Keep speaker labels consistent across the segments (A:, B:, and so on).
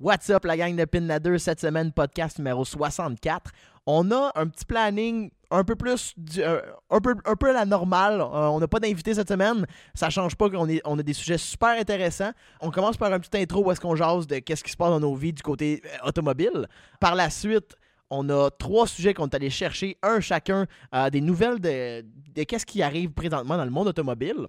A: What's up la gang de Pin Ladder, cette semaine podcast numéro 64. On a un petit planning un peu plus du- euh, un, peu, un peu à la normale. Euh, on n'a pas d'invité cette semaine. Ça change pas qu'on est- on a des sujets super intéressants. On commence par un petit intro où est-ce qu'on jase de qu'est-ce qui se passe dans nos vies du côté euh, automobile. Par la suite, on a trois sujets qu'on est allé chercher, un chacun, euh, des nouvelles de, de qu'est-ce qui arrive présentement dans le monde automobile.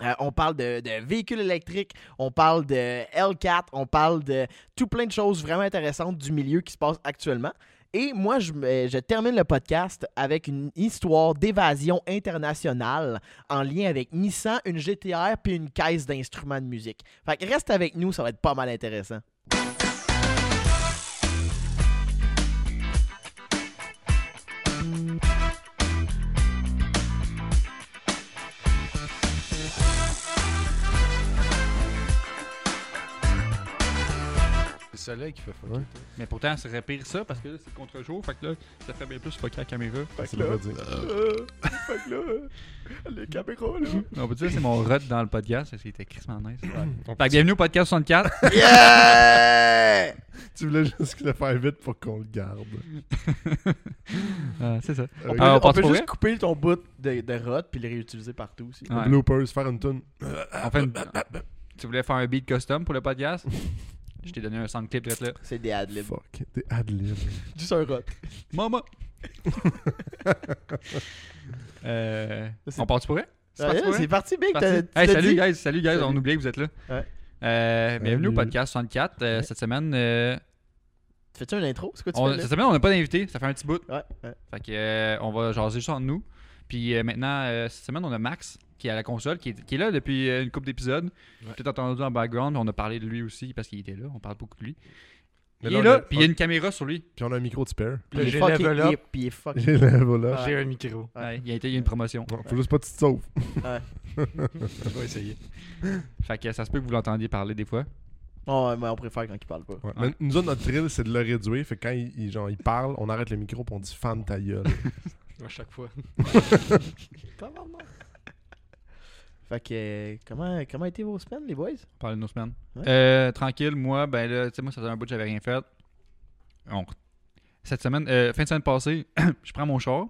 A: Euh, on parle de, de véhicules électriques, on parle de L4, on parle de tout plein de choses vraiment intéressantes du milieu qui se passe actuellement. Et moi, je, me- je termine le podcast avec une histoire d'évasion internationale en lien avec Nissan, une GTR puis une caisse d'instruments de musique. Fait que reste avec nous, ça va être pas mal intéressant.
B: C'est le soleil qui fait fucker.
C: Ouais.
B: toi.
D: Mais pourtant, ça serait pire ça parce que là, c'est contre-jour. Fait que là, ça fait bien plus fucker la caméra.
C: C'est le vrai dire.
B: Fait que là, euh, les caméras, là.
D: On peut dire c'est mon rut dans le podcast. C'était crissement nice.
C: On peut-
D: Fait que bienvenue au podcast 64.
A: Yeah!
C: Tu voulais juste le faire vite pour qu'on le garde.
D: Euh, c'est ça.
C: On
D: Ah,
A: on
D: passe
A: peut
D: pour
A: juste
D: vrai?
A: couper ton bout de, de rot puis le réutiliser partout aussi.
D: Ouais.
C: Bloopers, faire une tune.
D: On fait une- Tu voulais faire un beat custom pour le podcast? Je t'ai donné un sound clip direct là.
A: C'est des adlibs.
C: Fuck, t'es adlib.
A: Juste un rot.
D: Maman! Euh,
A: c'est-
D: on part-tu pour vrai? C'est parti pour vrai?
A: C'est parti, Big.
D: Parti.
A: t'as- tu
D: Hey,
A: t'as
D: salut,
A: dit-
D: guys, salut, guys, on
A: Salut.
D: oubliait que vous êtes là.
A: Ouais.
D: Euh, bienvenue au
C: Salut.
D: podcast 64. Euh,
A: Ouais.
D: Cette semaine, euh,
A: Tu Fais-tu un intro? C'est quoi tu
D: on-
A: fais là?
D: cette semaine, on n'a pas d'invité, ça fait un petit bout.
A: Ouais, ouais.
D: Fait que, euh, on va jaser juste entre nous. Puis euh, maintenant, euh, cette semaine, on a Max qui est à la console, qui est, qui est là depuis euh, une couple d'épisodes.
B: Ouais.
D: Peut-être entendu en background, puis on a parlé de lui aussi parce qu'il était là. On parle beaucoup de lui.
C: Mais
D: il
C: là,
D: est
C: on
D: là,
C: a-
D: puis il y a une caméra sur lui.
C: Ah, Puis on a un micro de spare.
A: Puis il est
B: j'ai
A: fucking-
B: level
A: il
B: up.
A: est- Puis il est fucking.
C: J'ai la voilà.
B: J'ai un micro.
A: Ouais.
D: Ouais, il, y a été, il y a une promotion.
C: Bon, Faut juste pas que tu te sauves.
B: Je vais essayer.
D: Fait que ça se peut que vous l'entendiez parler des fois.
A: Oh, mais on préfère quand il parle pas.
C: Ouais.
D: Ouais.
C: Mais nous autres, notre thrill, c'est de le réduire. Fait que quand il, il- genre, il parle, on arrête le micro puis on dit fan ta gueule.
B: À chaque fois.
A: Fait que, euh, comment, comment étaient vos semaines, les boys?
D: Parler de nos semaines.
A: Ouais.
D: Euh, tranquille, moi, ben là, tu sais, moi, ça faisait un bout que j'avais rien fait. On- Cette semaine, euh, fin de semaine passée, je prends mon char.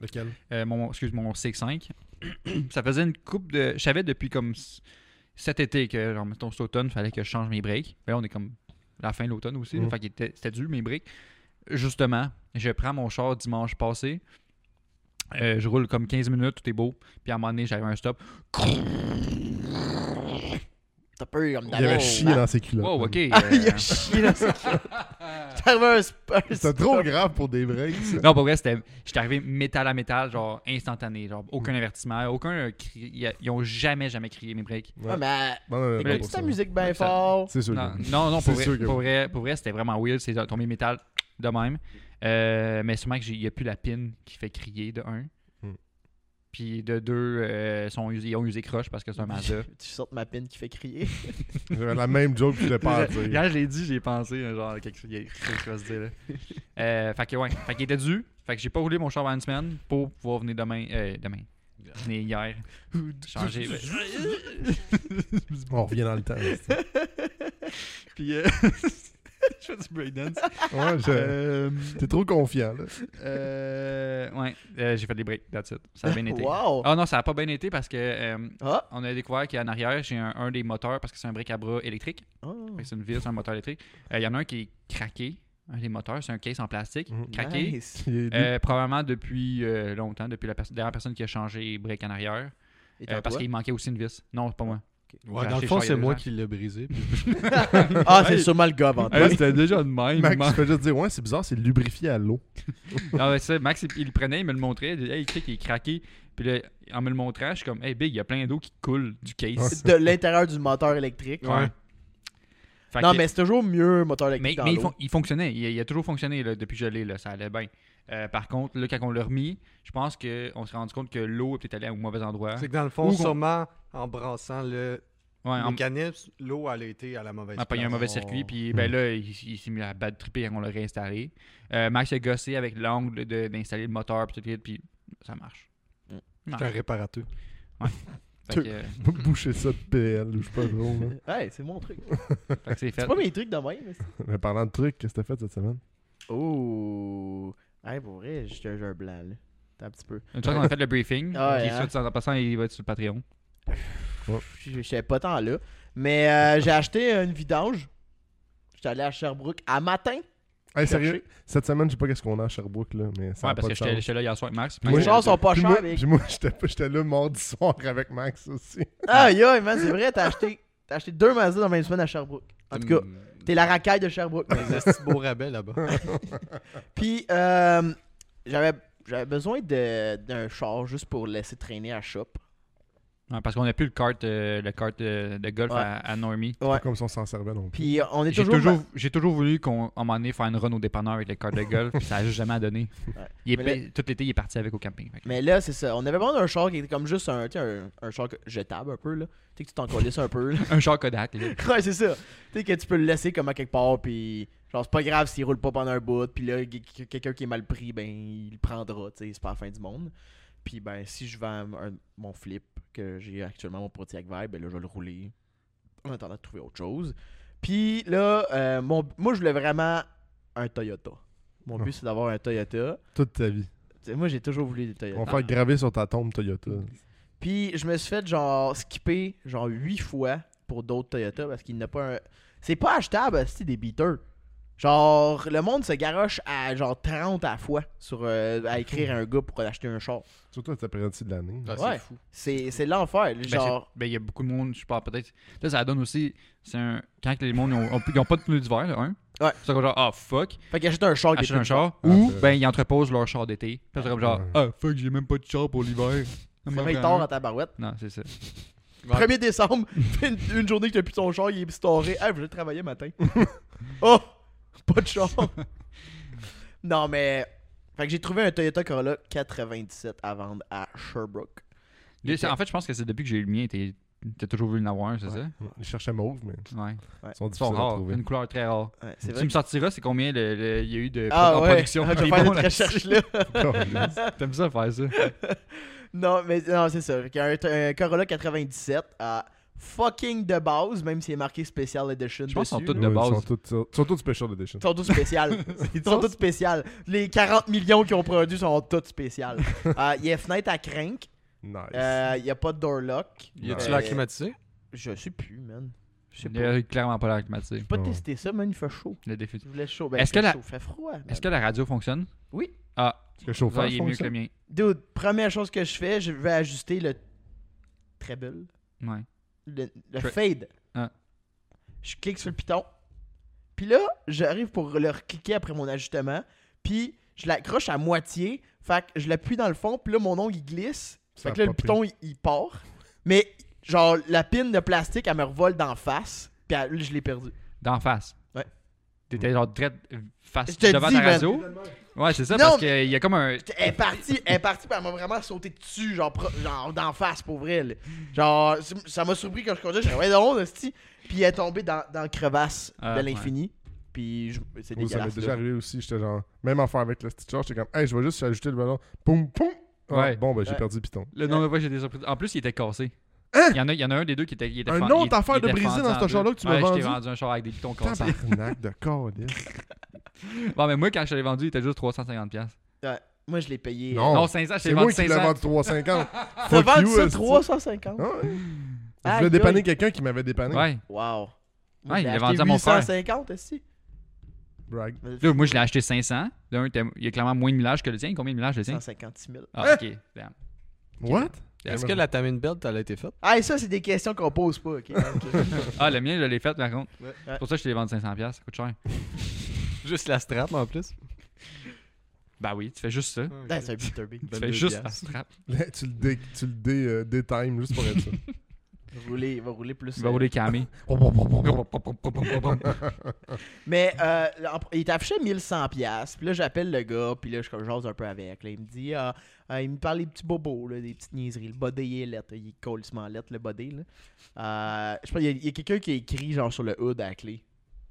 C: Lequel
D: Euh, mon, excuse, mon C5. ça faisait une coupe de. Je savais depuis comme s- cet été que, genre, mettons, cet automne, fallait que je change mes breaks. Mais là, on est comme la fin de l'automne aussi. là,
C: Mm.
D: Fait qu'il était- c'était dû, mes breaks. Justement, je prends mon char dimanche passé. Euh, je roule comme 15 minutes, tout est beau. Puis à un moment donné, j'avais un stop.
A: T'as peur comme
C: Il avait
A: d'abord.
C: chié
A: Ah,
C: dans ses culottes.
D: Oh. Wow, ok.
A: Ah, il
D: euh,
A: a chié dans ses culottes. T'as arrivé un spur.
C: C'était trop grave pour des breaks. ça.
D: Non, pour vrai, c'était. J'étais arrivé métal à métal, genre instantané. Genre, aucun avertissement, aucun. euh, cri- y a- Ils ont jamais, jamais crié mes breaks.
C: Ouais.
A: Ouais, mais
C: Non, non, non,
D: Mais
C: non,
A: écoute
C: pour
A: ta
C: ça.
A: musique bien
D: Ouais, ça-
A: fort.
C: C'est sûr.
D: Non,
C: que-
D: non, non,
C: C'est
D: pour, vrai,
C: sûr que
D: pour,
C: oui.
D: vrai, pour vrai, c'était vraiment weird. C'est tombé métal de même. Euh, mais sûrement qu'il n'y a plus la pin qui fait crier de un.
C: Hmm.
D: Puis de deux, euh, sont usés- ils ont usé croche parce que c'est un Mazda.
A: Tu sortes ma pine qui fait crier.
C: J'avais la même joke que je l'ai pas
D: Hier,
C: dit.
D: Hier, je l'ai dit, j'ai pensé, hein, genre, quelque chose quelque chose qui va se dire. là. Euh, fait que, ouais, fait qu'il était dû. Fait que j'ai pas roulé mon char pendant une semaine pour pouvoir venir demain. euh, demain. Venir hier. Changer. ben.
C: On revient dans le temps. c'est-
D: Puis. euh, je fais du breakdance.
C: Ouais, je-
D: Euh,
C: T'es trop confiant, là.
D: Euh, ouais, euh, j'ai fait des breaks, that's it. Ça a bien été. Ah
A: Wow.
D: non, ça a pas bien été parce que euh,
A: Ah.
D: on a découvert qu'en arrière, j'ai un, un des moteurs parce que c'est un bric à bras électrique.
A: Oh.
D: Fait que C'est une vis, c'est un moteur électrique. Euh, Il y en a un qui est craqué, un des moteurs, c'est un case en plastique,
C: Mhm.
D: craqué.
A: Mm-hmm. Nice.
C: Il est-
D: Euh, probablement depuis euh, longtemps, depuis la perso- dernière personne qui a changé break en arrière.
A: Et
D: euh,
A: t'as
D: parce
A: quoi?
D: qu'il manquait aussi une vis. Non, c'est pas moi.
B: Ouais,
D: J'ai
B: dans le
D: acheté
B: fond,
D: le char il y
B: c'est
D: a deux
B: moi
D: ans.
B: qui l'ai brisé. puis-
A: Ah, c'est sûrement le gars avant toi.
D: C'était déjà de même.
C: Max, je peux juste dire, ouais, c'est bizarre, c'est lubrifié à l'eau.
D: Non, mais Ah, ça, Max, il, il le prenait, il me le montrait. Il dit, hey, tu sais qu'il est craqué. Puis là, en me le montrant, je suis comme, hey, Big, il y a plein d'eau qui coule du case.
A: De l'intérieur du moteur électrique.
B: Ouais.
D: Fait
A: Non,
D: que-
A: mais c'est toujours mieux moteur
D: mais,
A: électrique. dans
D: mais il,
A: l'eau.
D: fon- il fonctionnait. Il, a- il a toujours fonctionné là, depuis que je l'ai, là, ça allait bien. Euh, par contre, là, quand on l'a remis, je pense qu'on s'est rendu compte que l'eau est peut-être allée au mauvais endroit.
B: C'est que dans le fond,
D: Ou qu'on-
B: sûrement, en brassant le
D: Ouais, en-
B: mécanisme, l'eau, elle a été à la mauvaise
D: on a pogné Ah, un
B: place.
D: mauvais
B: On-
D: circuit, puis ben là, il, il s'est mis à bad tripper quand on l'a réinstallé. Euh, Max a gossé avec l'angle de- d'installer le moteur, puis tout, puis ça marche.
B: J'étais un réparateur.
D: Fait Fait que, euh,
C: Boucher ça de PL, ou je sais pas trop. là.
A: Ouais, c'est mon truc.
D: fait que c'est fait.
A: C'est pas mes trucs de même. c'est-
C: Mais parlant de trucs, qu'est-ce que t'as fait cette semaine?
A: Oh. Hey, pour vrai, j'ai un j'ai un blanc, là. T'as un petit peu.
D: Une fois qu'on a fait le briefing,
A: Ah ouais,
D: puis ça,
A: hein.
D: tu en passant, il va être sur le Patreon.
A: Je je savais pas tant là. Mais euh, j'ai acheté une vidange. J'étais allé à Sherbrooke à matin.
C: Hey,
A: Chercher.
C: sérieux? Cette semaine, je sais pas qu'est-ce qu'on a à Sherbrooke, là, mais ça a
D: Ouais,
C: pas
D: parce que
C: de sens.
D: j'étais j'étais là hier soir avec Max. euh,
C: Moi,
A: Les
D: Max,
C: j'ai-
A: gens sont pas
C: Puis moi,
A: chers. mais-
C: puis moi, j'étais pas- j'étais là mardi soir avec Max aussi.
A: Aïe, aïe, man, c'est vrai, t'as acheté, t'as acheté deux Mazda dans la même semaine à Sherbrooke. En tout cas,
C: Mm.
A: t'es la racaille de Sherbrooke. mais-
E: Des estis beaux rabais là-bas.
A: Puis, euh, j'avais, j'avais besoin de- d'un char juste pour laisser traîner à shop.
D: Ouais, parce qu'on a plus le kart, euh, le kart euh, de golf
A: Ouais.
D: à, à Normie.
A: Ouais.
C: Comme si on s'en servait non plus.
A: Puis, on est
D: J'ai
A: toujours.
D: toujours, j'ai toujours voulu qu'on, à un moment donné, faire une run au dépanneur avec le kart de golf, puis ça a juste jamais donné.
A: Ouais.
D: Il est
A: Mais
D: pa- Tout l'été, il est parti avec au camping. Fait que-
A: Mais là, c'est ça. On avait besoin d'un char qui était comme juste un, tu sais, un, un char que- jetable un peu, là. Tu sais, que tu t'en collisses un peu, là.
D: Un char Kodak. là. Ben,
A: Ouais, c'est ça. Tu sais, que tu peux le laisser comme à quelque part, puis genre, c'est pas grave s'il roule pas pendant un bout, puis là, gu- gu- quelqu'un qui est mal pris, ben, il le prendra, tu sais, c'est pas la fin du monde. Puis ben, si je vends un- mon flip, que j'ai actuellement mon Pontiac Vibe, ben là, je vais le rouler en attendant de trouver autre chose. Puis là, euh, mon, moi, je voulais vraiment un Toyota. Mon but, c'est d'avoir un Toyota.
C: Toute ta vie.
A: Tu sais, moi, j'ai toujours voulu des
C: On
A: Toyota.
C: va faire graver sur ta tombe Toyota.
A: Puis je me suis fait genre skipper genre 8 fois pour d'autres Toyota parce qu'il n'a pas un. C'est pas achetable, c'est des beaters. Genre, le monde se garoche à genre 30 à la fois sur, euh,
D: Ah,
A: à écrire à un gars pour acheter un char.
C: Surtout à ta période de l'année.
E: Ah,
A: Ouais.
E: C'est fou.
A: C'est c'est l'enfer.
D: Ben,
A: Genre,
D: c'est- ben, il y a beaucoup de monde, je parle peut-être. Là, ça donne aussi. C'est un. Quand les monde n'ont pas de pneus d'hiver, là, hein.
A: Ouais.
D: C'est comme genre, ah fuck,
A: fait qu'il achète un char qui
D: achète un
A: plus-
D: char.
C: Ah,
D: ou,
C: c'est-
D: ben, ils entreposent leur char d'été. Puis c'est comme genre,
C: Ouais.
D: ah fuck, j'ai même pas de char pour l'hiver.
A: C'est
D: M'en
A: même
D: prends
A: tort
D: un.
A: à ta barouette.
D: Non, c'est ça.
A: 1er décembre, une, une journée que t'as plus ton char, il est storé. Ah, je vais travailler matin. oh, pas de char. non, mais. Fait que j'ai trouvé un Toyota Corolla 97 à vendre à Sherbrooke.
D: Là, c'est- En fait, je pense que c'est depuis que j'ai eu le mien, t'es- t'as toujours voulu en avoir un, c'est
C: Je cherchais mauve, mais
D: ça? Ouais.
C: ils sont
D: Ils sont
C: difficiles à
D: rares.
C: trouver.
D: Une couleur très rare.
A: Ouais, c'est
D: Tu
A: vrai.
D: me sortiras, c'est combien le- le- il y a eu de
A: Ah
D: en
A: ouais,
D: production.
A: Ah, je
D: T'es
A: vais faire
D: bon
A: cette
D: là-dessus.
A: recherche-là.
D: T'aimes ça faire ça.
A: non, mais non, c'est ça. Il y a un, un Corolla 97 à fucking de base, même s'il est marqué Special Edition.
D: Je pense qu'ils sont
A: dessus,
D: tous
A: là.
D: de
C: Ouais,
D: base.
C: Ils sont tous- ils sont tous Special Edition.
A: Ils sont tous spéciales. Ils sont tous spéciales. Les 40 millions qu'ils ont produits sont tous spéciales. Euh, Il y a fenêtre à crank.
C: Nice.
A: Euh, Il n'y a pas de door lock.
E: Y a-tu
A: Ouais.
E: l'air climatisé?
A: Je sais plus, man. Je sais
D: Il
A: pas.
D: y a clairement pas l'air climatisé.
A: J'ai pas
C: Non.
A: testé ça, man. Il fait chaud.
D: Le défi.
C: Euh,
A: Je voulais chaud. Ben,
D: Est-ce
A: il fait
D: que la-
A: chaud, il fait froid. man.
D: Est-ce que la radio fonctionne?
A: Oui.
D: Ah,
C: Est-ce que le chauffeur
D: ça, il est mieux que
C: fonctionne?
D: le mien.
A: Dude, première chose que je fais, je vais ajuster le treble.
D: Ouais.
A: le, le
D: Tre-
A: fade.
D: Ah.
A: Je clique sur le piton. Puis là, j'arrive pour le recliquer après mon ajustement. Puis je l'accroche à moitié. Fait que je l'appuie dans le fond. Puis là, mon ongle, il glisse.
C: Ça
A: Fait
C: a
A: que là, le
C: popé.
A: piton, il, il part. Mais genre, la pine de plastique, elle me revole d'en face. Puis elle- je l'ai perdue.
D: D'en face.
A: Ouais.
D: T'étais genre très face
A: Je te
D: devant
A: dis,
D: ta
A: man.
D: radio. Ouais, c'est ça,
A: Non,
D: parce qu'il y a comme un.
A: Elle est partie, elle est partie, puis elle m'a vraiment sauté dessus, genre, pro- genre d'en face pour vrai. là. Genre, c'est- ça m'a surpris quand je conduisais, j'avais de honte, hostie. Puis elle est tombée dans, dans la crevasse
D: Ah,
A: de
D: ouais.
A: l'infini. Puis je- c'est
C: Moi, ça m'est
A: dégueulasse.
C: déjà
A: là.
C: arrivé aussi. J'étais genre, même affaire avec le stitcher, j'étais comme, hey, je vais juste ajouter le ballon. Poum, poum. Ah,
D: Ouais.
C: Bon, ben, j'ai
A: Ouais.
C: perdu le piton.
D: Le nombre de fois que j'ai été surpris. En plus, il était cassé. Il y, en a, il y en a un des deux qui était. Il était
C: Hein? Un
D: fan-
C: autre
D: il- il
C: affaire de
D: était
C: briser
D: fendu
C: dans
D: en
C: ce char-là
D: deux.
C: que tu m'as
D: Ouais, je t'ai
C: vendu?
D: vendu un char avec des pitons cassés.
C: Tabarnak de calice.
D: Bon, mais moi, quand je l'ai vendu, il était juste 350$. piastres.
A: Ouais. Moi, je l'ai payé. euh,
C: Non. Oh.
D: Non, 500$, je l'ai
C: C'est moi
D: vendu
C: qui l'ai
D: 500$.
C: vendu 350.
A: T'as
C: Fuck
A: vendu
C: you,
A: ça
C: esti.
A: 350.
C: Ah ouais. Je
A: Aïe,
C: voulais dépanner
A: aïe.
C: quelqu'un qui m'avait dépanné.
D: Ouais.
A: Wow.
D: Ouais,
A: je
D: Ah, il
A: l'ai
D: l'a
A: acheté
D: vendu à mon frère.
A: 850 aussi.
C: Brag.
D: Là, moi, je l'ai acheté 500$. D'un, il était- il y a clairement moins de millage que le tien. Combien de millage le tien
A: 156 000.
D: Ah, ok. Damn.
C: What?
E: Est-ce que la Tamine Belt, elle a été faite?
A: Ah, et ça, c'est des questions qu'on pose pas. ok? Ok.
D: Ah, le mien, je l'ai fait, par contre.
E: Ouais.
D: C'est pour ça que je te l'ai vendu 500$. piastres, Ça coûte cher.
E: Juste la strap en plus.
D: Bah oui, tu fais juste ça.
A: Ouais, ben c'est un Peter B.
D: Tu fais juste la strap.
C: Là, tu le dé, tu le dé, euh, détime juste pour être sûr.
A: Il va rouler- il va rouler plus.
D: Tu vas
A: euh,
D: rouler camé.
A: Mais euh, en- il était affiché 1100 pièces. Puis là j'appelle le gars, puis là je comme j'ose un peu avec. Là, il me dit ah, ah, il me parle des petits bobos, là, des petites niaiseries, le body il est lettre, il est colissement lettre le body là. Euh, je sais pas, il y a, il y a quelqu'un qui a écrit genre sur le hood à la clé.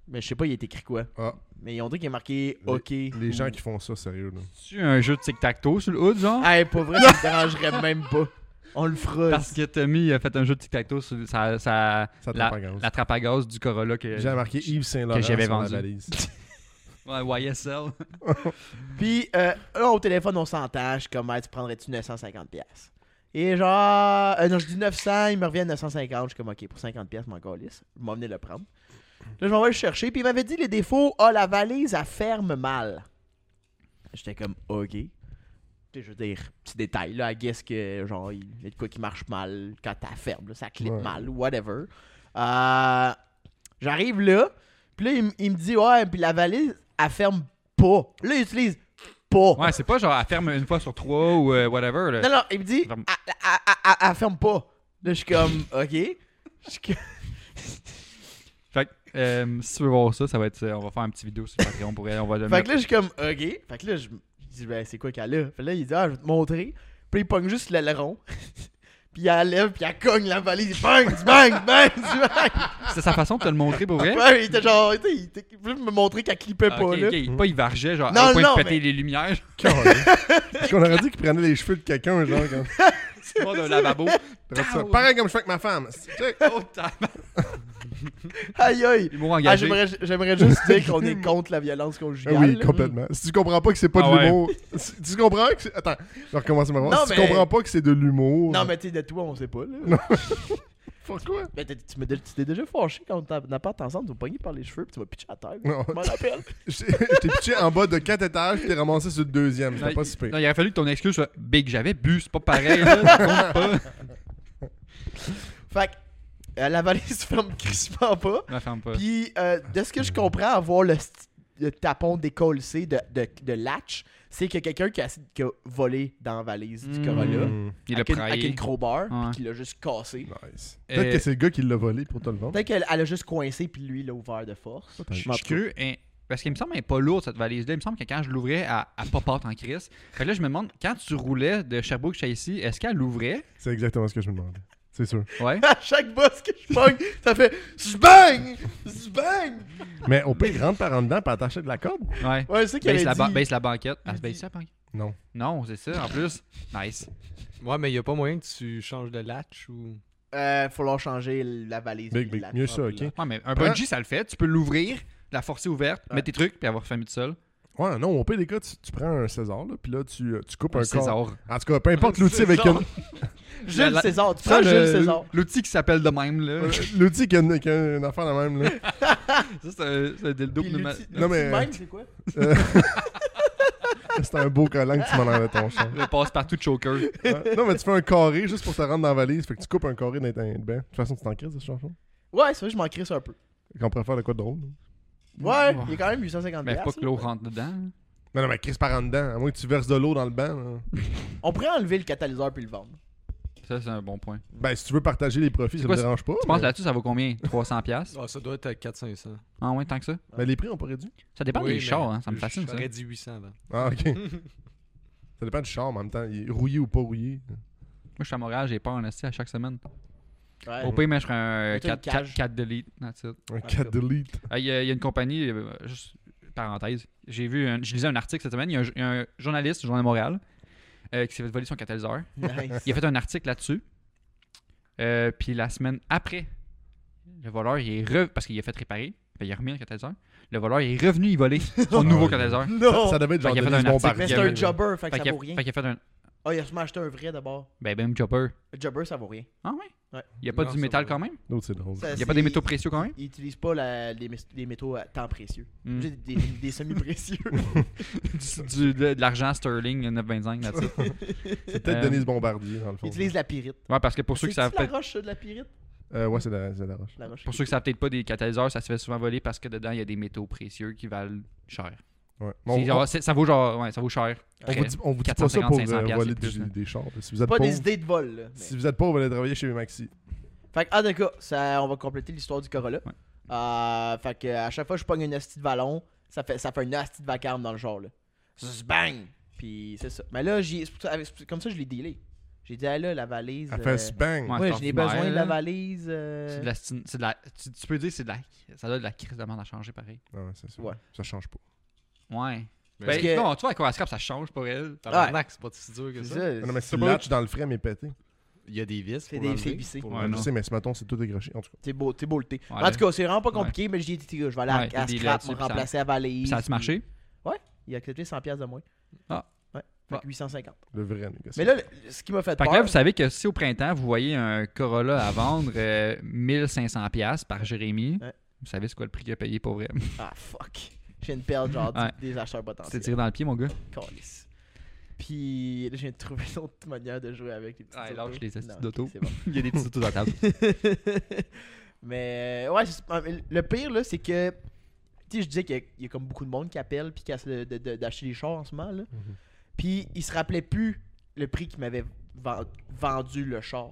A: Mais je sais pas il est écrit quoi.
C: Ah.
A: Mais ils ont dit qu'il est marqué OK.
C: Les gens qui font ça, sérieux. Là.
A: Mmh.
D: tu un jeu de tic-tac-toe sur le hood, genre?
A: Hey, pour vrai, ça me dérangerait même pas. On le fera.
D: Parce que Tommy a fait un jeu de tic-tac-toe sur sa, sa-
C: Ça
D: la,
C: tape à gaz.
D: la trappe à gaz du Corolla que
C: J'ai remarqué Yves Saint-Laurent
D: que j'avais
C: sur la
D: vendu.
C: valise.
D: Ouais, YSL.
A: Puis euh, là, au téléphone, on s'entache. Comme, Hey, tu prendrais-tu 950$? piastres? Et genre, euh, non, je dis 900, il me revient 950. Je suis comme, ok, pour 50$, piastres, mon calisse. Je m'en venais le prendre. Là, je m'en vais le chercher. Puis il m'avait dit les défauts. Ah, la valise, elle ferme mal. J'étais comme, ok. Puis je veux dire, petit détail, là, I guess que, genre, il y a de quoi qui marche mal quand t'as ferme, là, ça clip
C: Ouais.
A: mal, whatever. Euh, J'arrive là. Puis là, il, m- il me dit, ouais, puis la valise, elle ferme pas. Là, il utilise pas.
D: Ouais, c'est pas genre elle ferme une fois sur trois ou euh, whatever. Là.
A: Non, non, il me dit, elle,
D: Ferme.
A: elle- elle- elle- elle ferme pas. Là, je suis comme, ok. Je suis comme-
D: Fait que euh, si tu veux voir ça, ça va être. euh, on va faire un petit vidéo sur Patreon pour elle. On va le
A: Fait
D: mettre.
A: que là, je suis comme, ok. Fait que là, je me dis, ben, c'est quoi qu'elle a? Fait que là, il dit, ah, je vais te montrer. Puis il pogne juste l'aileron. puis elle lève, puis elle cogne la valise. Bang, bang, bang, bang.
D: C'est sa façon de te le montrer pour vrai.
A: Ouais, il était genre, tu sais, il était- il voulait me montrer qu'elle clippait
D: Ah,
A: pas,
D: ok,
A: là.
D: ok, il- Pas il vargeait, genre
A: Non,
D: au point
A: non,
D: de péter
A: mais-
D: les lumières,
C: Parce qu'on aurait dit qu'il prenait les cheveux de quelqu'un, genre, quand
D: genre d'un lavabo. Ah,
C: Regarde ça. Pareil comme je fais avec ma femme. C'est- tu sais,
D: Oh, tabarnak.
A: Aïe, aïe.
D: Humour
A: Ah,
D: engagé.
A: j'aimerais, j'aimerais juste dire qu'on est contre la violence conjugale.
C: Ah oui,
A: là.
C: complètement. Si tu comprends pas que c'est pas
D: Ah
C: de
D: ouais.
C: l'humour. Si tu comprends que c'est. Attends, je vais recommencer ma voix.
A: Non,
C: Si
A: mais-
C: tu comprends pas que c'est de l'humour.
A: Non, mais tu sais, de toi, on sait pas, là.
C: Pourquoi
A: Mais t'es- tu me dis- tu t'es déjà fâché quand t'as n'a pas ensemble, tu m'as pogné par les cheveux, puis tu m'as pitché à terre.
C: Non.
A: Je m'en rappelle.
C: J'ai- Je t'ai pitché en bas de 4 étages, puis t'es ramassé sur le deuxième.
D: Non,
C: C'était pas
D: il-
C: si pire.
D: non, il aurait fallu que ton excuse soit Big, j'avais bu, c'est pas pareil. là, ça compte pas.
A: Fait que euh, la valise ferme crispement pas.
D: Non, ferme pas.
A: Puis, euh, de ce que je comprends, avoir le, sti- le tapon décollé de, de, de latch, c'est que quelqu'un qui a, qui a volé dans la valise du
D: Mm.
A: Corolla.
C: Mm,
D: Il l'a
A: avec, une, avec
D: praillé.
A: une crowbar, puis
D: Ouais.
A: qui l'a juste cassé.
C: Nice.
D: Euh,
C: Peut-être que c'est le gars qui l'a volé pour te le vendre.
A: Peut-être qu'elle elle a juste coincé, puis lui, il l'a ouvert de force.
D: Je
C: Je
D: suis cru, hein, parce qu'il me semble qu'elle n'est pas lourde cette valise-là. Il me semble que quand je l'ouvrais, elle, elle popote en crise. Fait que là, je me demande, quand tu roulais de Sherbrooke chez ici, est-ce qu'elle l'ouvrait
C: C'est exactement ce que je me demandais. C'est sûr.
D: Ouais.
A: À chaque boss que je pogne, ça fait Zbang! Zbang!
C: Mais au pire, rentre par en dedans, puis attacher de la corde.
D: Ouais.
A: Ouais, c'est qu'elle
D: Baisse la,
A: a
D: ba-
A: dit.
D: baisse la banquette.
A: Il
D: Elle se
A: dit-
D: baisse la banquette.
C: Non.
D: Non, c'est ça. En plus, nice.
E: Ouais, mais il a pas moyen que tu changes de latch ou.
A: Euh, faut leur changer la valise.
C: Big,
A: puis
C: big.
A: la-
C: Mieux ça, ok.
D: Ouais, mais un
C: Prends-
D: bungee, ça le fait. Tu peux l'ouvrir, la forcer ouverte,
A: Hein? Ouais.
D: mettre tes trucs, puis avoir famille tout seul.
C: Ouais, non, au pire des cas, tu, tu prends un César, là, puis là, tu, euh, tu coupes un,
D: César.
C: corps. En tout cas, peu importe l'outil avec une,
D: La-
A: Jules
D: la-
A: César, tu
D: Prends
A: prends Jules
D: le-
A: César.
D: L'outil qui s'appelle de même, là.
C: euh, l'outil qui a une, qui a une affaire la même, là.
D: ça, c'est un, c'est un dildo
A: Puis
D: pneuma-
A: l'outil-
C: Non,
A: l'outil
C: mais-
A: de même, c'est quoi?
C: Euh, C'est un beau collant que tu m'en enlèves ton champ.
D: Le passe-partout de choker.
C: Ouais. Non, mais tu fais un carré juste pour te rendre dans la valise. Fait que tu coupes un carré dans un bain. De toute façon, tu t'en crises, ce chanson.
A: Ouais, c'est vrai, je m'en crisse un peu.
C: Qu'on pourrait faire de quoi de drôle. là.
A: Ouais, il est quand même 850
D: Mais faut pas
A: piastres,
D: que
A: là.
D: l'eau rentre dedans.
C: Non, non, mais crise par en dedans. À moins que tu verses de l'eau dans le banc. là.
A: On pourrait enlever le catalyseur puis le vendre.
D: Ça, c'est un bon point.
C: Ben, si tu veux partager les profits,
D: C'est
C: ça
D: quoi,
C: me dérange pas.
D: Tu penses
C: mais...
D: là-dessus, ça vaut combien 300$? piastres?
E: Ah, ça doit être à 400-500.
D: Ah, ouais, tant que ça.
C: Ben, les prix, on pourrait réduire.
D: Ça dépend
E: Oui,
D: des
E: mais
D: chars, hein, ça me fascine ça.
E: J'aurais dit 800 avant.
C: Ah, ok. ça dépend du charme en même temps. Il est rouillé ou pas rouillé.
D: Moi, je suis à Montréal, j'ai peur en esti à chaque semaine.
A: Ouais.
C: Oh.
D: Au pire, mais je ferais un
A: Mets-toi une
D: 4, 4,
A: cage.
D: delete. that's it.
C: Un 4 delete.
D: Ah, Il y, a il y a une compagnie, euh, juste parenthèse, j'ai vu, un- je lisais un article cette semaine, il y a un, il y a un journaliste du Journal de Montréal euh, qui s'est fait voler son catalyseur.
A: Nice.
D: Il a fait un article là-dessus. Euh, puis la semaine après, le voleur, il est re... parce qu'il a fait réparer, fait, il a remis le catalyseur. Le voleur il est revenu y voler son nouveau
A: Ah,
D: catalyseur.
A: Non!
C: Ça devait être
D: Fait
C: genre
D: qu'il a fait
C: Denise
D: un article,
A: Mais Oh! c'est
C: Bombardier.
D: il y
A: un
D: avait-
A: jobber, fait que
D: Fait
A: ça
D: qu'il a,
A: vaut rien.
D: fait qu'il a fait un
A: Ah, il a sûrement acheté un vrai d'abord.
D: ben, ben chopper.
A: Le jobber, ça vaut rien.
D: Ah ouais?
A: Ouais.
D: Il n'y a pas
E: Non,
D: du
E: ça
D: métal
E: va.
D: quand même?
C: L'autre, c'est drôle.
A: Ça,
D: Il n'y a pas des
A: c'est-
D: métaux précieux quand même?
A: Il utilise pas la- les, mé- les métaux à temps précieux.
D: Hmm.
A: J'ai Des, des- des semi-précieux.
D: du, du- de, de l'argent sterling 9,25 là-dessus.
C: C'est peut-être
D: Euh,
C: Denise Bombardier, dans le
A: il
C: fond.
A: utilise la pyrite.
D: Ouais, parce que pour ceux qui savent
A: C'est-tu la
D: peut-être
A: roche, ça, de la pyrite?
C: Euh, ouais, c'est la, c'est la roche.
A: La roche.
D: pour ceux qui savent peut-être pas des catalyseurs, ça se fait souvent voler parce que dedans il y a des métaux précieux qui valent cher.
C: Ouais.
D: C'est
C: Bon,
D: genre- c'est- ça vaut genre ouais, ça vaut cher.
C: On vous dit, on vous dit pas ça
D: 450,
C: pour
D: 500
C: euh, voler
D: c'est plus,
C: des,
D: là.
C: des chars. là. Si vous êtes
A: Pas
C: pauvre,
A: des idées de vol, là. mais-
C: si vous êtes pauvre, allez travailler chez Maxi.
A: Fait que, en tout cas, ça, on va compléter l'histoire du Corolla.
D: Ouais.
A: Euh, fait que, à chaque fois que je pogne une hostie de ballon, ça fait, ça fait une hostie de vacarme dans le genre, là. Zzz, bang! Puis c'est ça. Mais là, j'ai, c'est pour ça- avec- c'est comme ça, je l'ai dealé. J'ai dit, ah là, la valise.
C: Elle
A: euh,
C: fait spang.
D: Ouais.
A: ouais,
D: t'en
A: j'ai
D: fous,
A: besoin de la
D: là.
A: valise. euh,
D: C'est de la, stin- c'est de la- tu, tu peux dire c'est de la ça doit être de la crise de demande à changer pareil.
C: Ouais, c'est ça.
A: Ouais.
C: Ça change pas.
D: Ouais.
E: Parce
D: Ben,
A: que-
D: non, tu vois à quoi scrap ça change pour elle.
E: Tabarnak, c'est pas si dur que
A: C'est
E: ça.
A: ça,
C: Ah Non, mais si
D: C'est
C: le
D: pas-
C: latch dans le frame est pété.
E: il y a des vis.
A: C'est
E: pour
A: des-
E: l'enlever,
A: c'est vissé.
E: pour
D: Ouais,
C: Je
E: l'enlever.
D: non.
C: sais, mais ce matin, c'est tout décroché. En tout cas,
A: T'es beau, t'es beau le thé.
D: Ouais,
A: en tout cas, c'est vraiment pas compliqué, mais j'ai dit, Tiga, je vais aller à-
D: Ouais,
A: à,
D: il est
A: Scrap,
D: là-dessus,
A: me
D: puis ça-
A: remplacer à Valise.
D: Puis Ça a-tu marché?
A: Il a accepté 100$ de moins.
D: Ah.
A: Ouais. Fait que
D: Ah.
A: 850.
C: le vrai négociation.
A: Mais là, le- ce qui m'a fait
D: Fait que
A: peur.
D: là, vous savez que si au printemps, vous voyez un Corolla à vendre euh, 1500$ par Jérémy,
A: Ouais.
D: vous savez c'est quoi le prix qu'il a payé pour vrai.
A: Ah, fuck. J'ai une perte, genre, du-
D: Ouais.
A: des acheteurs
D: C'est
A: potentiels.
D: tiré dans le pied, mon gars.
A: Câlisse. Puis là, je viens de trouver une autre manière de jouer avec les petites
D: Ouais,
A: autos.
D: lâche les astuces
A: Non,
D: d'auto.
A: ok, c'est bon.
D: Il y a des petits autos dans la table.
A: mais ouais, c'est- ah, mais le pire là, c'est que tu sais, je disais qu'il y, a- il y a comme beaucoup de monde qui appelle puis qui essaie de- de- de- d'acheter des chars en ce moment là.
C: Mhm.
A: Puis ils se rappelaient plus le prix qu'ils m'avaient ven- vendu le char.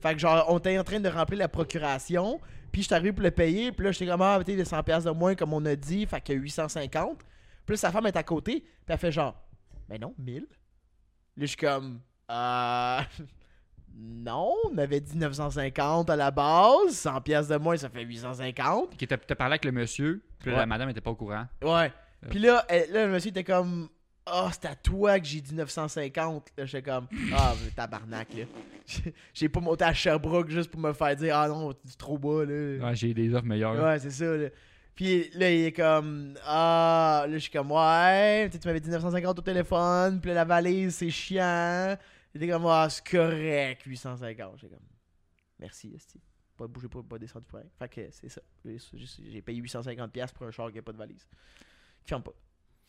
A: Fait que genre on était en train de remplir la procuration, puis je suis arrivé pour le payer, puis là j'étais comme ah, tu sais, les 100 pièces de moins comme on a dit, fait que 850. Puis là, sa femme est à côté, puis elle fait genre mais non, 1000. Là je suis comme euh non, on avait dit 950 à la base, 100 pièces de moins, ça fait 850.
D: Qui t'a t'a parlé avec le monsieur, puis
A: Ouais.
D: la madame était pas au courant.
A: Ouais. Puis là, elle- là, le monsieur était comme Ah, c'est à toi que j'ai dit 950. Là, j'étais comme Ah, mais tabarnak, là. J'ai- J'ai pas monté à Sherbrooke juste pour me faire dire Ah non, tu trop bas, là.
D: Ouais, j'ai des offres meilleures.
A: Ouais, c'est ça, là. Puis là, il est comme Ah, là, je suis comme Ouais, tu sais, tu m'avais dit 950 au téléphone, puis là, la valise, c'est chiant. Il était comme Ah, c'est correct, 850. J'étais comme Merci, Esti. Pas bouger, pas, pas descendre du point. Fait que c'est ça. J'ai- J'ai j'ai payé 850$ piastres pour un char qui a pas de valise. Qui ferme pas.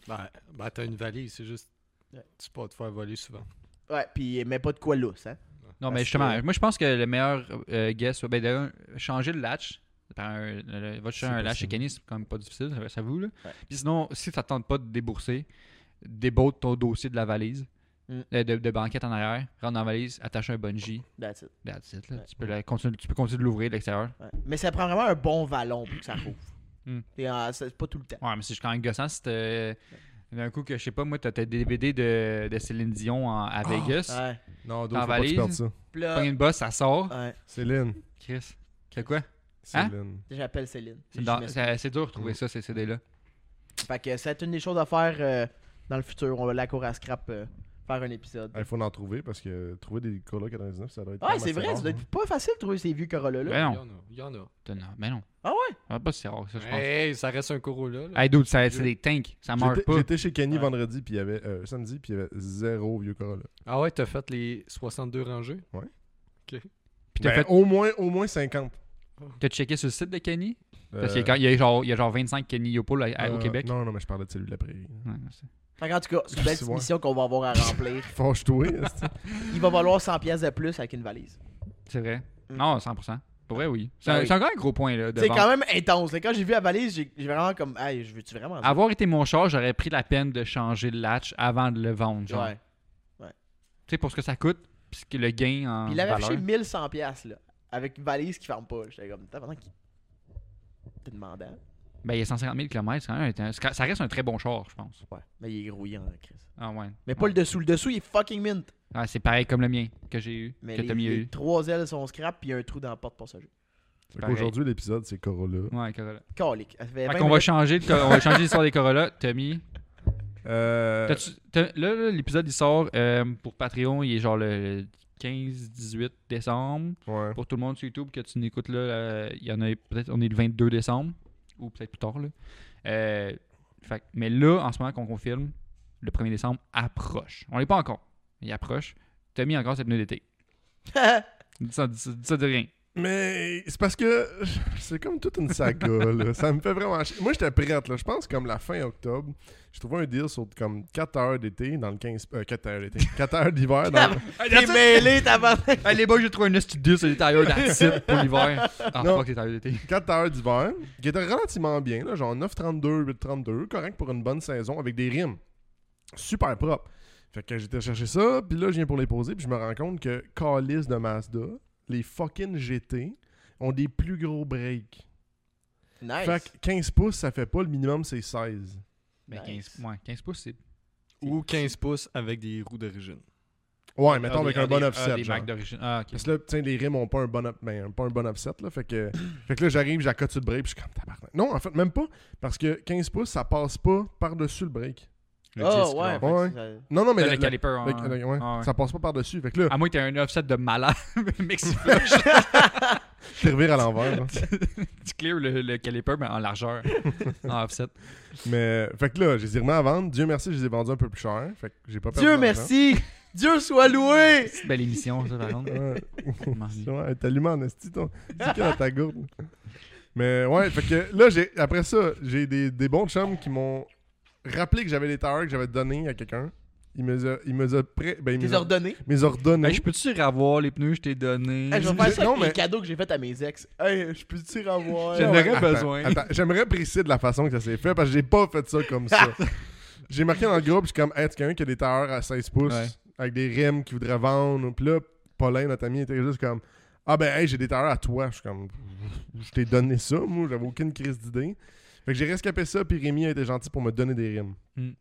E: Ben, ben, t'as une valise, c'est juste.
A: Ouais.
E: Tu peux pas te faire voler souvent.
A: Ouais, puis mais pas de quoi lousse, hein.
D: Non, mais
A: Parce
D: justement,
A: que-
D: moi je pense que le meilleur euh, guess, ben, d'ailleurs, changer le latch. par un- le- le- va
C: C'est
D: chercher un latch
C: possible.
D: mécanique, c'est quand même pas difficile, ça- ça vous. Là.
A: Ouais.
D: Puis sinon, si ça ne tente pas de débourser, débote ton dossier de la valise,
A: Mm.
D: euh, de, de banquette en arrière, rentre dans la valise, attache un bungee,
A: That's it.
D: that's it, là.
A: Ouais.
D: Tu, peux la- continue- tu peux continuer de l'ouvrir de l'extérieur.
A: Ouais. Mais ça prend vraiment un bon vallon pour que ça rouvre.
D: Hmm.
A: Et, euh, c'est pas tout le temps.
D: Ouais, mais c'est quand même gossant. Si t'as- d'un coup, que je sais pas, moi, t'as tes DVD de, de Céline Dion en- à Vegas,
A: Ah, Ouais. Ah.
C: Non,
D: en
C: d'autres, faut pas que tu
D: valise.
C: perdes ça.
A: Puis là,
D: Pogne une bosse, ça sort.
A: ouais,
C: Céline.
D: Chris, c'est quoi? Hein?
C: Céline.
A: j'appelle Céline.
D: C'est
A: Je
D: dans-
A: m'excuse.
D: c'est c'est dur de
A: Mm.
D: retrouver ça, ces CD-là.
A: Fait que c'est une des choses à faire euh, dans le futur. On va la cour à scrap euh, faire un épisode.
C: Il faut en trouver parce que trouver des Corolla 99, ça doit être.
A: Ah
D: Ah,
A: Ouais, c'est vrai, ça doit
C: hein.
A: être pas facile de trouver ces vieux Corolla là.
D: Ben non.
E: Il y en a. Il y en a.
D: T'as- non, Mais non.
A: Ah ouais?
D: Ah, pas si rare, ça, je pense.
E: Hey, ça reste un Corolla. là.
D: Hey, dude, ça- c'est des tanks. Ça meurt
C: J'étais
D: pas.
C: j'étais chez Kenny
A: Ouais.
C: vendredi, puis il y avait. euh, samedi, puis il y avait zéro vieux Corolla.
E: Ah ouais, t'as fait les 62 rangées?
D: Puis t'as
C: Ben,
D: fait-
C: au, moins, au moins 50.
D: T'as checké sur le site de Kenny?
C: Euh,
D: Parce qu'il y a quand- il y, a genre- il y a genre 25 Kenny Yopol au
C: euh,
D: Québec.
C: Non, non, mais je parlais de celui de la prairie.
D: Ouais, c'est-
A: Fait que, en tout cas, c'est une belle
C: C'est
A: petite
C: vrai.
A: mission qu'on va avoir à remplir.
C: Fâche-toi.
A: Il va valoir 100 pièces de plus avec une valise.
D: C'est vrai.
A: Mm.
D: Non, 100%. Pour vrai, oui. C'est
A: Ah
D: un-
A: oui.
D: c'est encore un gros point là, de
A: C'est
D: vente.
A: quand même intense. là. Quand j'ai vu la valise, j'ai j'ai vraiment comme Hey, je veux-tu vraiment ça?
D: Avoir été mon char, j'aurais pris la peine de changer le latch avant de le vendre. Genre.
A: Ouais.
D: Tu sais, pour ce que ça coûte, puis ce que le gain en
A: Puis il avait
D: valeur.
A: affiché 1100 pièces là, avec une valise qui ferme pas. J'étais comme, t'as pendant qu'il t'es demandant.
D: Ben, il y a 150 000 km, quand même. un- c'est- Ça reste un très bon char, je pense.
A: Ouais, mais il est grouillant, hein, Chris.
D: Ah ouais.
A: Mais pas le dessous, le dessous il est fucking mint.
D: Ouais, c'est pareil comme le mien que j'ai eu,
A: Mais
D: que
A: les,
D: t'as mis
A: les
D: eu.
A: trois ailes sont scrap puis il y a un trou dans la porte pour ça.
D: Pareil.
C: Aujourd'hui, l'épisode, c'est Corolla.
D: Ouais, Corolla.
A: Calique. Ça fait
D: Fait
A: 20
D: qu'on va
A: minutes.
D: changer, le- on va changer l'histoire des Corolla. Tommy,
C: Euh,
D: T'as-tu- t'as- là, là, l'épisode, il sort euh, pour Patreon. Il est genre le 15-18 décembre.
C: ouais.
D: Pour tout le monde sur YouTube que tu n'écoutes là, là, il y en a peut-être, on est le 22 décembre. Ou peut-être plus tard, là. Euh, fait que- mais là, en ce moment, qu'on qu'on filme, le 1er décembre approche. On l'est pas encore. Il approche. Tommy, encore, c'est pneu d'été. Dis ça, dis ça- dis ça de rien.
C: Mais c'est parce que c'est comme toute une saga, là. Ça me fait vraiment chier. Moi, j'étais prête, là. Je pense comme la fin octobre, j'ai trouvé un deal sur comme 4 heures d'été dans le 15... euh, 4 heures d'été. 4 heures d'hiver dans le...
A: T'es mêlé, t'as pas.
D: Hey, les boys, j'ai trouvé un studio sur les tailleurs d'acide pour l'hiver. Ah,
C: Non.
D: fuck les tailleurs d'été.
C: 4 heures d'hiver, qui était relativement bien, là, genre 9,32, 8,32, correct pour une bonne saison avec des rimes. Super propre. Fait que j'étais chercher ça, puis là, je viens pour les poser, puis je me rends compte que Calis de Mazda, les fucking GT, ont des plus gros breaks.
A: Nice.
C: Fait que 15 pouces, ça fait pas, le minimum, c'est 16.
D: Ben,
A: Nice.
D: 15, ouais, 15 pouces, c'est.
E: Ou 15 pouces avec des roues d'origine.
C: Ouais, mettons avec
D: Ah,
C: un
D: des-
C: bon
D: ah,
C: offset.
D: des
C: genre.
D: marques d'origine. Ah, ok.
C: Parce que là, tiens, les rimes ont pas un bon, op- ben, un- pas un bon offset. Là, fait, que, fait que là, j'arrive, j'accote sur le break, puis je suis comme tabarnak. Non, en fait, même pas. Parce que 15 pouces, ça passe pas par-dessus le break.
E: Le
A: Ah,
E: 10,
A: ouais. fait
E: là.
A: que
C: Ouais.
A: ça-
C: Non, non, mais
D: T'as
C: la-
D: le
C: la-
D: caliper. en-
C: la- la- ouais,
D: Ah ouais. Ah.
C: ça passe pas par-dessus. Fait que là,
D: À moins que t'aies un offset de malade, Mexico,
C: tu revires à l'envers. là.
D: tu clear le, le caliper, mais en largeur, en offset.
C: Mais fait que là, je les ai remis à vendre. Dieu merci, je les ai vendus un peu plus cher. Fait que j'ai pas perdu
A: Dieu
C: d'argent.
A: merci! Dieu soit loué!
D: C'est une belle émission, ça, par contre.
C: Ouais.
D: Merci.
C: Ouais, elle t'allume en esti, ton. C'est que dans ta gourde. Mais ouais, fait que là, j'ai après ça, j'ai des, des bons chums qui m'ont rappelé que j'avais les towers que j'avais donné à quelqu'un. Il me les a, il me les a pré- ben, il me
A: Tes
C: les a-
A: ordonnées.
C: me les a redonnés.
D: Hey, Ben, je peux-tu revoir les pneus que je t'ai donnés?
A: Hey, je vais
C: je-
A: faire ça
C: non,
A: avec
C: mais-
A: les cadeaux que j'ai fait à mes ex. Hey, je peux-tu revoir?
D: J'en aurais
C: Attends,
D: besoin.
C: attends, j'aimerais préciser de la façon que ça s'est fait parce que j'ai pas fait ça comme ça. j'ai marqué dans le groupe, je suis comme, hey, tu quelqu'un qui a des tailleurs à 16 pouces
D: Ouais.
C: avec des rimes qui voudrait vendre. Puis là, Paulin, notre ami, était juste comme, ah ben, hey, j'ai des tailleurs à toi. Je suis comme, je t'ai donné ça, moi, j'avais aucune crise d'idée. Fait que j'ai rescapé ça, puis Rémi a été gentil pour me donner des rimes.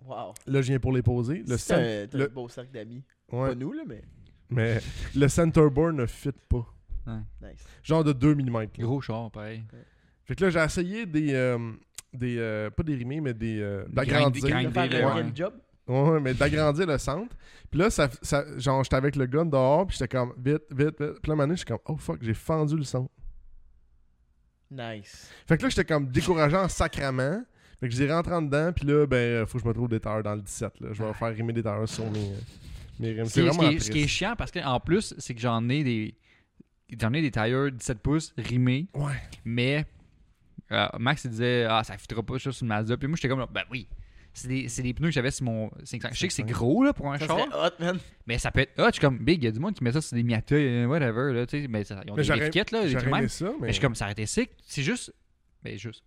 A: Wow.
C: Là, je viens pour les poser. Le
A: C'est
C: cen-
A: un, t'as
C: le-
A: un beau cercle d'amis.
C: ouais,
A: Pas nous, là, mais
C: mais le centerboard ne fit pas.
A: nice.
C: Genre de 2 mm.
D: Gros char, pareil.
C: Fait que là, j'ai essayé des. euh, des euh, pas des rimés, mais des. euh,
D: Des
C: d'agrandir.
D: grinds- des
A: Je
D: grinds.
A: vais faire un
D: Ouais.
A: game job.
C: Ouais, ouais, mais d'agrandir le centre. Puis là, ça, ça- genre, j'étais avec le gun dehors, puis j'étais comme, vite, vite, vite. Puis là, je suis comme, oh fuck, j'ai fendu le centre.
A: Nice.
C: Fait que là, j'étais comme découragé en sacrament. Fait que j'ai rentré en dedans, puis là, ben, euh, faut que je me trouve des tailleurs dans le 17. Là. Je vais faire rimer des tailleurs sur mes, euh, mes rimes.
D: Ce
C: C'est
D: qui, est, ce
C: vraiment
D: qui est- ce qui est
C: triste.
D: chiant, parce qu'en plus, c'est que j'en ai des. J'en ai des tailleurs 17 pouces rimés,
C: Ouais.
D: mais euh, Max il disait Ah, ça fitera pas ça sur une Mazda. Puis moi, j'étais comme Ben oui, c'est des, c'est des pneus que j'avais sur mon 500. Je sais que c'est gros là, pour un
A: Ça
D: char,
A: serait hot, man.
D: mais ça peut être. Ah, je suis comme Big, il y a du monde qui met ça sur des Miata, euh, whatever. Là, tu sais, mais ça- ils ont
C: Mais
D: des
C: j'aurais-
D: étiquettes, là, des
C: J'aurais
D: trucs même.
C: aimé ça, mais.
D: Mais je suis comme, ça aurait été sick. C'est juste. Ben, juste.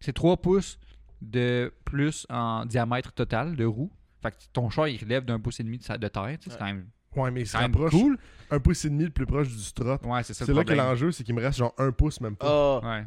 D: C'est 3 pouces de plus en diamètre total de roue. Fait que ton char, il relève d'un pouce et demi de, sa- de terre. tu sais, C'est
A: Ouais.
D: quand même,
C: Ouais, mais il se
D: quand même
C: rapproche
D: cool.
C: un pouce et demi le plus proche du strut.
D: Ouais, c'est ça
C: C'est
D: le
C: là que
D: problème.
C: l'enjeu, c'est qu'il me reste genre un pouce, même pas.
A: Ah,
D: Ouais.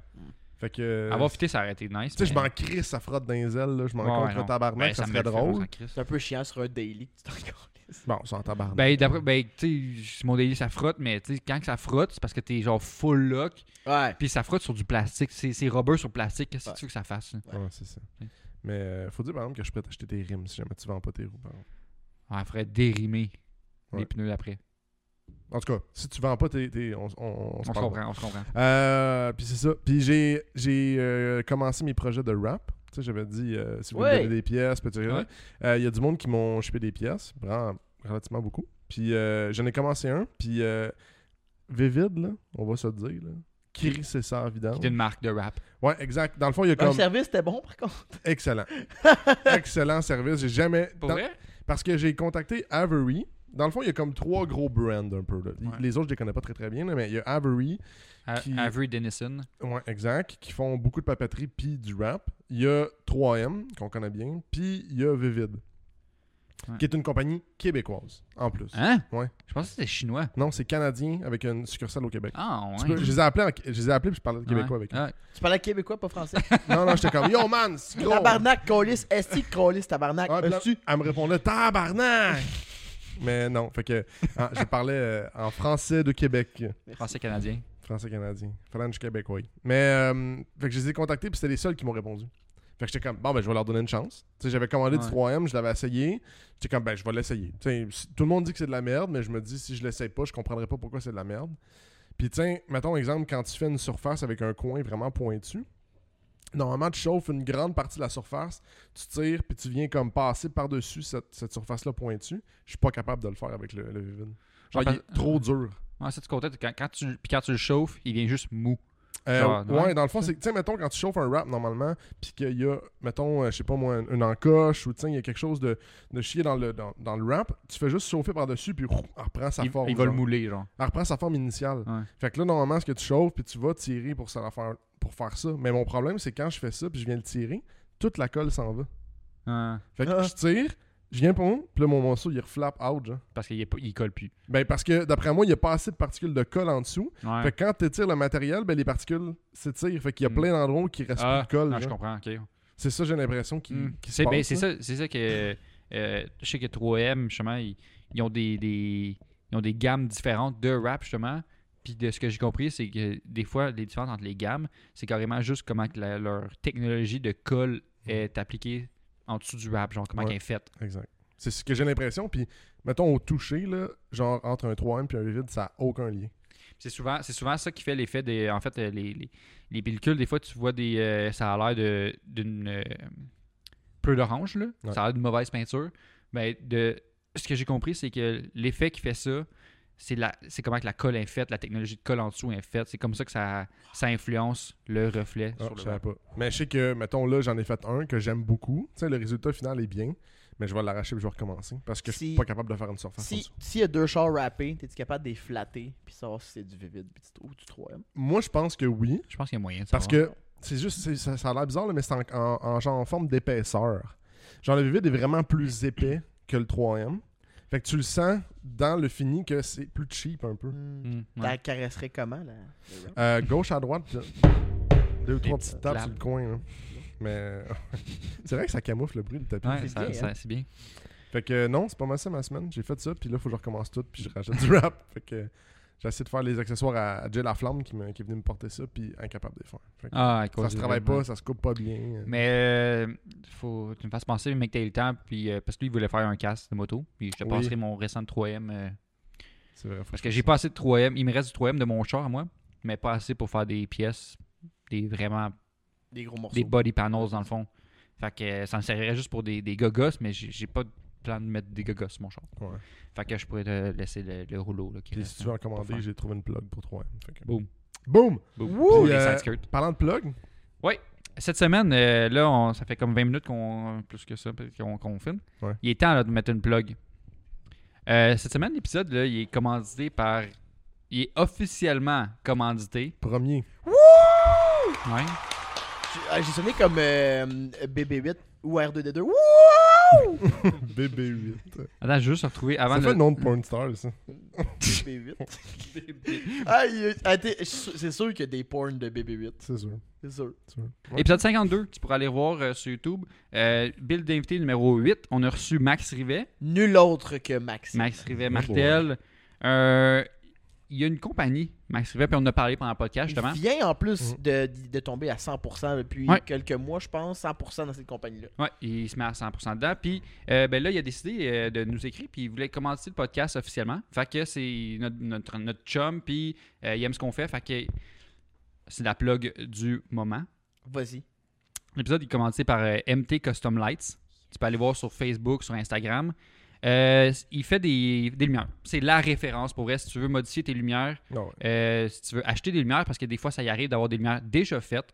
C: Fait que. euh,
D: Avoir fité, ça aurait été nice.
C: Tu sais, je
D: mais-
C: m'en crisse, ça frotte dans les ailes, là. Je m'en
D: Ouais,
C: contre
D: non.
C: tabarnak,
D: Ben,
C: ça
D: me
C: serait
D: le fait, on
C: drôle.
D: s'en crisse.
A: c'est un peu chiant sur un daily que tu t'en calisses.
C: Bon, c'est en tabarnak.
D: Ben, d'après, ben, tu sais, mon délire, ça frotte, mais tu sais, quand que ça frotte, c'est parce que t'es genre full lock,
A: Ouais.
D: puis ça frotte sur du plastique. C'est, c'est rubber sur plastique, qu'est-ce que
A: Ouais.
D: tu veux que ça fasse? là?
A: Ouais.
C: Ouais, c'est ça.
D: Ouais.
C: Mais euh, faut dire par exemple que je pourrais t'acheter tes rimes si jamais tu vends pas tes roues. Par exemple.
D: Ouais, ferait dérimer
C: Ouais.
D: les pneus d'après.
C: en tout cas, si tu vends pas tes. tes- on, on, on
D: On
C: se
D: se
C: parle.
D: comprend, on se comprend.
C: Euh, Puis c'est ça. Puis j'ai, j'ai euh, commencé mes projets de rap. Tu sais, j'avais dit euh, si vous
A: Ouais.
C: me donnez des pièces, petit
D: Ouais.
C: euh, Il y a du monde qui m'ont chipé des pièces. Vraiment, relativement beaucoup. Puis euh, j'en ai commencé un. Puis euh, Vivid, là, on va se le dire. Là. Kiri, c'est ça, évidemment.
D: C'est une marque de rap.
C: Ouais, exact. Dans le fond, il y a
A: Un
C: comme.
A: service, c'était bon, par contre.
C: Excellent. Excellent service. J'ai jamais.
D: Pour
C: dans-
D: vrai?
C: Parce que j'ai contacté Avery. Dans le fond, il y a comme trois gros brands un peu. là.
D: Ouais.
C: Les autres, je les connais pas très très bien, là, mais il y a Avery,
D: A-
C: Qui-
D: Avery Dennison.
C: ouais, exact, qui font beaucoup de papeterie puis du rap. Il y a 3M, qu'on connaît bien, puis il y a Vivid,
D: Ouais.
C: qui est une compagnie québécoise, en plus.
D: Hein?
C: Ouais.
D: Je pensais que c'était chinois.
C: Non, c'est canadien avec une succursale au Québec.
D: Ah, ouais.
C: Tu peux- je, les ai appelés en- je les ai appelés puis je parlais de québécois avec eux.
D: Ah,
A: Tu parlais québécois, pas français.
C: Non, non, j'étais comme Yo man, c'est gros!
A: tabarnak, colis. Esti, colis, tabarnak.
C: Ouais, puis là,
A: Esti.
C: Ah, elle me répondait Tabarnak! Mais non, fait que ah, je parlais euh, en français de Québec.
D: français canadien.
C: Français canadien. French québécois. Mais, euh, fait que je les ai contactés, puis c'était les seuls qui m'ont répondu. Fait que j'étais comme, bon, ben, je vais leur donner une chance. Tu sais, j'avais commandé
D: Ouais.
C: du 3M, je l'avais essayé. J'étais comme, ben, je vais l'essayer. Tu sais, si- tout le monde dit que c'est de la merde, mais je me dis, si je l'essaye pas, je comprendrais pas pourquoi c'est de la merde. Puis, tiens, mettons exemple, quand tu fais une surface avec un coin vraiment pointu, normalement, tu chauffes une grande partie de la surface, tu tires, puis tu viens comme passer par-dessus cette, cette surface-là pointue. Je suis pas capable de le faire avec le, le Vivine. Genre,
D: Ouais, parce-
C: il est trop dur.
D: Ouais, ça, tu comptais, quand, quand tu, puis quand tu le chauffes, il vient juste mou.
C: Euh,
D: Genre,
C: ouais,
D: Ah, ouais,
C: dans le fond, c'est que, tu sais, mettons, quand tu chauffes un rap normalement, puis qu'il y a, mettons, euh, je sais pas moi, une encoche ou, tu sais, il y a quelque chose de, de chier dans le, dans, dans le rap, tu fais juste chauffer par-dessus, puis rouf, elle reprend sa
D: il,
C: forme.
D: il va le
C: genre.
D: mouler, genre.
C: Elle reprend sa forme initiale.
D: Ouais.
C: Fait que là, normalement, ce que tu chauffes, puis tu vas tirer pour, ça, la faire, pour faire ça. Mais mon problème, c'est quand je fais ça, puis je viens le tirer, toute la colle s'en va.
D: Ah,
C: Fait que
A: Ah.
C: je tire, je viens pour moi, puis là, mon morceau, il reflap out, genre.
D: parce qu'il est pas- il colle plus.
C: Ben, parce que, d'après moi, il y a pas assez de particules de colle en dessous.
D: Ouais.
C: Fait que quand tu tires le matériel, ben, les particules s'étirent. Fait qu'il y a
D: Mm.
C: plein d'endroits où il reste
D: Ah,
C: plus de colle.
D: non,
C: genre.
D: je comprends, ok.
C: C'est ça, j'ai l'impression, qui,
D: Mm.
C: qui se
D: C'est ben,
C: passe.
D: c'est
C: là.
D: ça, c'est ça que. euh, je sais que 3M, justement, ils, ils ont des, des- ils ont des gammes différentes de rap, justement. Puis de ce que j'ai compris, c'est que des fois, les différences entre les gammes, c'est carrément juste comment que la- leur technologie de colle est appliquée en dessous du rap, genre comment
C: Ouais.
D: qu'elle est faite.
C: Exact. C'est ce que j'ai l'impression. Puis, mettons, au toucher, là, genre entre un 3M puis un vide, ça n'a aucun lien.
D: C'est souvent, c'est souvent ça qui fait l'effet des. En fait, euh, les, les, les pellicules, des fois, tu vois des. euh, ça a l'air de- d'une. euh, peu d'orange, là.
C: Ouais.
D: Ça a l'air d'une mauvaise peinture. Mais de, ce que j'ai compris, c'est que l'effet qui fait ça, c'est, la, c'est comment que la colle est faite, la technologie de colle en dessous est faite. C'est comme ça que ça, ça influence le reflet
C: Ah,
D: sur
C: je
D: le
C: savais
D: rap.
C: pas. Mais je sais que, mettons, là, j'en ai fait un que j'aime beaucoup. Tu sais, le résultat final est bien. Mais je vais l'arracher et je vais recommencer. Parce que je suis
A: Si-
C: pas capable de faire une surface en
A: Si
C: dessous.
A: s'il y a deux chars rappés, t'es-tu capable de les flatter puis savoir si c'est du vivid puis du- ou du 3M?
C: Moi, je pense que oui.
D: Je pense qu'il y a moyen. de
C: Parce
D: savoir.
C: que c'est juste, c'est- ça, ça a l'air bizarre, là, mais c'est en, en- en genre en forme d'épaisseur. Genre, le vivide est vraiment plus épais que le 3M. Fait que tu le sens dans le fini que c'est plus cheap un peu.
A: Hmm.
D: Mm, ouais.
A: La caresserais comment, la... le rap?
C: Euh, gauche à droite, deux ou trois
D: petites
C: petites tapes
D: claps.
C: sur le coin. là. Mais c'est vrai que ça camoufle le bruit du tapis.
D: Ouais,
A: c'est
D: ça-
A: bien,
D: ça-
A: hein.
D: c'est bien.
C: Fait que euh, non, c'est pas mal ça ma semaine. J'ai fait ça, puis là, faut que je recommence tout, puis je rachète du rap. Fait que j'essaie de faire les accessoires à, à Jay Laflamme qui, me- qui est venu me porter ça, puis incapable de les faire. Fait que
D: Ah, à
C: ça
D: cause
C: se
D: du
C: travaille
D: vêtement.
C: pas, ça se coupe pas bien.
D: Mais euh, faut, tu me fasses penser, mec, que t'as eu le temps, puis, euh, parce que lui, il voulait faire un casque de moto, puis je te
C: Oui.
D: passerai mon récent 3M. euh,
C: C'est vrai. faut
D: parce
C: je
D: que j'ai pas assez de 3M. Il me reste du 3M de mon char à moi, mais pas assez pour faire des pièces, des vraiment,
A: Des gros morceaux.
D: des body panels dans le fond. Fait que euh, ça me servirait juste pour des, des gogos, mais j'ai j'ai pas de plan de mettre des gogos sur mon char.
C: Ouais.
D: Fait que je pourrais te laisser le, le rouleau. Là, qui
C: Puis
D: reste,
C: si tu veux en
D: hein, pour
C: commander,
D: faire.
C: j'ai trouvé une plug pour 3M. Fait que-
D: Boom.
C: Boom!
D: Pour
C: Puis,
D: les
C: euh,
D: side skirts.
C: Parlant de plug,
D: Cette semaine, euh, là, on- ça fait comme 20 minutes qu'on. plus que ça, peut-être qu'on qu'on filme.
C: Ouais.
D: Il est temps là, de mettre une plug. Euh, cette semaine, l'épisode, là, il est commandité par. Il est officiellement commandité.
C: premier.
D: Ouais.
A: Tu- ah, J'ai sonné comme euh, BB8 ou R2D2. Wouh!
C: BB8.
D: Attends, je veux juste retrouver avant
C: Ça fait le nom de porn star, ça.
A: BB8. Ah, il y a- ah, t'es- je suis- c'est sûr qu'il y a des porns de BB8.
C: C'est sûr.
A: C'est sûr.
C: C'est sûr. Ouais.
D: Épisode 52, tu pourras aller voir euh, sur YouTube. Euh, Bill d'invité numéro 8, on a reçu Max Rivet.
A: Nul autre que Max.
D: Max Rivet
C: Oh
D: Martel. Euh, il y a une compagnie, Max Rivet, puis on en a parlé pendant le podcast justement.
A: Il vient en plus
C: Mhm.
A: de, de tomber à 100% depuis
D: Ouais.
A: quelques mois, je pense, 100% dans cette compagnie-là.
D: Ouais, il se met à 100% dedans. Puis euh, ben là, il a décidé euh, de nous écrire, puis il voulait commencer le podcast officiellement. Fait que c'est notre, notre, notre chum, puis euh, il aime ce qu'on fait. Fait que c'est la plug du moment.
A: Vas-y.
D: L'épisode est commencé par euh, MT Custom Lights. Tu peux aller voir sur Facebook, sur Instagram. Euh, il fait des, des lumières. C'est la référence pour vrai. Si tu veux modifier tes lumières,
C: Ah ouais.
D: euh, si tu veux acheter des lumières, parce que des fois, ça y arrive d'avoir des lumières déjà faites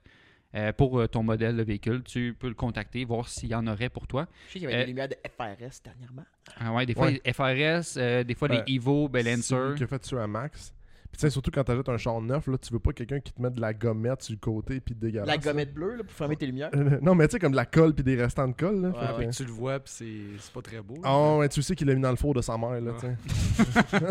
D: euh, pour euh, ton modèle de véhicule, tu peux le contacter, voir s'il y en aurait pour toi.
A: Je sais qu'il y avait
D: Euh,
A: des lumières de FRS dernièrement.
D: Ah ouais, des fois,
C: Ouais.
D: les FRS, euh, des fois,
C: Ben,
D: les Evo,
C: C'est lui
D: Balancer.
C: qui a fait ça à Max. Puis tu sais, surtout quand t'achètes un char neuf, là, tu veux pas quelqu'un qui te mette de la gommette sur le côté puis dégueulasse.
A: La gommette bleue là, pour fermer tes lumières.
C: Euh, non, mais tu sais, comme de la colle puis des restants de colle. Là,
A: Ah Ouais,
C: Fait que-
E: Fait que tu le vois, pis c'est c'est pas très beau. là.
C: Ah, ouais, tu sais qu'il l'a mis dans le four de sa mère. Là,
E: Ah.
C: tu sais.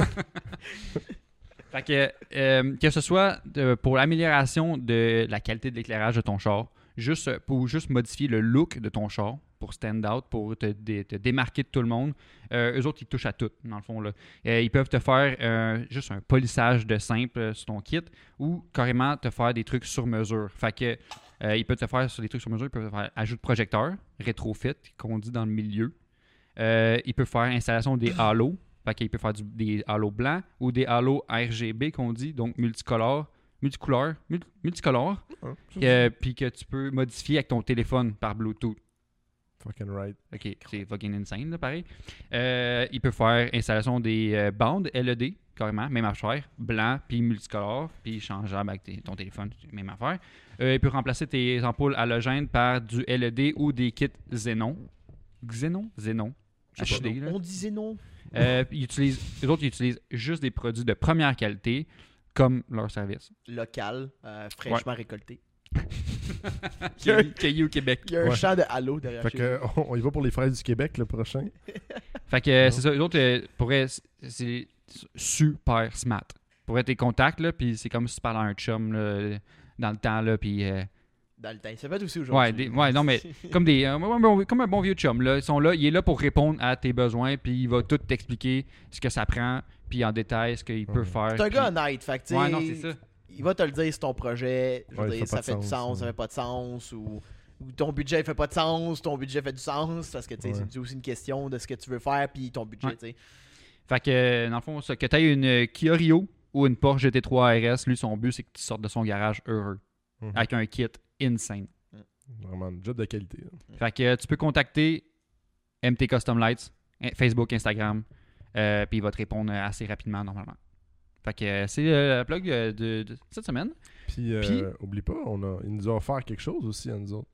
D: Fait que, euh, que ce soit de- pour l'amélioration de la qualité de l'éclairage de ton char, juste euh, pour juste modifier le look de ton char pour stand out, pour te, dé- te démarquer de tout le monde. Euh, eux autres, ils touchent à tout, dans le fond. Là. Euh, ils peuvent te faire euh, juste un polissage de simple euh, sur ton kit ou carrément te faire des trucs sur mesure. Fait que, euh, ils peuvent te faire sur des trucs sur mesure, ils peuvent te faire ajout de projecteur, rétrofit, qu'on dit dans le milieu. Euh, ils peuvent faire installation des halos. Fait qu'il peut faire du- des halos blancs ou des halos RGB qu'on dit, donc multicolores, multicouleurs, mul- multicolores,
C: Ah,
D: euh, puis que tu peux modifier avec ton téléphone par Bluetooth.
C: Fucking right.
D: Ok, c'est fucking insane, là, pareil. Euh, il peut faire installation des euh, bandes LED, carrément, même affaire, blanc, puis multicolore, puis changeable avec tes- ton téléphone, même affaire. Euh, il peut remplacer tes ampoules halogènes par du LED ou des kits Xénon. Xénon? Xénon.
A: Je sais
D: HD,
A: pas,
D: là.
A: on disait non.
D: Euh, ils utilisent, les autres, ils utilisent juste des produits de première qualité comme leur service.
A: Local, euh, fraîchement récolté.
D: Caillou Caillou Québec.
A: Il y a un
C: Ouais.
A: champ de halo derrière
C: Fait
A: chez
C: que,
A: vous.
C: euh, on, on y va pour les fraises du Québec le prochain.
D: Fait que euh, c'est ça, les autres, euh, pour vrai, c'est- c'est super smart. Pour être tes contacts, là, puis c'est comme si tu parlais à un chum là, dans le temps, là, puis euh,
A: Dans le temps. Il s'est fait aussi
D: Ouais,
A: aujourd'hui.
D: des- ouais, non, mais comme, des, euh, ouais, ouais, ouais, comme un bon vieux chum. Là. Ils sont là, il est là pour répondre à tes besoins, puis il va tout t'expliquer ce que ça prend, puis en détail ce qu'il peut
C: Ouais.
D: faire.
A: C'est un
D: puis-
A: gars honnête. Fait que, tu sais,
D: Ouais, non, c'est ça.
A: Il va te le dire, c'est ton projet. Je veux
C: Ouais, il
A: dire,
C: fait
A: ça
C: pas de
A: fait du
C: sens,
A: sens, ça
C: ouais.
A: fait pas de sens. Ou ou ton budget fait pas de sens, ton budget fait du sens, parce que tu sais,
C: Ouais.
A: c'est aussi une question de ce que tu veux faire, puis ton budget,
D: Ouais.
A: tu sais.
D: Fait que, euh, dans le fond, ça, que tu aies une euh, Kia Rio ou une Porsche GT3 RS, lui, son but, c'est que tu sortes de son garage heureux,
C: Mhm.
D: avec un kit insane.
C: Vraiment, un job de qualité. là.
A: Mm.
D: Fait que euh, tu peux contacter MT Custom Lights, in- Facebook, Instagram, euh, puis il va te répondre euh, assez rapidement, normalement. Fait que euh, c'est euh, la plug euh, de, de cette semaine.
C: Puis, euh,
D: Puis-
C: oublie pas, on a, il nous a offert quelque chose aussi à nous autres.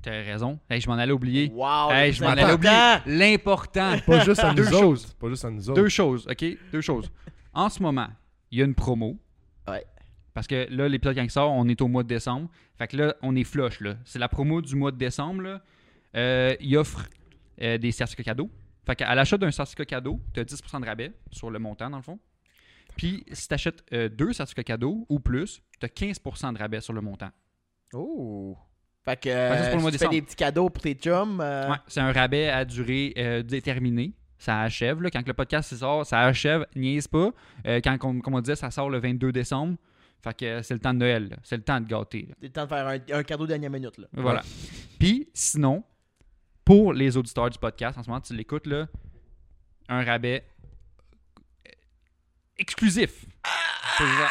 D: T'as raison. Hey, je m'en allais oublier.
A: Wow!
D: Hey,
A: le
D: je
A: plus
D: m'en allais oublier.
A: important!
D: L'important.
C: Pas juste à
D: Deux
C: nous autres. Pas juste à nous autres.
D: Deux choses, OK? Deux choses. En ce moment, il y a une promo.
A: Ouais.
D: Parce que là, l'épisode quand il sort, on est au mois de décembre. Fait que là, on est flush, là. C'est la promo du mois de décembre, là. Euh, il offre euh, des certificats cadeaux. Fait qu'à l'achat d'un certificat cadeau, tu as 10% de rabais sur le montant, dans le fond. Puis, si tu achètes deux certificats cadeaux ou plus, tu as 15% de rabais sur le montant.
A: Oh! Fait que,
D: que ça, c'est pour le
A: euh,
D: mois
A: si tu fais
D: décembre.
A: des petits cadeaux pour tes chums. euh,
D: Ouais, c'est un rabais à durée euh, déterminée. Ça achève. Là, quand le podcast sort, ça achève. Niaise pas. Euh, quand, comme, comme on disait, ça sort le 22 décembre. Fait que euh, c'est le temps de Noël. là. C'est le temps de gâter. là.
A: C'est le temps de faire un, un cadeau de dernière minute. Là.
D: Voilà. Puis sinon, pour les auditeurs du podcast, en ce moment, tu l'écoutes, là, un rabais euh, exclusif. Pour les gens.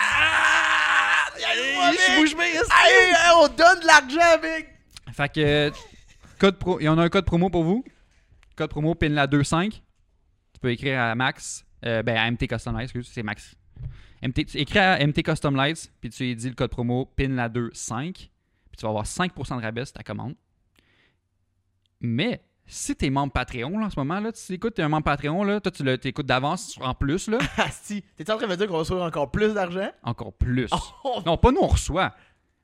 A: je bouge on donne de l'argent, mec!
D: Fait que euh, code pro, il y en a un code promo pour vous. Code promo PINLA25. Tu peux écrire à Max, euh, ben à MT Custom Lights, excuse, c'est Max. MT, tu écris à MT Custom Lights, puis tu lui dis le code promo PINLA25, puis tu vas avoir 5% de rabais sur ta commande. Mais si t'es membre Patreon là, en ce moment là, tu écoutes, t'es un membre Patreon là, toi tu le- t'écoutes d'avance en plus là,
A: Asti, t'es en train de me dire qu'on reçoit encore plus d'argent?
D: encore plus.
A: Oh,
D: Non, pas nous on reçoit,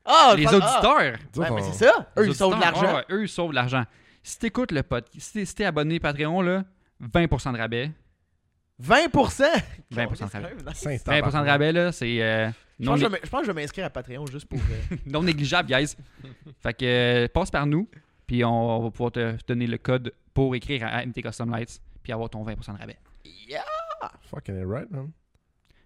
A: ah,
D: les
A: fuck, ah.
D: auditeurs.
C: Nous autres,
A: Ouais, mais
C: on-
A: c'est ça! Eux,
D: Les
A: ils sauvent de
D: auditeurs,
A: l'argent.
D: ouais, ouais, eux, ils sauvent de l'argent. Si t'écoutes le podcast, si t'es si t'es abonné Patreon, là, 20% de rabais.
A: 20%!
D: 20% de
A: C'est
D: rabais.
A: quand même nice.
C: Saint
D: 20% de rabais, là, c'est euh,
A: Je
D: non,
A: pense, que
D: né-
A: je vais m- je pense que je vais m'inscrire à Patreon juste pour. euh,
D: non négligeable, guys. fait que euh, passe par nous, puis on, on va pouvoir te donner le code pour écrire à MT Custom Lights, puis avoir ton 20% de rabais.
A: yeah.
C: Fucking it right, man.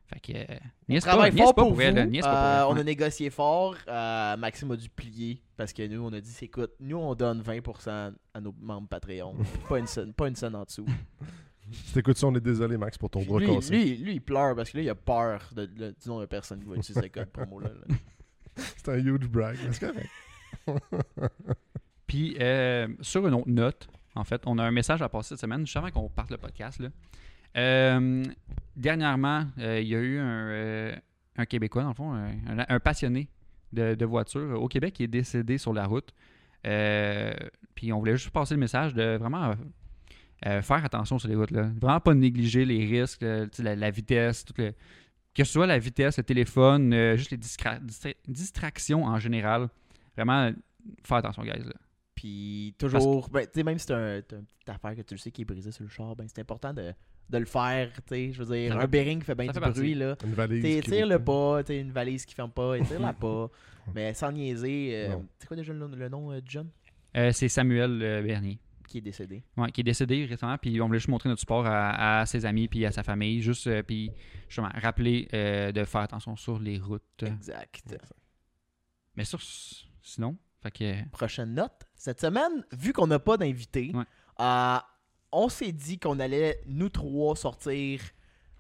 D: Fait que, euh, niaise pas,
A: Travaille
D: niaise
A: fort
D: pas
A: pour,
D: pour
A: vous.
D: elle, là, niaise pas
A: Euh,
D: pour
A: on
D: elle.
A: a négocié fort. Euh, Maxime a dû plier parce que nous, on a dit écoute, nous, on donne 20% à nos membres Patreon. pas, une scène, pas une scène en dessous.
C: Si t'écoutes ça, on est désolé, Max, pour ton bras
A: Lui,
C: cassé.
A: lui, lui, il pleure parce que là, il a peur de, de- du nombre de personnes qui vont utiliser ce code promo-là. là.
C: C'est un huge brag. mais C'est correct.
D: Puis, euh, sur une autre note, en fait, on a un message à passer cette semaine, juste avant qu'on parte le podcast. Là. Euh, dernièrement, euh, il y a eu un, euh, un Québécois, dans le fond, un, un- un passionné de, de voiture euh, au Québec qui est décédé sur la route. Euh, puis, on voulait juste passer le message de vraiment euh, euh, faire attention sur les routes. Là. Vraiment pas négliger les risques, euh, tu sais, la, la vitesse, tout le- que ce soit la vitesse, le téléphone, euh, juste les discra- distra- distractions en général. Vraiment, euh, faire attention, guys. là.
A: Puis toujours, ben, tu sais, même si t'as un- t'as une petite affaire que tu le sais qui est brisée sur le char, ben, c'est important de, de le faire. tu sais. Je veux dire,
D: Ça
A: un
D: fait-
A: bearing qui fait bien
D: ça
A: du
D: fait partie.
A: bruit. là.
C: Une valise.
A: T'sais,
C: qui-
A: Tire le pas, t'sais, une valise qui ferme pas, et tire la pas. Mais sans niaiser, euh,
C: Non.
A: c'est quoi déjà le, nom- le nom euh, du jeune
D: Euh, c'est Samuel euh, Bernier,
A: qui est décédé?
D: ouais, qui est décédé récemment. Puis on voulait juste montrer notre support à, à ses amis puis à sa famille. Juste, euh, puis justement, rappeler euh, de faire attention sur les routes.
A: Exact.
D: Mais sur, sinon, fait que,
A: Prochaine note. Cette semaine, vu qu'on n'a pas d'invité,
D: Ouais.
A: euh, on s'est dit qu'on allait, nous trois, sortir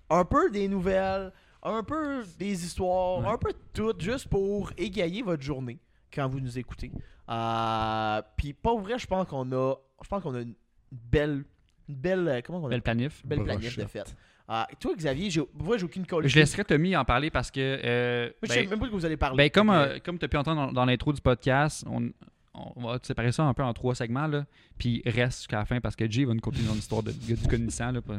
A: un peu des nouvelles, un peu des histoires,
D: Ouais.
A: un peu de tout, juste pour égayer votre journée quand vous nous écoutez. Euh, Puis, pas vrai, je pense qu'on a, je pense qu'on a une belle, une belle, euh, comment on
D: bel planif.
A: Belle
C: Brochette.
A: planif de fête. Ah, toi, Xavier, j'ai- moi, j'ai aucune colère.
D: Je laisserai Tommy en parler parce que. euh,
A: Moi, je
D: ben-
A: sais même pas de quoi vous allez parler.
D: Ben, comme tu as pu entendre dans, dans l'intro du podcast, on, on va séparer ça un peu en trois segments, là, puis reste jusqu'à la fin parce que Jay va nous continuer dans l'histoire de, du connaissant. Là, pas-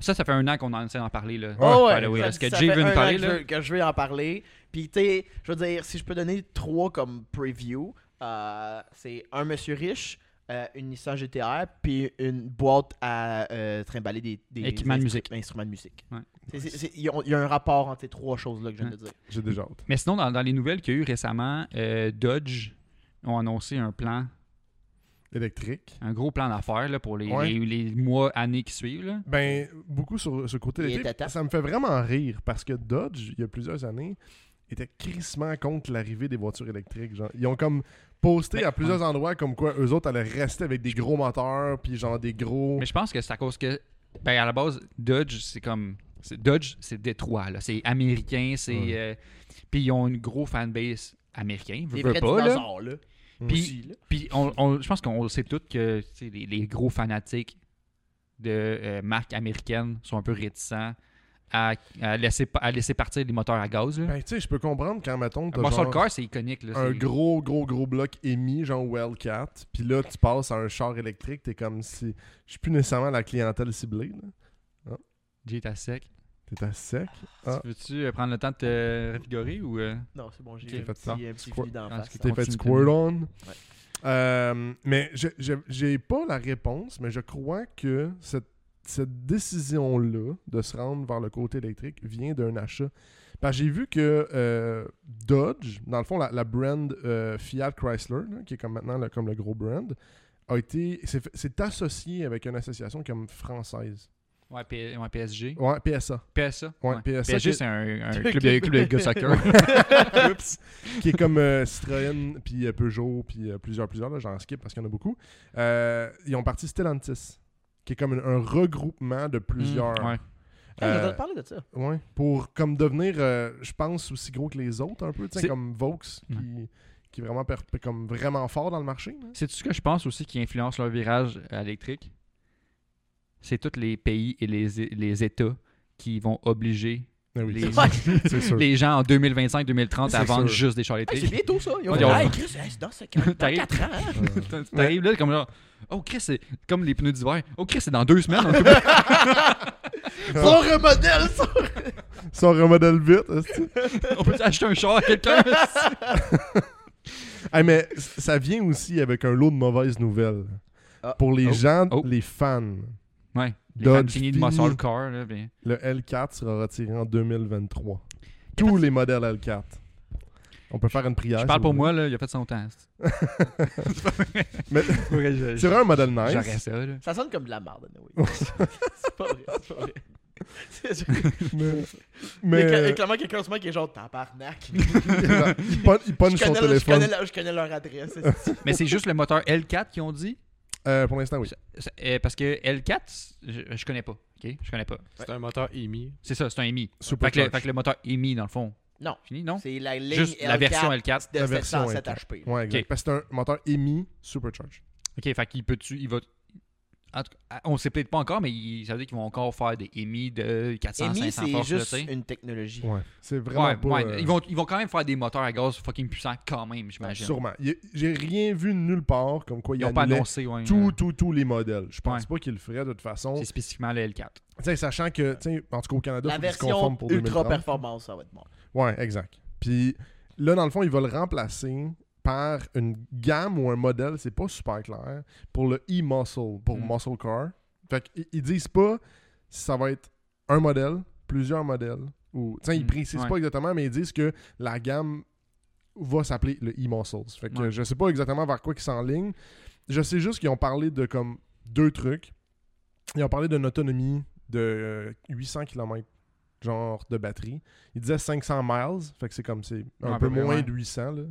D: Ça, ça fait un an qu'on en essaie d'en parler. Là.
A: Ah ouais,
D: By the way,
A: ça-
D: est-ce Bah que
A: ça
D: Jay
A: fait
D: veut
A: un
D: nous
A: an
D: parler?
A: que,
D: là?
A: Je, que je vais en parler. Puis, tu sais, je veux dire, si je peux donner trois comme preview, euh, c'est un monsieur riche, euh, une Nissan GTR, puis une boîte à euh, trimballer des, des
D: Équipements de
A: instru-
D: musique.
A: instruments de musique.
D: Ouais. Hein.
A: C'est- c'est- c'est- Il y, a- il y a un rapport entre ces trois choses-là que je viens de dire.
C: J'ai déjà hâte.
D: Mais sinon, dans, dans les nouvelles qu'il y a eu récemment, euh, Dodge ont annoncé un plan,
C: Électrique.
D: un gros plan d'affaires là, pour les,
C: Ouais.
D: les- les mois, années qui suivent. là.
C: Ben, beaucoup sur ce côté
A: Il est
C: électrique.
A: tata.
C: Ça me fait vraiment rire parce que Dodge, il y a plusieurs années, était crissement contre l'arrivée des voitures électriques. Genre, ils ont comme posté
D: Mais-
C: à plusieurs endroits comme quoi eux autres allaient rester avec des gros moteurs, puis genre des gros.
D: Mais je pense que c'est à cause que, ben, à la base, Dodge, c'est comme. c'est- Dodge, c'est Détroit, là. C'est américain, c'est.
C: Ouais.
D: euh, puis ils ont une grosse fanbase américaine. Veux,
A: Des
D: veux
A: vrais
D: pas, là.
A: dinosaures, là.
D: Puis,
A: Aussi, là.
D: puis on, on- je pense qu'on le sait tous que tu sais, les, les gros fanatiques de euh, marques américaines sont un peu réticents à, à laisser, pa- à laisser partir les moteurs à gaz. Là.
C: Ben, tu sais, je peux comprendre quand, mettons, t'as
D: Muscle
C: genre
D: Car, c'est iconique. Là,
C: un
D: c'est-
C: gros, gros, gros bloc émis, genre Wildcat, puis là, tu passes à un char électrique, t'es comme si. Je suis plus nécessairement la clientèle ciblée, là.
D: Jay, t'as sec.
C: T'es à sec. Ah.
D: Tu Veux-tu euh, prendre le temps de te revigorer ou. euh?
A: Non, c'est bon, j'ai
D: Ok,
A: un
C: fait
A: petit,
C: ça.
A: un petit
C: Squirt.
A: vide d'en
D: Ah,
A: face.
D: c'est
C: T'es fait
D: Continue,
C: squirt on.
A: Ouais.
C: Euh, mais je- je- j'ai pas la réponse, mais je crois que cette, cette décision-là de se rendre vers le côté électrique vient d'un achat. Parce que j'ai vu que euh, Dodge, dans le fond, la, la brand euh, Fiat Chrysler, là, qui est comme maintenant le, comme le gros brand, a été s'est fait- s'est associé avec une association comme française.
D: Ouais, P- ouais, PSG.
C: Ouais, PSA.
D: PSA.
C: Ouais, PSA,
D: PSG,
C: qui-
D: c'est un, un
C: de
D: club, de, club de gars soccer. Mm.
C: Oups. qui est comme euh, Citroën, puis euh, Peugeot, puis euh, plusieurs, plusieurs, là, j'en skip parce qu'il y en a beaucoup. Euh, ils ont parti Stellantis, qui est comme un, un regroupement de plusieurs.
D: Mm, ouais.
A: Hey, j'ai
C: Euh,
A: entendu parler de ça.
C: ouais, pour comme devenir, euh, je pense, aussi gros que les autres un peu, tu sais,
D: C'est-
C: comme Vaux, qui, qui est vraiment, per- comme vraiment fort dans le marché. hein. là.
D: C'est tout ce que je pense aussi qui influence leur virage à l'électrique. C'est tous les pays et les, les États qui vont obliger les,
A: Ouais.
C: Ah c'est sûr.
D: les gens en 2025-2030 à
C: C'est
D: vendre
C: sûr.
D: juste des chars
A: Hey, c'est
D: électriques.
A: bientôt ça. Ils ont
D: Ouais,
A: dit,
D: on-
A: hey, Chris, hey, c'est dans ce cas- dans
D: T'arrives-
A: 4 ans. hein.
D: T'arrives là comme genre, oh Chris, c'est comme les pneus d'hiver. Oh Chris, c'est dans deux semaines.
A: Ils ont remodèle ça.
C: Ça remodèle vite. hein. esti.
D: On peut acheter un char à quelqu'un.
C: Hey, mais ça vient aussi avec un lot de mauvaises nouvelles.
A: Ah.
C: Pour les
D: Oh.
C: gens,
D: Oh.
C: les fans,
D: ouais. Les
C: Dodge
D: fans finis de
C: fini.
D: Muscle Car. Là, ben.
C: Le L4 sera retiré en 2023. Tous les modèles L4. On peut faire une prière.
D: je parle
C: si
D: pour
C: vous
D: moi, là, il a fait son temps.
C: Mais- voulez. C'est vrai un modèle
D: J'aurais
C: nice.
D: ça. Là.
A: Ça sonne comme de la merde, anyway. c'est pas vrai, c'est pas vrai. C'est-
C: Mais,
A: Mais... euh,
C: mais euh,
A: clairement, quelqu'un se moque qui est genre tabarnak.
C: il pon- il
A: je, connais le-
C: punch son
A: je,
C: téléphone.
A: connais, le- je connais leur adresse. esti.
D: Mais c'est juste le moteur L4 qu'ils ont dit.
C: Euh, pour l'instant, oui.
D: Ça- euh, parce que L4, je, je connais pas. ok Je connais pas.
E: C'est un moteur E EMI.
D: C'est ça, c'est un EMI. Fait que, le,
C: Supercharged.
D: fait que le moteur EMI, dans le fond.
A: Non.
D: Fini, non?
A: C'est la ligne
D: Juste la version L4.
A: de
C: La version
A: 707
C: L4.
A: HP.
C: Ouais, exact.
D: Ok.
C: Parce que c'est un moteur émis supercharge.
D: Ok, fait qu'il peut-tu. Il va. En tout cas, on sait peut-être pas encore, mais il- ça veut dire qu'ils vont encore faire des EMI de 400,
A: EMI,
D: 500
A: c'est
D: forces, là,
A: juste
D: tu sais.
A: une technologie.
C: Ouais. C'est vraiment
D: Ouais,
C: pas.
D: ouais,
C: euh,
D: Ils, vont, ils vont quand même faire des moteurs à gaz fucking puissants, quand même, j'imagine.
C: Sûrement. Il- J'ai rien vu nulle part comme quoi
D: Ils
C: il
D: n'ont pas
C: annulait
D: annoncé, ouais.
C: tous
D: euh,
C: tous- tous les modèles. Je pense
D: Ouais.
C: pas qu'il le ferait de toute façon.
D: C'est spécifiquement le L4.
C: Tu sais, sachant que, tu sais, en tout cas au Canada,
A: La
C: faut qu'ils se
A: version
C: conforment pour
A: ultra
C: 2030.
A: performance, ça va être bon.
C: Ouais, exact. Puis là, dans le fond, il va le remplacer par une gamme ou un modèle, c'est pas super clair, pour le e-muscle, pour
D: Mm.
C: muscle car. Fait qu'ils ils disent pas si ça va être un modèle, plusieurs modèles, ou... Tiens, ils
D: Mm,
C: précisent
D: ouais.
C: pas exactement, mais ils disent que la gamme va s'appeler le e-muscles. Fait que
D: Ouais.
C: je sais pas exactement vers quoi ils s'enlignent. Je sais juste qu'ils ont parlé de comme deux trucs. Ils ont parlé d'une autonomie de euh, 800 km genre de batterie. Ils disaient 500 miles, fait que c'est comme c'est un
D: Ouais, à
C: peu
D: peu près,
C: moins
D: ouais.
C: de 800 là.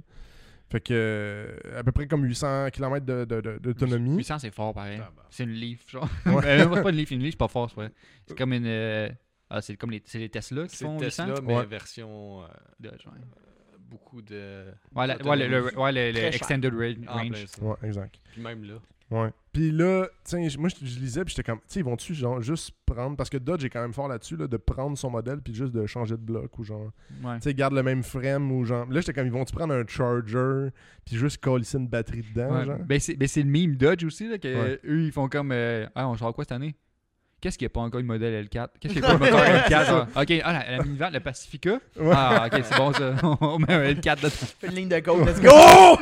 C: Fait que euh, à peu près comme 800 km de- de- de- d'autonomie.
D: 800, c'est fort, pareil.
E: Ah. ben,
D: C'est une Leaf, genre.
C: Ouais.
D: Ben, c'est pas une Leaf, une Leaf, c'est pas fort, ouais. C'est comme une. euh, Ah, c'est comme les, c'est les Tesla qui
E: C'est
D: font 800.
E: Tesla, mais
C: Ouais.
E: version euh,
D: Dodge, ouais.
E: beaucoup de.
D: Ouais, la- ouais, le, le- ouais, le- le
A: Très cher.
D: Extended ra-
E: Ah, en
D: Range.
E: plein ça.
C: Ouais, exact.
E: Puis même là.
C: Ouais. Puis là, tiens, j- moi je, je lisais puis j'étais comme tu sais ils vont tu genre juste prendre parce que Dodge est quand même fort là-dessus là, de prendre son modèle puis juste de changer de bloc ou genre
D: Ouais.
C: tu sais garde le même frame ou genre là j'étais comme ils vont tu prendre un charger puis juste coller une batterie dedans
D: Ouais.
C: genre.
D: Ben, c'est ben, c'est le meme Dodge aussi, là, que
C: Ouais.
D: eux, ils font comme. euh, ah, on sort quoi cette année Qu'est-ce qu'il n'y a pas encore le modèle L4 Qu'est-ce qu'il n'y a pas le moteur L4 genre? Ok, ah, la, la minivan, le Pacifica.
C: Ouais.
D: Ah, ok, c'est bon ça. on met un L4 dedans.
A: Fais une ligne de code, let's go!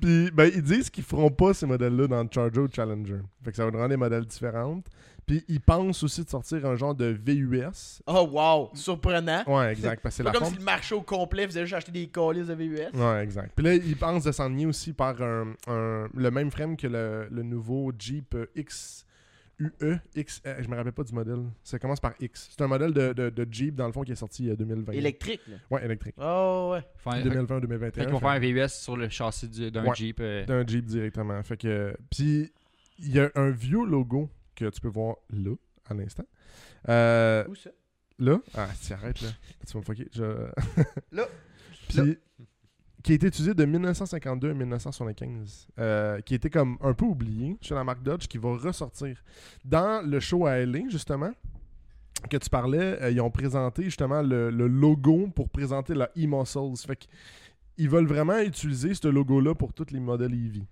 C: Puis ben, ils disent qu'ils feront pas ces modèles-là dans le Charger ou Challenger. Fait que ça va rendre des modèles différentes. Puis ils pensent aussi de sortir un genre de VUS.
A: Oh wow, surprenant.
C: Ouais, exact, parce que c'est
A: Pas
C: la
A: comme
C: forme.
A: si le marché au complet faisait juste acheter des colis de VUS.
C: Ouais, exact. Puis là, ils pensent de s'enligner aussi par un, un- le même frame que le, le nouveau Jeep euh, X UE-X. Je me rappelle pas du modèle. Ça commence par X. C'est un modèle de, de- de Jeep, dans le fond, qui est sorti euh, en 2020.
A: Électrique, là.
C: Ouais, électrique.
A: Oh, ouais.
D: Faire- fait-
C: 2020-2021.
D: fait qu'ils vont faire un VUS sur le châssis du- d'un
C: hein. Ouais.
D: Jeep. euh,
C: d'un Jeep directement. Fait que puis il y a un vieux logo que tu peux voir là à l'instant. Euh,
A: Où ça?
C: là, ah, tu arrêtes là. Tu vas me fucker. Je-
A: Là.
C: Puis qui a été utilisé de 1952 à 1975, euh, qui était comme un peu oublié chez la marque Dodge, qui va ressortir dans le show à LA justement. Que tu parlais, euh, ils ont présenté justement le, le logo pour présenter la e-muscles. Fait que ils veulent vraiment utiliser ce logo-là pour tous les modèles E EV.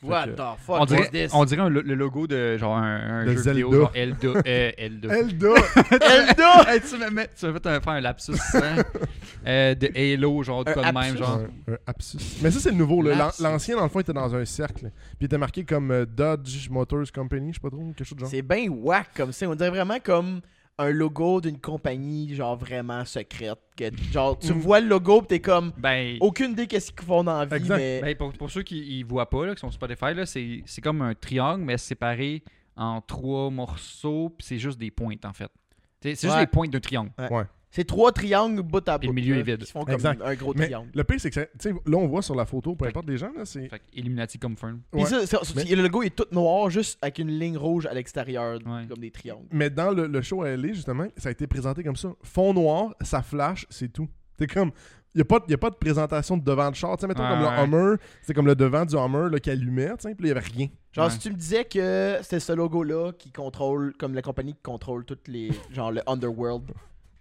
A: What
C: que-
A: the fuck
D: on
A: is
D: dirait,
A: this?
D: on dirait un lo- le logo de genre un, un
C: De
D: jeu vidéo,
C: Zelda.
D: genre Elda. euh, Elda.
C: Elda!
A: Elda!
D: Hey, tu m'as tu m'as fait un- faire un lapsus hein, euh, de Halo, genre de
A: Un
D: quoi de même,
A: lapsus.
D: genre.
C: Un, un abscisse. Mais ça, c'est le nouveau. là. L'an-
D: Lapsus.
C: L'ancien, dans le fond, était dans un cercle. Puis il était marqué comme euh, Dodge Motors Company, je sais pas trop, quelque chose de genre.
A: C'est bien whack comme ça. On dirait vraiment comme un logo d'une compagnie, genre vraiment secrète. Que, genre, tu
C: Mm.
A: vois le logo pis t'es comme.
D: Ben,
A: Aucune idée qu'est-ce qu'ils font dans la vie,
C: Exact.
A: mais.
D: ben, pour, pour ceux qui ne voient pas, là, qui sont Spotify, là, c'est c'est comme un triangle, mais séparé en trois morceaux, puis c'est juste des pointes, en fait. C'est c'est juste
A: Ouais.
D: les pointes d'un triangle.
A: C'est trois triangles bout à bout.
D: Et le milieu
A: là,
D: est vide.
A: qui se font comme
C: Exact.
A: un gros
C: Mais
A: triangle.
C: le pire, c'est que ça- tu sais, là, on voit sur la photo, peu importe les gens, là, c'est.
D: Fait que Illuminati comme Fern.
A: Puis
C: Ouais.
A: ça, ça- ça-
C: Mais-
A: le logo est tout noir, juste avec une ligne rouge à l'extérieur,
D: Ouais.
A: comme des triangles.
C: Mais dans le, le show à LA, justement, ça a été présenté comme ça. Fond noir, ça flash, c'est tout. C'est comme. Il n'y a, pas de- y a pas de présentation de devant de char. Tu sais, mettons
D: Ouais,
C: comme
D: ouais.
C: le Hummer, c'est comme le devant du Hummer là, qui allumait, tu sais, puis là, il n'y avait rien.
A: Genre,
D: Ouais.
A: si tu me disais que c'était ce logo-là qui contrôle, comme la compagnie qui contrôle toutes les. genre le Underworld,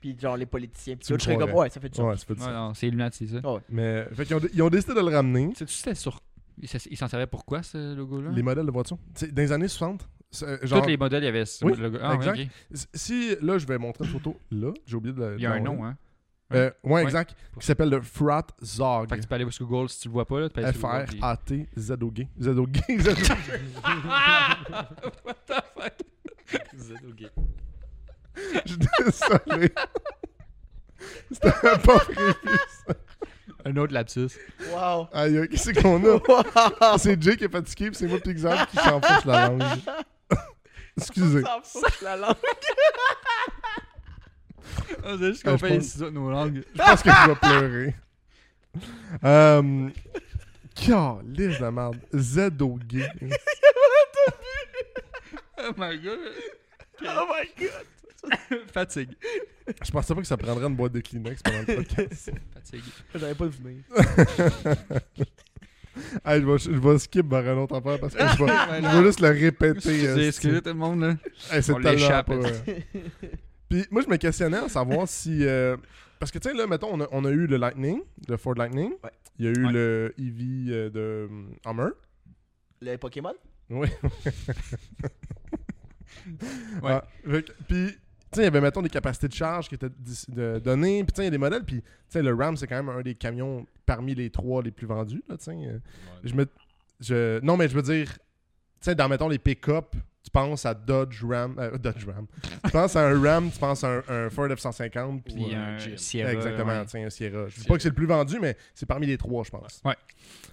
A: puis genre les politiciens, pis
C: Tu
A: tout,
C: me
A: je serais comme,
C: croirais.
A: ouais, ça fait du sens.
C: Ouais, ça fait du
D: Ouais,
C: sens.
D: non, c'est Illuminati, ça.
C: Mais, fait qu'ils ont, ils ont décidé de le ramener.
D: Sais-tu c'était sur. il s'en- Il s'en servait pourquoi, ce logo-là
C: Les modèles de voitures. Tu sais, Dans les années 60, c'est- euh, genre,
D: Tous les modèles, il y avait ce
C: Oui,
D: logo. Ah, ouais,
C: exact.
D: ok.
C: Si là, je vais montrer une photo, là, j'ai oublié de la.
D: Il y a
C: de
D: un
C: la-
D: nom, hein.
C: Euh, ouais,
D: Ouais.
C: exact. Qui s'appelle le Frat Zog.
D: Fait que tu peux aller sur Google si tu le vois pas, là. Tu peux aller sur Google, puis-
C: F-R-A-T-Z-O-G. Z-O-G. Z-O-G. Je suis désolé. C'était pas prévu. ça.
D: Un autre lapsus.
A: Wow!
C: Aïe, aïe, qu'est-ce qu'on a? C'est Jay qui est fatigué, puis c'est moi, Pixar, qui s'enfonce la langue. Excusez.
A: Ça me fout la langue.
D: On a Ah, juste
C: qu'on fait les
D: ciseaux de nos langues.
C: Je pense que je vais pleurer. Euh. Calisse la merde. Z-O-G.
D: Oh my god.
A: Oh my god!
D: Fatigue.
C: Je pensais pas que ça prendrait une boîte de Kleenex pendant le podcast.
D: Fatigue.
A: J'avais pas deviné.
C: Hey, je, vais, je vais skip par un autre affaire parce que je vais, je vais juste le répéter. euh,
D: Excusez, excusez tout le monde, là.
C: Hey, c'est
D: On
C: tellement
D: l'échappe,
C: pas,
D: hein.
C: euh. Puis moi, je me questionnais à savoir si. euh, parce que, tu sais, là, mettons, on a, on a eu le Lightning, le Ford Lightning.
A: Ouais.
C: Il y a eu
D: Ouais.
C: le EV euh, de hum, Hummer.
A: Le Pokémon?
C: Oui.
D: Ouais.
C: Ah, fait que- puis, tu sais, il y avait, mettons, des capacités de charge qui étaient dis- de- données. Puis, tu sais, il y a des modèles. Puis, tu sais, le Ram, c'est quand même un des camions parmi les trois les plus vendus, là, tu sais. euh. Je me. Je, non, mais je veux dire, tu sais, dans mettons les pick-up, tu penses à Dodge Ram. euh, Dodge Ram. tu penses à un Ram, tu penses à un, un Ford F-150. Puis, euh,
D: Puis
E: Ouais,
D: un
E: Jim.
D: Sierra.
C: exactement,
D: ouais.
C: tu sais, un Sierra. Je dis
D: Sierra.
C: pas que c'est le plus vendu, mais c'est parmi les trois, je pense.
D: Ouais.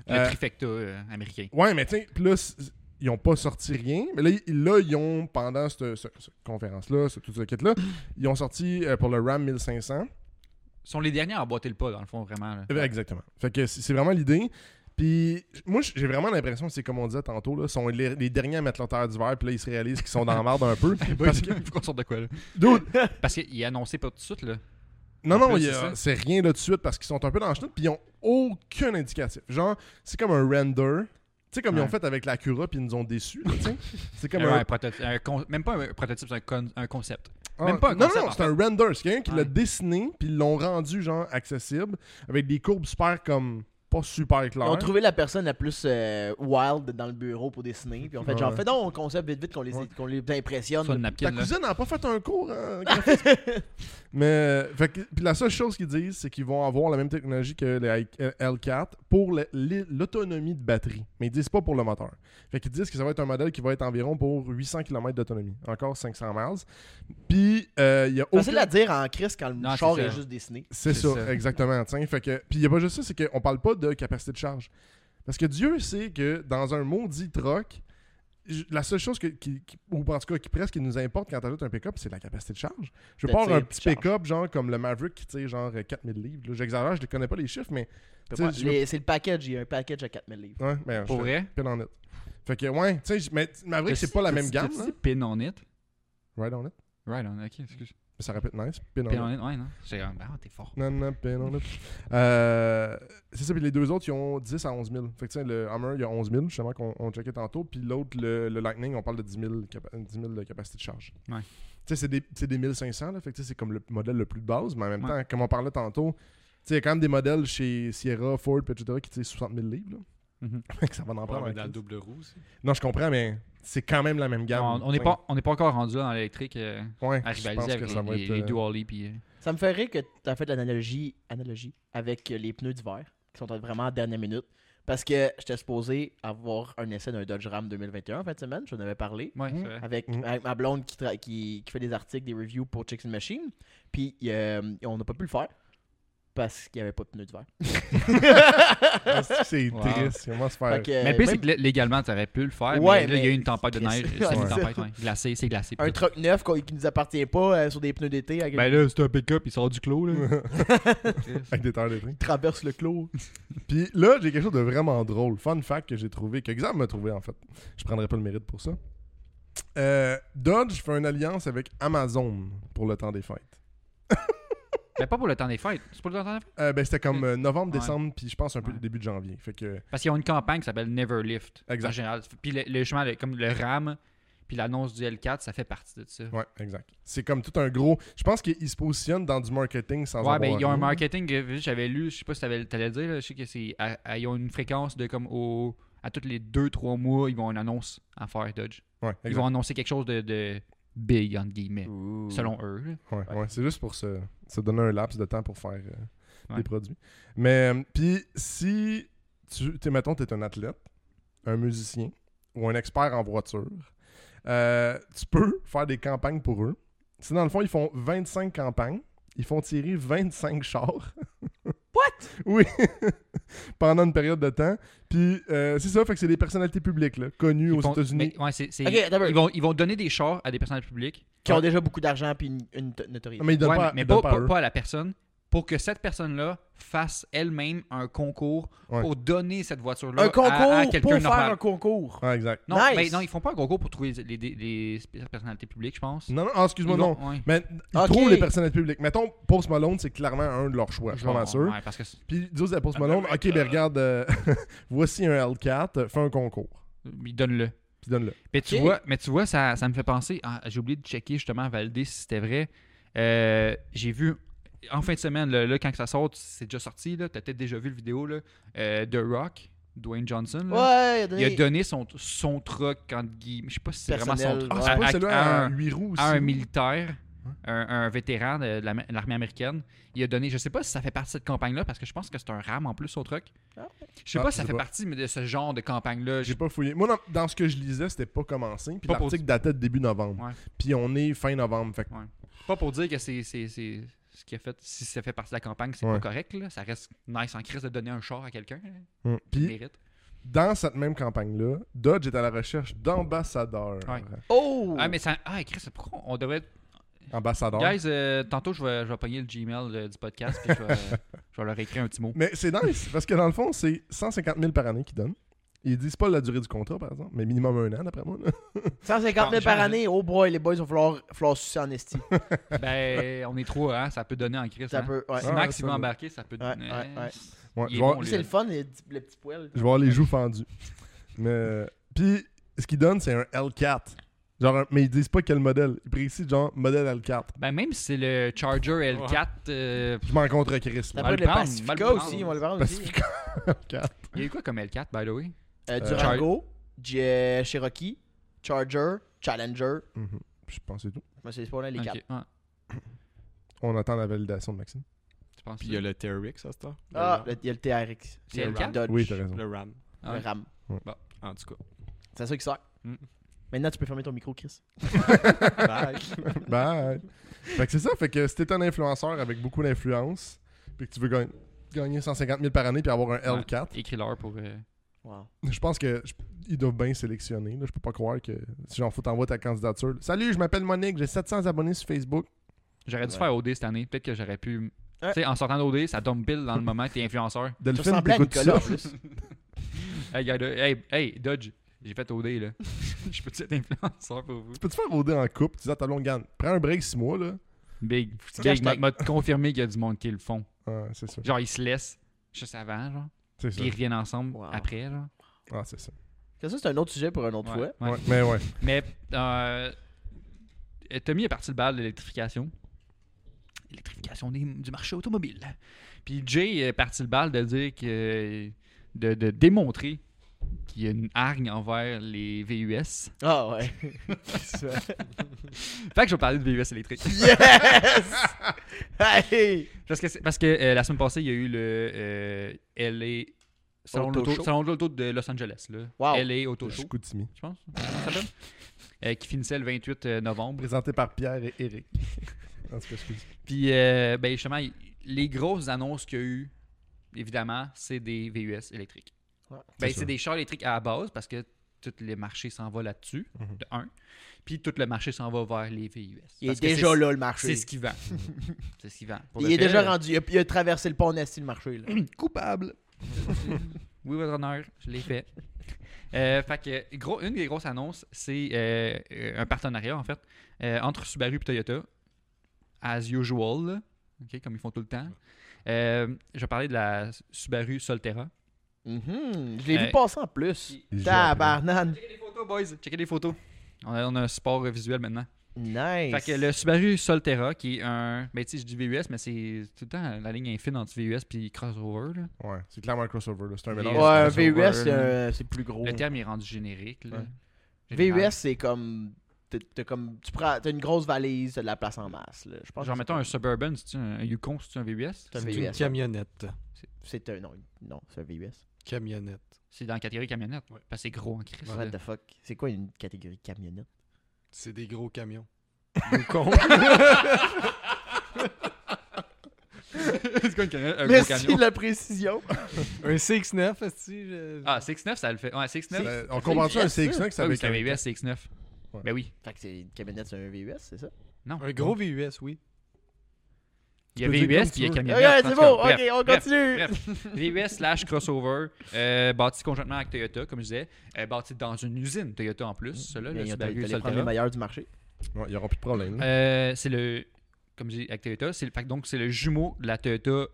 D: Le
C: Euh,
D: trifecta euh, américain.
C: Ouais, mais tu sais, puis là, c- ils ont pas sorti rien. Mais là, ils- là ils ont, pendant cette, ce- cette conférence-là, ce- toute cette quête-là, ils ont sorti euh, pour le Ram 1500.
D: Ce sont les derniers à emboîter le pas, dans le fond, vraiment. là.
C: Euh, Exactement. Fait que c- c'est vraiment l'idée. Puis moi, j- j'ai vraiment l'impression que c'est comme on disait tantôt, là, sont les, les derniers à mettre leur terre d'hiver, puis là, ils se réalisent qu'ils sont dans la merde un peu. Parce que,
D: Faut qu'on sorte de quoi, là.
C: dude,
D: Parce qu'il est annoncé pas tout de suite, là.
C: non,
D: En
C: non,
D: plus,
C: il y a-
D: c'est ça.
C: c'est rien là de suite parce qu'ils sont un peu dans le chenot, puis ils ont aucun indicatif. Genre, c'est comme un render. Tu sais, comme ils
D: Ouais.
C: ont fait avec la Cura, puis ils nous ont déçus, là, tu sais. C'est comme
D: Ouais,
C: un.
D: un prototype- un con- Même pas un prototype, c'est un, con- un concept.
C: ah,
D: même pas un
C: non,
D: concept,
C: non,
D: en
C: c'est un render. C'est quelqu'un qui l'a
D: Ouais.
C: dessiné, puis ils l'ont rendu, genre, accessible, avec des courbes super, comme, pas super
A: Ils
C: claires.
A: ont trouvé la personne la plus euh, wild dans le bureau pour dessiner. Puis en fait,
C: Ouais.
A: genre, fais donc un concept vite, vite qu'on les,
C: Ouais.
A: qu'on les impressionne.
D: Soit une
C: Ta
D: napkin, là.
C: cousine n'a pas fait un cours en graphisme. Mais euh, fait que- puis la seule chose qu'ils disent, c'est qu'ils vont avoir la même technologie que les I- euh, L4 pour le- les- l'autonomie de batterie. Mais ils disent pas pour le moteur. Fait qu'ils disent que ça va être un modèle qui va être environ pour 800 km d'autonomie. Encore 500 miles. Puis euh, il y a aucun...
A: Facile à dire en crise quand le
D: Non, c'est
A: char
D: ça.
A: est juste dessiné.
C: C'est
D: C'est
C: ça,
D: ça.
C: exactement. tiens. Fait que, puis il n'y a pas juste ça, c'est qu'on parle pas de capacité de charge. Parce que Dieu sait que dans un maudit troc, j- la seule chose que, qui, qui- ou en tout cas qui presque nous importe quand t'ajoutes un pick-up, c'est la capacité de charge. Je
A: De
C: veux pas avoir un
A: tir
C: petit
A: puis de
C: pick-up, genre comme le Maverick qui tire genre euh, 4000 livres. là. J'exagère, je les connais pas les chiffres, mais.
A: Tu
C: tu
A: peux
C: sais,
A: pas-
C: je me-
A: les- C'est le package, il y a un package à 4000 livres.
C: Ouais, ben,
D: Pour
C: je-
D: vrai.
C: pin on it. Fait que, ouais, tu sais, j- mais t- Maverick, c'est
D: T'as-
C: pas la
D: t'as-
C: même gamme.
D: t'as-
C: là.
D: t'as- Pin on it.
C: Right on it.
D: Right on ok, excuse.
C: Mais ça répète nice. Pin on
D: Pin
C: it.
D: on it, ouais, non. J'ai comme, ah, t'es fort.
C: Non, non, pin on it. Euh, c'est ça, puis les deux autres, ils ont 10 à 11 000. Fait que, tu sais, le Hammer, il y a 11 000, justement, qu'on on checkait tantôt. Puis l'autre, le, le Lightning, on parle de 10 000, capa- 10 000 de capacité de charge.
D: Ouais.
C: Tu sais, c'est des, c'est des 1500, là. Fait que, tu sais, c'est comme le modèle le plus de base, mais en même
D: Ouais.
C: temps, comme on parlait tantôt, tu sais, il y a quand même des modèles chez Sierra, Ford, puis etc., qui tirent 60 000 livres,
D: Mhm.
C: là. Fait que ça va en
E: Ouais,
C: prendre.
E: mais
C: en
E: dans le
C: crise.
E: double roue, aussi.
C: non, je comprends, mais c'est quand même la même gamme.
D: On on n'est
C: Ouais.
D: pas, on n'est pas encore rendu là dans l'électrique euh,
C: Ouais,
D: à
C: je pense
D: rivaliser
C: que
D: avec
C: ça va
D: les, les,
C: être.
D: les
C: euh,
D: Dually, puis, euh,
A: Ça me ferait que tu as fait l'analogie analogie avec les pneus d'hiver qui sont vraiment à la dernière minute. Parce que j'étais supposé avoir un essai d'un Dodge Ram 2021 en fin de semaine, je vous en avais parlé.
D: ouais,
C: Mhm.
D: c'est vrai.
A: Avec,
C: Mhm.
A: avec ma blonde qui, tra- qui, qui fait des articles, des reviews pour Chicks and Machine. Puis euh, on n'a pas pu le faire parce qu'il n'y avait pas de pneus d'hiver. Ah,
C: Est-ce que Ah, c'est
D: Wow.
C: triste, comment se faire.
A: Fait que, euh,
D: mais le pire, c'est
A: même
D: que lé- légalement, tu aurais pu le faire.
A: Ouais,
D: mais là, il y a
A: mais-
D: eu une tempête de neige.
A: Christ.
D: C'est
A: Ouais.
D: une tempête, ouais. Glacée, c'est glacé.
A: un truck neuf qu'on- qui nous appartient pas euh, sur des pneus d'été avec
D: Ben là, c'est un pick-up, il sort du clos, là.
C: Avec des terres d'été.
A: traverse le clos.
C: Puis là, j'ai quelque chose de vraiment drôle. Fun fact que j'ai trouvé, que Xam m'a trouvé en fait. Je prendrai pas le mérite pour ça. Euh, Dodge fait une alliance avec Amazon pour le temps des fêtes.
D: Mais pas pour le temps des fêtes. C'est pour le temps des fêtes.
C: Euh, ben, c'était comme euh, novembre,
D: Ouais.
C: décembre, puis je pense un peu
D: Ouais.
C: le début de janvier. Fait que.
D: Parce qu'ils ont une campagne qui s'appelle Never Lift.
C: Exact.
D: En général. Puis le, le chemin, le- comme le RAM, puis l'annonce du L4, ça fait partie de ça.
C: Ouais, exact. C'est comme tout un gros. Je pense qu'ils se positionnent dans du marketing sans
D: Ouais,
C: avoir
D: ben, ils ont un
C: rien.
D: marketing que j'avais lu, je sais pas si t'avais- t'allais le dire, là, je sais que c'est. à- à- Ils ont une fréquence de comme au. À tous les 2-3 mois, ils vont une annonce à faire, Dodge.
C: Ouais,
D: Ils
C: exact.
D: vont annoncer quelque chose de, de big, entre guillemets, selon eux. là.
C: Ouais, ouais, c'est juste pour se, se donner un laps de temps pour faire euh,
D: Ouais.
C: des produits. Mais euh, puis si tu es mettons t'es un athlète, un musicien ou un expert en voiture, euh, tu peux faire des campagnes pour eux. Si dans le fond ils font 25 campagnes, ils font tirer 25 chars. What? oui. Pendant une période de temps. Puis euh, c'est ça, fait que c'est des personnalités publiques là, connues
D: Ils
C: aux
D: font-
C: États-Unis.
D: mais- ouais, c'est- c'est-
A: Ok, attends un peu.
D: ils, vont, ils vont donner des chars à des personnages publics,
A: Qui ont déjà beaucoup d'argent puis une, une to- notoriété.
C: Non, Ah, mais ils donnent
D: Ouais,
C: pas,
D: mais
C: ils
D: pas,
C: donnent pas à
D: pas-
C: eux.
D: pas à la personne, pour que cette personne-là fasse elle-même un concours
C: Ouais.
D: pour donner cette voiture-là
A: Un concours
D: à, à
A: pour
D: quelqu'un
A: faire
D: normal.
A: un concours.
C: Ouais, exact.
D: Non,
A: Nice.
D: mais non, ils font pas un concours pour trouver les, les- les personnalités publiques, je pense.
C: Non, non, ah, excuse-moi,
D: Ils
C: non.
D: vont- ouais.
C: Mais ils
A: Ok.
C: trouvent les personnalités publiques. Mettons, Post Malone, c'est clairement un de leurs choix. Je suis pas
D: Bon,
C: mal sûr.
D: ouais, Ah, parce que c'est-
C: Puis ils disent à Post Malone, OK, ben regarde, euh, voici un L4, euh, fais un concours.
D: ils donnent le.
C: Puis donne-le.
D: Mais tu
A: Ok.
D: vois, mais tu vois ça, ça me fait penser. ah, J'ai oublié de checker justement, valider si c'était vrai. Euh, J'ai vu en fin de semaine, là, là, quand ça sort, c'est déjà sorti. Tu as peut-être déjà vu le vidéo là, euh, de Rock, Dwayne Johnson. là.
A: Ouais, Hmm. il a
D: Il
A: donné-
D: a donné son, son truck, entre guillemets. Je sais pas si c'est vraiment son
A: Personnel,
D: truc.
C: Ah,
A: ouais.
C: c'est
D: À-
C: pas
D: à- à
C: celui-là à
D: un-
C: 8 roues aussi.
D: à un militaire,
C: Ouais.
D: un, un vétéran de, de la- de l'armée américaine. Il a donné, je sais pas si ça fait partie de cette campagne-là, parce que je pense que c'est un RAM en plus au truck.
A: Ah.
D: Je sais
C: Ah,
D: pas
C: je
D: si ça
C: sais
D: fait
C: pas.
D: partie mais de ce genre de campagne-là.
C: J'ai
D: Je-
C: pas fouillé. Moi, dans, dans ce que je lisais, c'était pas commencé. Puis
D: Pas pour-
C: l'article datait de début novembre.
D: Ouais.
C: Puis on est fin novembre. Fait que-
D: Pas pour dire que c'est c'est- c'est- ce qui a fait, si ça fait partie de la campagne, c'est
C: Ouais.
D: pas correct. là. Ça reste nice en crise de donner un char à quelqu'un. là.
C: Hum.
D: Il
C: Puis
D: mérite.
C: dans cette même campagne-là, Dodge est à la recherche d'ambassadeurs.
D: Ouais.
A: Oh!
D: Ah, mais ça. Ah, Chris, pourquoi on devrait.
C: Ambassadeurs.
D: Guys, euh, tantôt, je vais, je vais pogner le Gmail euh, du podcast, puis je vais, je vais leur écrire un petit mot.
C: Mais c'est nice, parce que dans le fond, c'est 150 000 par année qu'ils donnent. Ils disent pas la durée du contrat, par exemple, mais minimum un an, d'après moi. là.
A: 150 000 par
D: Genre-
A: année. Oh boy, les boys vont falloir, falloir sucer en esti.
D: ben, on est trois, hein, ça peut donner en crise.
A: Ça
D: hein.
A: peut- ouais.
D: Si
C: Ah,
D: Max
C: ça
D: il va
C: va.
D: embarquer, ça peut
A: Ouais,
D: donner.
A: ouais, ouais.
C: Ouais,
D: Il est
C: je vais-
D: bon, lui,
A: C'est
D: là.
A: le fun, le, le petit poil.
C: Je vais avoir les joues fendues. Mais. euh, Puis, ce qu'ils donnent, c'est un L4. Genre, un- mais ils disent pas quel modèle. Ils précisent, genre, modèle L4.
D: Ben, même si c'est le Charger L4, euh,
C: Je m'en contre Chris.
A: Ça
C: Là.
D: va
A: peut
D: le
A: être le
D: prendre, va
A: Pacifica
D: le prendre.
A: aussi, on va le prendre aussi.
C: Pacifica L4.
D: il y a eu quoi comme L4, by the way
A: Euh,
C: Euh,
A: Durango, J- euh, Cherokee, Charger, Challenger.
C: Mhm. Je pense que c'est tout.
A: Moi, c'est pas là les
D: Ok,
A: quatre.
D: ah,
C: On attend la validation de Maxime.
D: tu penses
E: Puis il y a le TRX à ce temps. Le
A: Ah,
E: Ram.
A: le- il y a le TRX.
D: C'est le quatre? Ah,
A: Dodge.
C: Oui, t'as raison.
E: le Ram.
A: Le RAM.
E: En tout cas.
A: C'est ça qui sort.
D: Mm.
A: Maintenant, tu peux fermer ton micro, Chris.
E: Bye.
C: Bye. fait que c'est ça. Fait que si t'es un influenceur avec beaucoup d'influence, puis que tu veux gagner- gagner 150 000 par année puis avoir un L4,
D: Écris-leur pour. euh,
A: Wow.
C: je pense que je- ils doivent bien sélectionner. Là. Je peux pas croire que. Si genre, faut t'envoyer ta candidature. là. Salut, je m'appelle Monique, j'ai 700 abonnés sur Facebook.
D: J'aurais dû
E: Ouais.
D: faire OD cette année. Peut-être que j'aurais pu.
A: Ouais.
D: Tu sais, en sortant d'OD, ça tombe pile dans le moment que t'es influenceur.
A: Tu
C: Delphine,
A: ressemblais à
C: t'écoutes
A: Nicolas,
C: ça.
A: en plus.
D: Hey, gars, là, hey, hey, Dodge, j'ai fait OD, là. Je peux-tu être influenceur pour vous?
C: Tu peux-tu faire OD en couple? Tu dis à ta longue gagne, prends un break 6 mois, là.
D: Big, Big
A: Hashtag.
D: m'a- m'a confirmé qu'il y a du monde qui le font.
C: Ah, c'est ça.
D: Genre, ils se laissent juste avant, genre.
C: C'est
D: Puis
C: ça.
D: ils reviennent ensemble
A: Wow.
D: après, genre.
C: Ah, c'est ça.
A: Ça, c'est un autre sujet pour une autre
D: Ouais,
A: fois.
D: ouais.
C: Ouais, Mais ouais.
D: Mais euh, Tommy est parti le bal de l'électrification. L'électrification des- du marché automobile. Puis Jay est parti le bal de dire que. de, de démontrer qu'il y a une hargne envers les VUS.
A: Ah ouais. Ça.
D: Fait que je vais parler de VUS électrique.
A: yes! Hey!
D: Parce que, c'est- parce que euh, la semaine passée, il y a eu le euh, LA. Salon de
A: Auto
D: l'auto-
A: Show.
D: salon de l'auto de Los Angeles. Là.
A: Wow.
D: LA Auto Show,
C: Chicoutimi.
D: je pense. ça s'appelle. Euh, qui finissait le 28 novembre.
C: Présenté par Pierre et Eric. en tout cas, excuse.
D: Puis, euh, ben justement, il- les grosses annonces qu'il y a eu, évidemment, c'est des VUS électriques.
A: Ouais.
D: Ben,
C: C'est
D: c'est
C: sûr.
D: des chars électriques à la base parce que tous les marchés s'en vont là-dessus,
C: Mhm.
D: de un. Puis tout le marché s'en va vers les VUS.
A: Il
D: Parce
A: est
D: que
A: déjà
D: c'est-
A: là, le marché.
D: C'est ce qui vend. c'est ce qui vend. Pour
A: Il
D: de
A: est
D: vrai,
A: déjà
D: là.
A: rendu. Il a, il a traversé le pont Nasty, le marché. Là.
D: Coupable. oui, votre honneur, je l'ai fait. Euh, fait que, gros, une des grosses annonces, c'est euh, euh, un partenariat, en fait, euh, entre Subaru et Toyota, as usual, là, ok, comme ils font tout le temps. Euh, je vais parler de la Subaru Solterra.
A: Mhm. Je l'ai
D: Euh,
A: vu passer en plus.
C: Il joue après.
A: Tabarnane.
D: Checkez les photos, boys. Checkez les photos. On a, on a un support euh, visuel maintenant.
A: Nice.
D: Fait que le Subaru Solterra, qui est un. Ben, tu sais, je dis VUS, mais c'est tout le temps la ligne est fine entre VUS et crossover. là.
C: Ouais, c'est clairement un crossover. là. C'est un
D: Les-
C: mélange.
A: Ouais, un
D: crossover,
A: VUS, euh, c'est plus gros.
D: Le terme est rendu générique. Là.
A: Ouais.
D: Général.
A: VUS, c'est comme. t'as- t'as comme tu prends, t'as une grosse valise, t'as de la place en masse. Là. Je pense
D: Genre,
A: que
D: mettons un
A: c'est
D: Suburban, c'est-tu un, un Yukon, c'est-tu un VUS
A: C'est un
E: C'est une
A: VUS.
E: camionnette.
A: C'est un. Non, non c'est un VUS.
E: Camionnette.
D: C'est dans la catégorie camionnette.
E: Ouais.
D: Parce que c'est gros en crise.
A: What the fuck? C'est quoi une catégorie camionnette?
E: C'est des gros camions.
D: c'est quoi une camionnette Un gros
A: Merci
D: camion.
A: de la précision.
E: Un CX9, est-ce que je-
D: Ah, CX9, ça le fait. Ouais, CX9.
C: Euh, on comprend-tu un CX5 qui
D: Ah oui, c'est un
C: s'appelle
D: VUS, CX9.
C: Ouais.
D: Ben oui.
A: fait que c'est une camionnette, c'est un VUS, c'est ça?
D: Non.
E: Un gros VUS, oui.
D: Il y a
C: Tu peux dire
D: VUS
C: comme
D: puis il y a
C: tu veux.
A: Ok,
D: camionnette. En
A: c'est
D: tout cas,
A: bon.
D: bref.
A: Ok, on
D: bref,
A: continue.
D: VUS slash crossover, euh, bâti conjointement avec Toyota, comme je disais. euh, bâti dans une usine Toyota en plus. Cela,
A: Bien,
D: le
A: ils ont- ils
D: Subaru
A: ont les prendre les
D: Solterra.
A: meilleurs du marché.
C: Ouais, ils auront plus de problème. là.
D: Euh, c'est le. Comme je dis, avec Toyota. c'est le- fait que donc, c'est le jumeau de la Toyota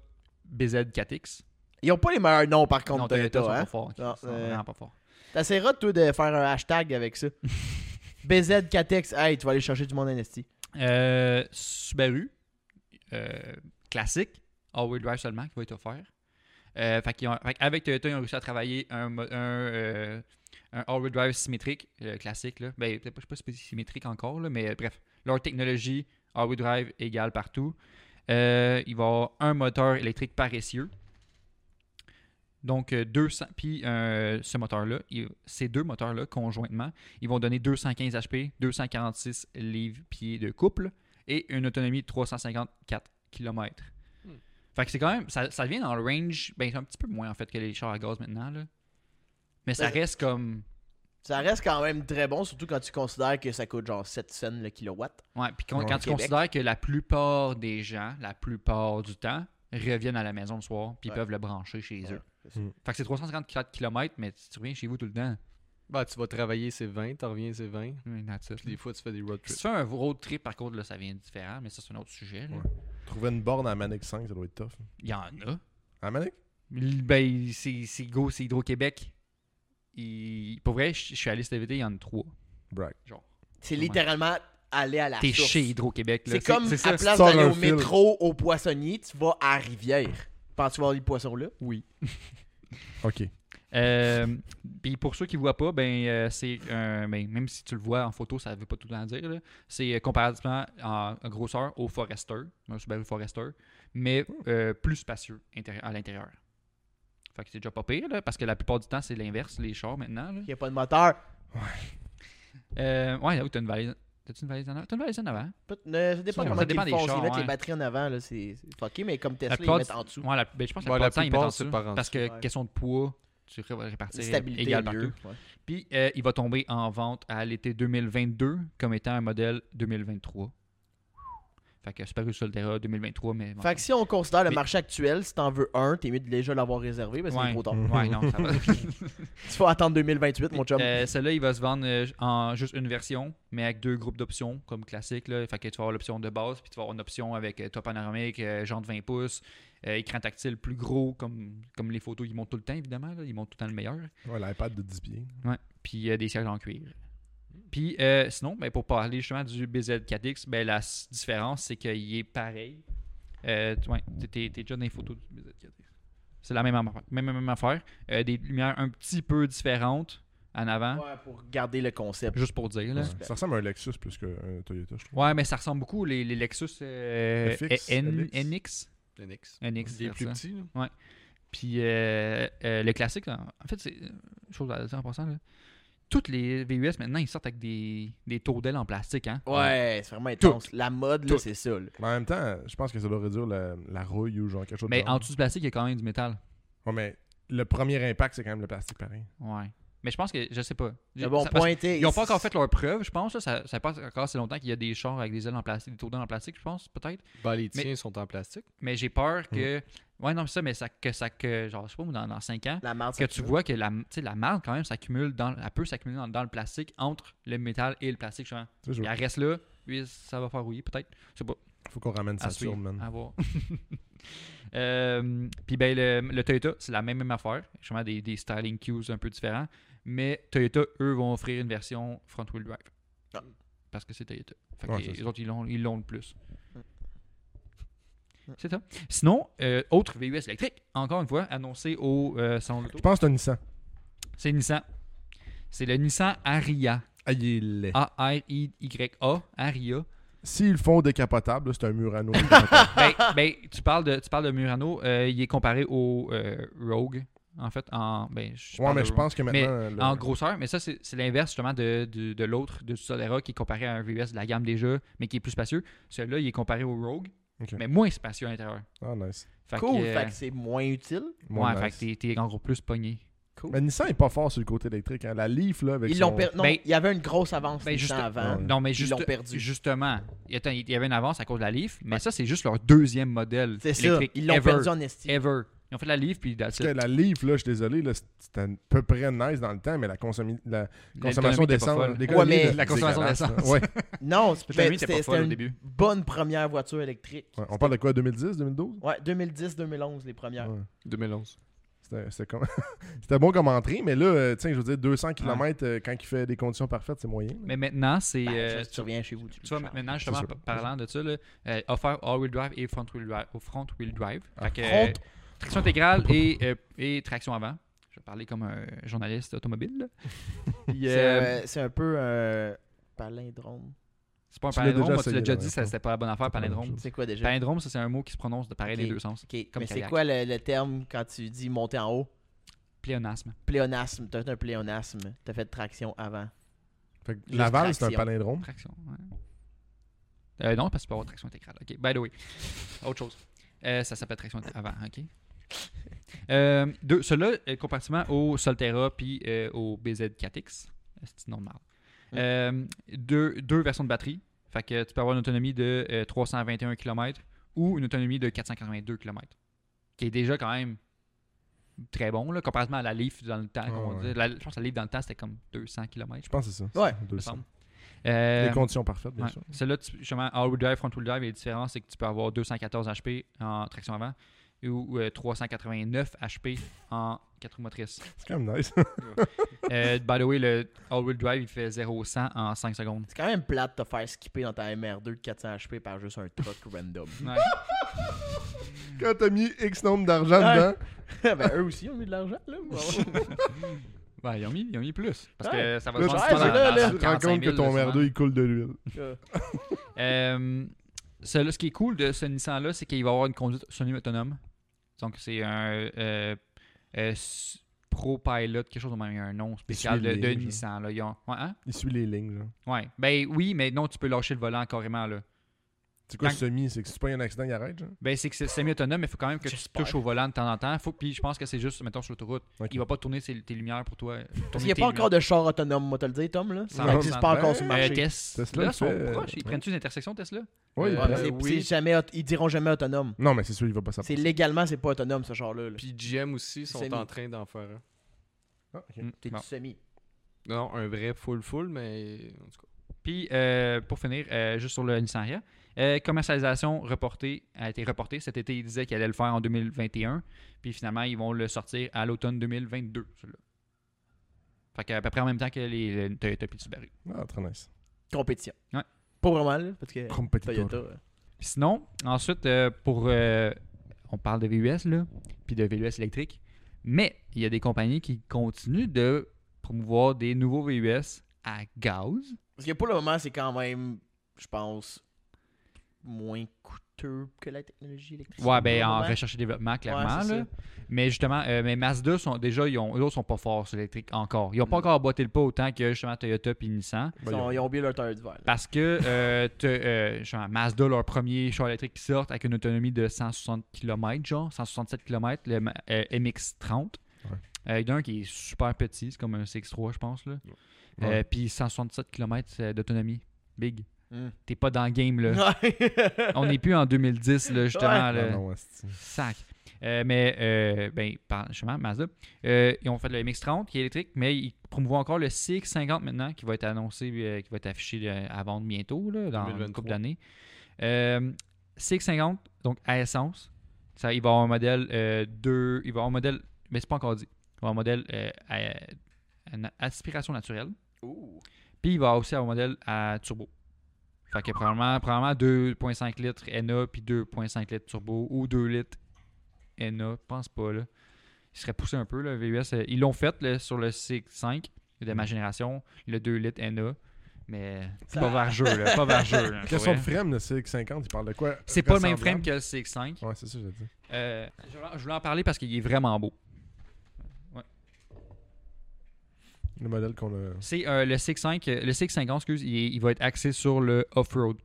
D: BZ4X.
A: Ils ont pas les meilleurs noms par contre,
D: Non,
A: Toyota.
D: Toyota, sont
A: hein?
D: pas forts.
A: Non,
D: Ils sont
A: euh,
D: vraiment pas forts.
A: T'essaieras, toi, de faire un hashtag avec ça. BZ4X, hey, tu vas aller chercher du monde NST.
D: Euh, Subaru, euh, classique, all-wheel drive seulement, qui va être offert. Euh, fait qu'ils ont- fait qu'avec Toyota, ils ont réussi à travailler un, mo- un, euh, un all-wheel drive symétrique, euh, classique. Là. Ben, peut-être pas- je sais pas si c'est symétrique encore, là, mais euh, bref, leur technologie, all-wheel drive égale partout. Euh, il va y avoir un moteur électrique paresseux. Donc, euh, 200. Puis, euh, ce moteur-là, il- ces deux moteurs-là, conjointement, ils vont donner 215 HP, 246 livres-pieds de couple et une autonomie de 354 km.
E: Hmm.
D: Fait que c'est quand même. Ça, ça devient dans le range. Ben, c'est un petit peu moins, en fait, que les chars à gaz maintenant, là. Mais ça
A: Ben,
D: reste comme.
A: Ça reste quand même très bon, surtout quand tu considères que ça coûte genre 7 cents le kilowatt.
D: Ouais, puis quand,
C: Ouais.
D: quand tu
A: Québec.
D: considères que la plupart des gens, la plupart du temps, reviennent à la maison le soir, puis ils
A: Ouais.
D: peuvent le brancher chez
A: Ouais,
D: eux.
A: c'est ça.
C: Hmm.
D: Fait que c'est 354 km, mais tu reviens chez vous tout le temps.
E: Bah, tu vas travailler, c'est 20, t'en reviens, c'est 20.
D: Mm, that's it.
E: Puis des fois, tu fais des road
D: Si
E: trips.
D: tu fais un road trip, par contre, là, ça vient différent, mais ça, c'est un autre sujet. là.
C: Ouais. Trouver une borne à Manic 5, ça doit être tough.
D: Il y en a.
C: À Manic
D: L- Ben, c'est c'est Go, c'est Hydro-Québec. Il- Pour vrai, je je suis allé cet été, il y en a trois.
C: Brag.
A: C'est littéralement aller à la
D: T'es
A: source.
D: chez Hydro-Québec. là.
A: C'est comme
D: c'est
A: à
D: ça.
A: place
C: sors
A: d'aller
C: un
A: au
C: fil.
A: métro au poissonnier, tu vas à Rivière. Penses-tu voir les poissons là?
D: Oui.
C: Ok.
D: Euh, Puis pour ceux qui ne voient pas, ben, euh, c'est un- ben, même si tu le vois en photo, ça ne veut pas tout le temps dire. là. C'est euh, comparativement en, en grosseur au Forester, un Subaru Forester, mais euh, plus spacieux intérie- à l'intérieur. Fait que c'est déjà pas pire, là, parce que la plupart du temps, c'est l'inverse, les chars maintenant. là.
A: Il n'y a pas de moteur.
D: Euh, ouais, oui, t'as une valise. T'as-tu une valise en avant? T'as une valise en avant?
A: Peut- ne- ça dépend
D: Ça
A: comment
D: dépend
A: ils
D: des
A: le font.
D: chars,
A: Ils mettent
D: ouais.
A: les batteries en avant, là, c'est c'est fucké, mais comme Tesla,
D: plupart
A: ils mettent
D: du-
A: en dessous.
D: Ouais, la- ben, je pense que
E: Ouais,
D: la plupart du
E: la
D: temps, ils mettent
E: plupart,
D: en
E: c'est
D: dessous.
E: par en
D: parce que
A: Ouais.
D: question de poids, tu ré- répartir
A: Stabilité
D: égal
A: est
D: partout.
A: mieux. Ouais.
D: Puis euh, il va tomber en vente à l'été 2022 comme étant un modèle 2023. Fait que Subaru Solterra 2023, mais.
A: Fait que si on considère le
D: Mais-
A: marché actuel, si t'en veux un, t'es mieux de déjà l'avoir réservé parce qu'il
D: ouais.
A: est trop tard.
D: Ouais, non, ça va.
A: Tu vas attendre 2028, mon chum.
D: Euh, Celle-là, il va se vendre euh, en juste une version, mais avec deux groupes d'options, comme classique. Là. Fait que tu vas avoir l'option de base, puis tu vas avoir une option avec euh, top panoramique, euh, genre de 20 pouces, euh, écran tactile plus gros, comme, comme les photos, ils montent tout le temps, évidemment. là. Ils montent tout le temps le meilleur.
C: Ouais, l'iPad de 10 pieds.
D: puis euh, des sièges en cuir. Puis euh, sinon, ben, pour parler justement du BZ4X, ben, la s- différence, c'est qu'il est pareil. Euh, tu- ouais, t'es- t'es t'es déjà dans les photos du BZ4X. C'est la même, affaire- même, même affaire. Euh, des lumières un petit peu différentes en avant,
A: Ouais, pour garder le concept.
D: juste pour dire. Là.
C: Ouais. Ça ressemble à un Lexus plus qu'un Toyota, je trouve.
D: Ouais, mais ça ressemble beaucoup les, les Lexus euh,
C: FX,
D: N-
C: LX.
D: NX.
E: Linux.
D: NX,
E: Des
D: c'est
E: plus
D: ça.
E: petits, là.
D: Puis euh, euh, le classique, en en fait, c'est euh, chose à dire en passant. là. Toutes les VUS maintenant, ils sortent avec des, des tours d'ailes en plastique. Hein?
A: Ouais, c'est vraiment intense. La mode, là,
D: Tout.
A: c'est ça. là.
C: Mais en même temps, je pense que ça doit réduire la, la rouille ou genre quelque chose
D: Mais
C: de
D: en dessous du plastique, il y a quand même du métal.
C: Ouais, mais le premier impact, c'est quand même le plastique pareil.
D: Ouais. Mais je pense que, je sais pas.
A: Le bon
D: Ça- parce
A: point était.
D: qu'ils n'ont pas encore fait leur preuve, je pense. là. Ça, ça passe encore assez longtemps qu'il y a des chars avec des ailes en plastique, des tours d'ailes en plastique, je pense, peut-être.
E: Ben, les
D: Mais-
E: tiens sont en plastique.
D: Mais j'ai peur que. Ouais, non, mais ça, mais ça, que ça, que, genre, je sais pas, moi, dans, dans 5 ans,
A: La marque,
D: que tu vois que la, tu sais, la marde, quand même, s'accumule, dans, elle peut s'accumuler dans, dans le plastique, entre le métal et le plastique, justement.
C: Tu sais, je-
D: Puis elle reste là, puis ça va faire rouiller, peut-être. Je sais pas.
C: faut qu'on ramène
D: à
C: ça sur,
D: suivre, Ah.
C: man.
D: à voir. Euh, Puis ben, le, le Toyota, c'est la même, même affaire. Justement, des, des styling cues un peu différents. Mais Toyota, eux, vont offrir une version front-wheel drive.
A: Ah.
D: Parce que c'est Toyota. Fait que
C: Ouais,
D: les-
C: c'est
D: les
C: ça.
D: autres, ils l'ont, ils l'ont le plus.
A: Mm.
D: C'est ça. Sinon, euh, autre VUS électrique, encore une fois, annoncé au euh, salon de l'auto.
C: Je pense que c'est un Nissan.
D: C'est Nissan. C'est le Nissan Aria.
C: Ah, il est laid.
D: A-R-I-Y-A. Aria.
C: S'ils le font décapotable, là, c'est un Murano.
D: ben, ben, tu, parles de, tu parles de Murano, euh, il est comparé au euh, Rogue, en fait. En, ben, je
C: ouais,
D: parle
C: mais
D: de
C: je
D: Rogue.
C: pense que maintenant. le-
D: En grosseur, mais ça, c'est c'est l'inverse justement de, de, de l'autre, de Solera, qui est comparé à un VUS de la gamme déjà, mais qui est plus spacieux. Celui-là, il est comparé au Rogue,
C: Ok.
D: mais moins spacieux à l'intérieur.
C: Ah, nice.
D: Fait que,
A: Cool,
D: euh,
A: fait que c'est moins utile.
C: Bon,
D: ouais,
C: nice.
D: fait que t'es- t'es en gros plus pogné.
C: Mais Nissan est pas fort sur le côté électrique. hein. La Leaf, là, avec
A: Ils
C: son...
A: l'ont per- Non,
D: Ben-
A: il y avait une grosse avance
D: Ben,
A: des
D: juste-
A: gens avant.
C: Ouais.
D: Non, mais juste,
A: l'ont perdu.
D: justement, il y a- il y avait une avance à cause de la Leaf, mais ça, c'est juste leur deuxième modèle
A: C'est ça.
D: électrique
A: Ils l'ont
D: ever.
A: perdu en estime.
D: Ever. Ils ont fait la Leaf, puis that's
C: Parce
D: it.
C: que la Leaf, là, je suis désolé, là, c'était à peu près nice dans le temps, mais la, consommi- la consommation hein.
D: L'autonomie était pas
C: d'essence.
D: folle.
C: l'économie
A: Ouais, mais-
C: de-
D: La consommation
C: dégueulasse,
D: d'essence.
C: là. Ouais.
A: Non, c'est-
D: L'autonomie
A: ben,
D: était pas
A: c'était
D: folle
A: c'était
D: au
A: une
D: début.
A: bonne première voiture électrique.
C: Ouais, On parle de quoi 2010, 2012
A: Ouais, 2010-2011, les premières.
C: Ouais.
E: 2011.
C: C'était- C'était comme- c'était bon comme entrée, mais là, euh, tiens, je veux dire, 200 km euh, quand il fait des conditions parfaites, c'est moyen. là.
D: Mais maintenant, c'est.
A: Ben,
D: euh,
A: juste, tu reviens chez vous. Tu,
D: Tu vois,
A: le
D: maintenant, justement,
C: C'est sûr.
D: par- parlant de ça, là, euh, offert all-wheel drive et front-wheel drive. Au front-wheel drive.
C: Ah,
D: Fait que,
A: front-
D: euh, traction intégrale et, euh, et traction avant. Je vais parler comme un journaliste automobile. là. Puis,
A: C'est,
D: euh,
A: euh, c'est un peu euh, palindrome.
D: c'est pas un
C: tu l'as
D: palindrome,
C: déjà
D: moi, tu l'as
C: essayé,
D: déjà
C: là,
D: dit,
C: ouais.
D: ça, c'était pas la bonne affaire,
C: pas la même
D: palindrome.
A: C'est quoi déjà
D: Palindrome, ça, c'est un mot qui se prononce de pareil les
A: Ok.
D: deux sens.
A: Ok,
D: comme
A: mais c'est
D: kayak.
A: quoi le, le terme quand tu dis monter en haut
D: Pléonasme.
A: Pléonasme. T'as fait un pléonasme. T'as fait traction avant.
C: Fait que
A: Juste
C: Laval, c'est un
A: traction.
C: palindrome.
D: Traction, ouais. Euh, non, parce que c'est pas avoir traction intégrale. OK, by the way. Autre chose. Euh, ça s'appelle traction intégrale avant, OK? Euh, deux, Ceux-là, euh, comparativement au Solterra puis euh, au BZ4X. C'est normal.
C: Mm.
D: Euh, deux, deux versions de batterie. Fait que tu peux avoir une autonomie de euh, 321 km ou une autonomie de 482 km. Qui est déjà quand même très bon, là, comparativement à la Leaf dans le temps.
C: Ah,
D: comme on
C: ouais.
D: disait. La- je pense que la Leaf dans le temps, c'était comme 200 km,
C: Je pense que c'est ça.
A: Ouais.
C: c'est
D: me
C: 200.
D: semble. Euh,
C: Les conditions parfaites, bien
D: Ouais.
C: sûr.
D: Celle-là, tu- justement, all-wheel drive, front-wheel drive, la différence, c'est que tu peux avoir 214 HP en traction avant ou euh, 389 HP en 4 roues motrices.
C: C'est quand même nice.
D: Euh, by the way, le all-wheel drive, il fait 0 100 en 5 secondes.
A: C'est quand même plate de te faire skipper dans ta MR2 de 400 HP par juste un truck random.
D: Ouais.
C: Quand t'as mis X nombre d'argent
A: Ouais.
C: dedans,
A: ben eux aussi ont mis de l'argent là.
D: Ouais, Ben, ils, ont mis, ils ont mis plus. Parce
A: Ouais.
D: que ça va
C: Là, tu-
D: se vendre
A: ouais,
D: souvent
A: c'est
D: dans-
A: là,
D: dans
A: là.
C: tu te rends
D: 45
C: compte
D: 000
C: que ton
D: souvent.
C: R2, il coule de l'huile.
D: Euh, celle-là, ce qui est cool de ce Nissan-là, c'est qu'il va avoir une conduite semi-autonome. Donc, c'est un euh, euh, s- Pro-Pilot, quelque chose de même, il y a un nom spécial de,
C: Celui-là,
D: de
C: genre.
D: Nissan. Là. Ils ont- Ouais, hein?
C: Il suit les lignes, genre.
D: Ouais. Ben oui, mais non, tu peux lâcher le volant carrément là.
C: C'est quoi
D: Quand-
C: semi C'est que si tu pognes un accident, il arrête, genre
D: Ben, c'est que c'est semi-autonome, mais il faut quand même que tu touches au volant de temps en temps. Faut, puis je pense que c'est juste, mettons, sur l'autoroute.
C: Ok.
D: Il va pas tourner ses- tes lumières pour toi.
A: Parce qu'il n'y a pas encore de char autonome, moi, te le dis, Tom. Là. Ça
D: Non.
A: n'existe pas encore
C: Ben,
A: sur le
D: Euh,
A: marché.
D: Tesla,
C: Tesla le
D: sont
C: fait. euh,
D: proches. Ils
C: Ouais. Mm.
D: prennent-tu une intersection, Tesla?
C: Ouais, il
D: Euh,
A: Ouais, mais
C: prend-
A: c'est-
E: oui.
A: c'est jamais aut- ils diront jamais autonome.
C: Non, mais c'est sûr, il va pas s'approcher.
A: C'est légalement, c'est pas autonome ce char-là. là.
E: Puis GM aussi sont
A: Semi.
E: en train d'en faire un.
C: Ah, ok.
D: Mm.
A: T'es
D: Bon.
A: du semi.
E: Non, un vrai full full, mais en tout cas.
D: Puis, euh, pour finir, euh, juste sur le Nissan Ria, euh, commercialisation reportée a été reportée. Cet été, ils disaient qu'ils allaient le faire en 2021. Puis finalement, ils vont le sortir à l'automne 2022, celui-là. Fait qu'à peu près en même temps que les le Toyota puis le Subaru.
C: Ah, très nice.
A: Compétition.
D: Ouais.
A: Pas vraiment, là, parce que
C: Compétiteur.
A: Toyota. euh,
D: Puis sinon, ensuite, euh, pour. euh, on parle de VUS, là, puis de VUS électrique. Mais il y a des compagnies qui continuent de promouvoir des nouveaux VUS à gaz.
A: Parce que pour le moment, c'est quand même, je pense, moins coûteux que la technologie électrique.
D: Ouais, ben en
A: Ouais,
D: recherche et développement, clairement.
A: c'est
D: là.
A: ça.
D: Mais justement, euh, mais Mazda sont déjà, ils ont, eux autres sont pas forts sur l'électrique encore.
A: Mm.
D: Ils ont pas encore botté le pas autant que justement Toyota puis Nissan.
A: Ils, ont, ils ont oublié leur tailleur d'hiver. là.
D: Parce que euh, te- euh, justement, Mazda, leur premier char électrique qui sort avec une autonomie de 160 km, genre 167 km, le Ma- euh, MX30.
C: Ouais.
D: Euh, il y en a un qui est super petit, c'est comme un CX3, je pense. là.
C: Ouais.
D: Euh, puis 167 km euh, d'autonomie. Big.
A: Mm.
D: T'es pas dans le game, là.
A: Ouais.
D: On n'est plus en 2010, là, justement.
A: Ouais.
D: là.
C: Ah non, asti.
D: Sac. Euh, mais, euh, ben, par, justement, Mazda, euh, ils ont fait le MX-30 qui est électrique, mais ils promouvoient encore le CX-50 maintenant qui va être annoncé, euh, qui va être affiché euh, à vendre bientôt, là, dans une
E: 2023.
D: couple d'années. Euh, CX-50, donc à essence, ça, il va avoir un modèle 2, il va avoir un modèle, mais c'est pas encore dit, il va avoir un modèle euh, à, à na- aspiration naturelle,
A: Ouh.
D: puis il va aussi avoir un modèle à turbo. Fait que probablement, probablement 2.5 litres NA puis 2.5 litres turbo ou 2 litres NA, je pense pas là. Il serait poussé un peu le VUS. euh, Ils l'ont fait là, sur le C5 de
C: Mm.
D: ma génération, le 2 litres NA, mais c'est
A: Ça-
D: pas vergeux là, pas vergeux. là,
C: Question
D: pour
C: de
D: vrai.
C: frame, le CX50, il parle de quoi
D: C'est pas le même frame
C: Ressemblable?
D: que le C5.
C: Ouais, c'est ça, je dit.
D: Euh, je voulais- je voulais en parler parce qu'il est vraiment beau.
C: Le modèle qu'on a.
D: C'est euh, le C5, euh, le C50, excuse, il, est- il va être axé sur le off-road.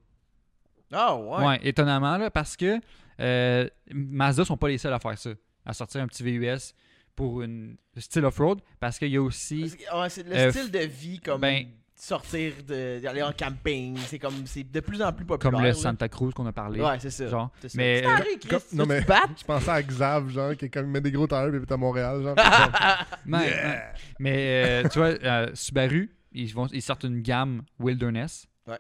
A: Ah,
D: Ouais.
A: ouais.
D: étonnamment, là, parce que euh, Mazda sont pas les seuls à faire ça, à sortir un petit VUS pour une style off-road, parce qu'il y a aussi.
A: Parce que, ouais, c'est le
D: Euh,
A: style de vie comme
D: ben-
A: sortir de d'aller en camping, c'est comme c'est de plus en plus populaire.
D: Comme le
A: là.
D: Santa Cruz qu'on a parlé.
A: Ouais, c'est ça.
D: Genre.
A: C'est ça.
D: Mais, euh,
A: C'est arrivé, Chris,
C: comme-
A: tu
C: non,
A: veux
C: mais-
A: te battre?
C: Je pensais à Xav, genre, qui est comme, il met des gros tailleurs, puis il est à Montréal, genre.
D: Mais, mais, euh, tu vois, euh, Subaru, ils, vont, ils sortent une gamme Wilderness.
A: Ouais.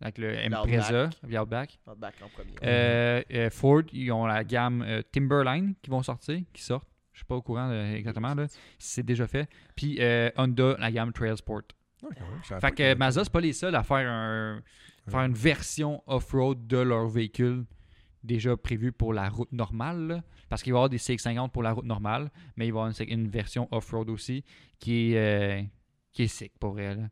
D: Avec le
A: L'Outback.
D: Impreza, l'Outback.
A: On te back en premier.
D: Euh, euh, Ford, ils ont la gamme euh, Timberline qui vont sortir, qui sortent. Je suis pas au courant euh, exactement là, si c'est déjà fait. Puis euh, Honda, la gamme Trailsport.
C: Ouais, quand même, je savais
D: Fait
C: pas
D: que Mazda, c'est pas les seuls à faire, un, faire une version off-road de leur véhicule déjà prévu pour la route normale. là. Parce qu'il va y avoir des CX-50 pour la route normale, mais il va y avoir une, une version off-road aussi qui est, euh, qui est sick pour elle.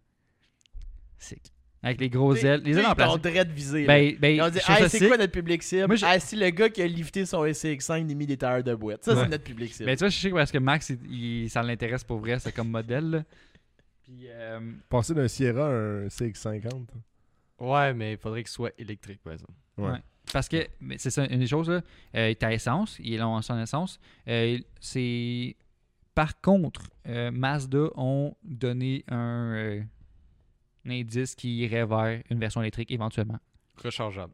D: Sick. Avec les gros ailes. Les ailes en
A: On
D: plastique.
A: dirait de viser. là.
D: Ben, ben,
A: Ils ont dit,
D: je trouve
A: Hey,
D: ça
A: c'est
D: sick.
A: quoi notre public cible?
D: Moi, j'ai-
A: Ah, si le gars qui a lifté son SCX5 il a mis des tailleurs de boîte. Ça,
D: Ouais.
A: c'est notre public cible.
D: Mais Ben, tu vois, je sais que parce que Max, il- il- ça l'intéresse pour vrai, c'est comme modèle. là. Puis, euh,
C: Passer d'un Sierra à un CX50.
E: Ouais, mais il faudrait qu'il soit électrique, par exemple.
C: Ouais.
D: Ouais. Parce que, mais c'est ça, une des choses, là, euh, ta essence, ils l'ont son essence. euh, c'est. Par contre, euh, Mazda ont donné un, euh, un indice qui irait vers une version électrique éventuellement.
E: Rechargeable.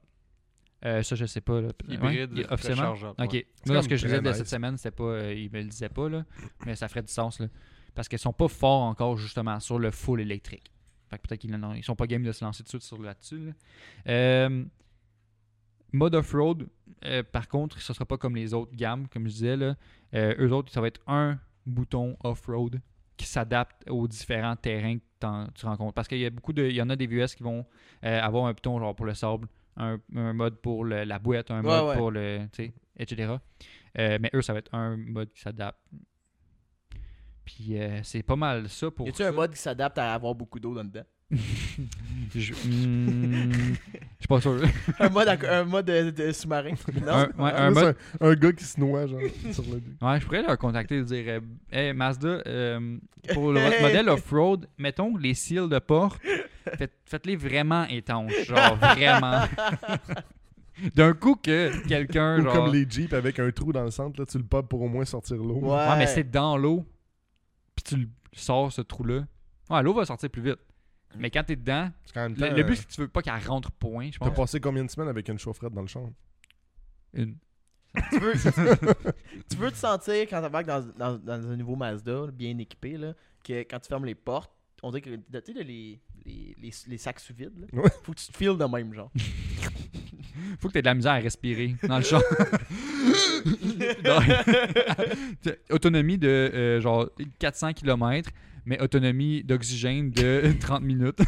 D: Euh, ça, je sais pas. Là.
E: Hybride,
D: Ouais, officiellement.
E: rechargeable.
D: Ok.
E: ouais.
D: Moi,
C: comme
D: ce que je
C: très
D: disais de
C: nice.
D: cette semaine, c'était pas. euh, ils me le disaient pas, là. Mais ça ferait du sens, là. Parce qu'ils sont pas forts encore, justement, sur le full électrique. Fait que peut-être qu'ils n'en- ils sont pas game de se lancer tout de suite sur là-dessus, là. Euh, mode off-road, euh, par contre, ce sera pas comme les autres gammes, comme je disais, là. Euh, eux autres, ça va être un bouton off-road qui s'adapte aux différents terrains que t'en- tu rencontres. Parce qu'il y a beaucoup de. Il y en a des VUS qui vont euh, avoir un bouton genre pour le sable, un, un mode pour le- la boîte, un
A: Ouais,
D: mode
A: ouais.
D: pour le. Tu sais, etc. Euh, mais eux, ça va être un mode qui s'adapte. Puis euh, c'est pas mal ça pour.
A: Y a-tu un mode qui s'adapte à avoir beaucoup d'eau dans dedans?
D: Je hmm, je suis pas sûr.
A: un mode, à- un mode euh, de, de sous-marin? Non?
D: Un- ouais,
C: Ah,
D: un
C: là, c'est
D: mode-
C: un, un gars qui se noie, genre, sur le
D: Ouais, je pourrais leur contacter et dire euh, Hey Mazda, euh, pour le- votre modèle off-road, mettons les cils de porte, faites- faites-les vraiment étanches. Genre vraiment. D'un coup que quelqu'un,
C: Ou
D: genre...
C: comme les Jeeps avec un trou dans le centre, là, tu le pop pour au moins sortir l'eau.
A: Ouais.
D: Ouais, mais c'est dans l'eau. Puis tu le sors, ce trou-là. Ouais, l'eau va sortir plus vite. Mais quand t'es dedans,
C: Parce qu'en même
D: le,
C: temps,
D: le but,
C: euh,
D: c'est que tu veux pas qu'elle rentre point, je
C: T'as
D: pense.
C: passé combien de semaines avec une chaufferette dans le champ?
D: Une.
A: tu, veux, tu veux te sentir quand t'embarques dans, dans, dans un nouveau Mazda, bien équipé, là, que quand tu fermes les portes, on dirait que tu sais, les, les, les, les sacs sous vide, là,
C: Ouais.
A: faut que tu te files de même, genre.
D: Faut que t'aies de la misère à respirer dans le char. Non. autonomie de euh, genre 400 km, mais autonomie d'oxygène de 30 minutes.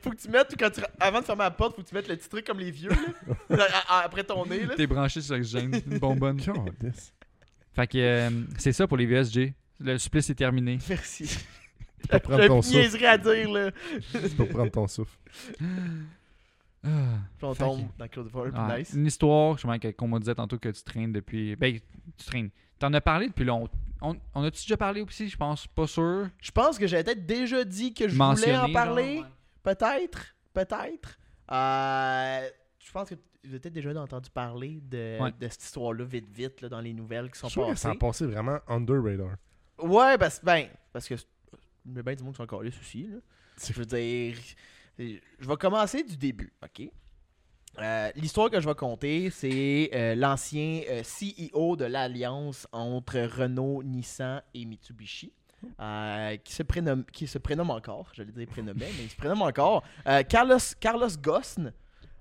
A: Faut que tu mettes, quand tu- avant de fermer la porte, faut que tu mettes le petit truc comme les vieux, là, à- à- après ton nez. Là.
D: T'es branché sur l'oxygène, une bonbonne.
C: Calice.
D: Fait que euh, c'est ça pour les VSG. Le supplice est terminé.
A: Merci.
C: peux prendre ton
A: J'ai une niaiserie à dire, là.
C: tu peux prendre ton souffle.
D: Ah.
A: Puis on
D: Fait
A: tombe dans Claude Ford, puis
D: Ouais.
A: nice.
D: Ah, Une histoire, je que qu'on me disait tantôt que tu traînes depuis. Ben, tu traînes. T'en as parlé depuis longtemps. On, on a-tu déjà parlé aussi, je pense? Pas sûr.
A: Je pense que j'avais peut-être déjà dit que je
D: Mentionné,
A: voulais en
D: genre,
A: parler.
D: ouais.
A: Peut-être, peut-être. Euh, je pense que vous avez peut-être déjà entendu parler de,
D: Ouais.
A: de cette histoire-là vite, vite, là, dans les nouvelles qui sont
C: Je trouve que ça a
A: passées.
C: passé vraiment under radar.
A: Ouais, parce, ben, parce que mais ben du monde qui sont encore là aussi. Là. Je veux dire, je vais commencer du début, OK? Euh, L'histoire que je vais conter, c'est euh, l'ancien euh, CEO de l'alliance entre Renault, Nissan et Mitsubishi, euh, qui, se prénomme, qui se prénomme encore, j'allais dire prénommé, mais il se prénomme encore, euh, Carlos, Carlos Ghosn,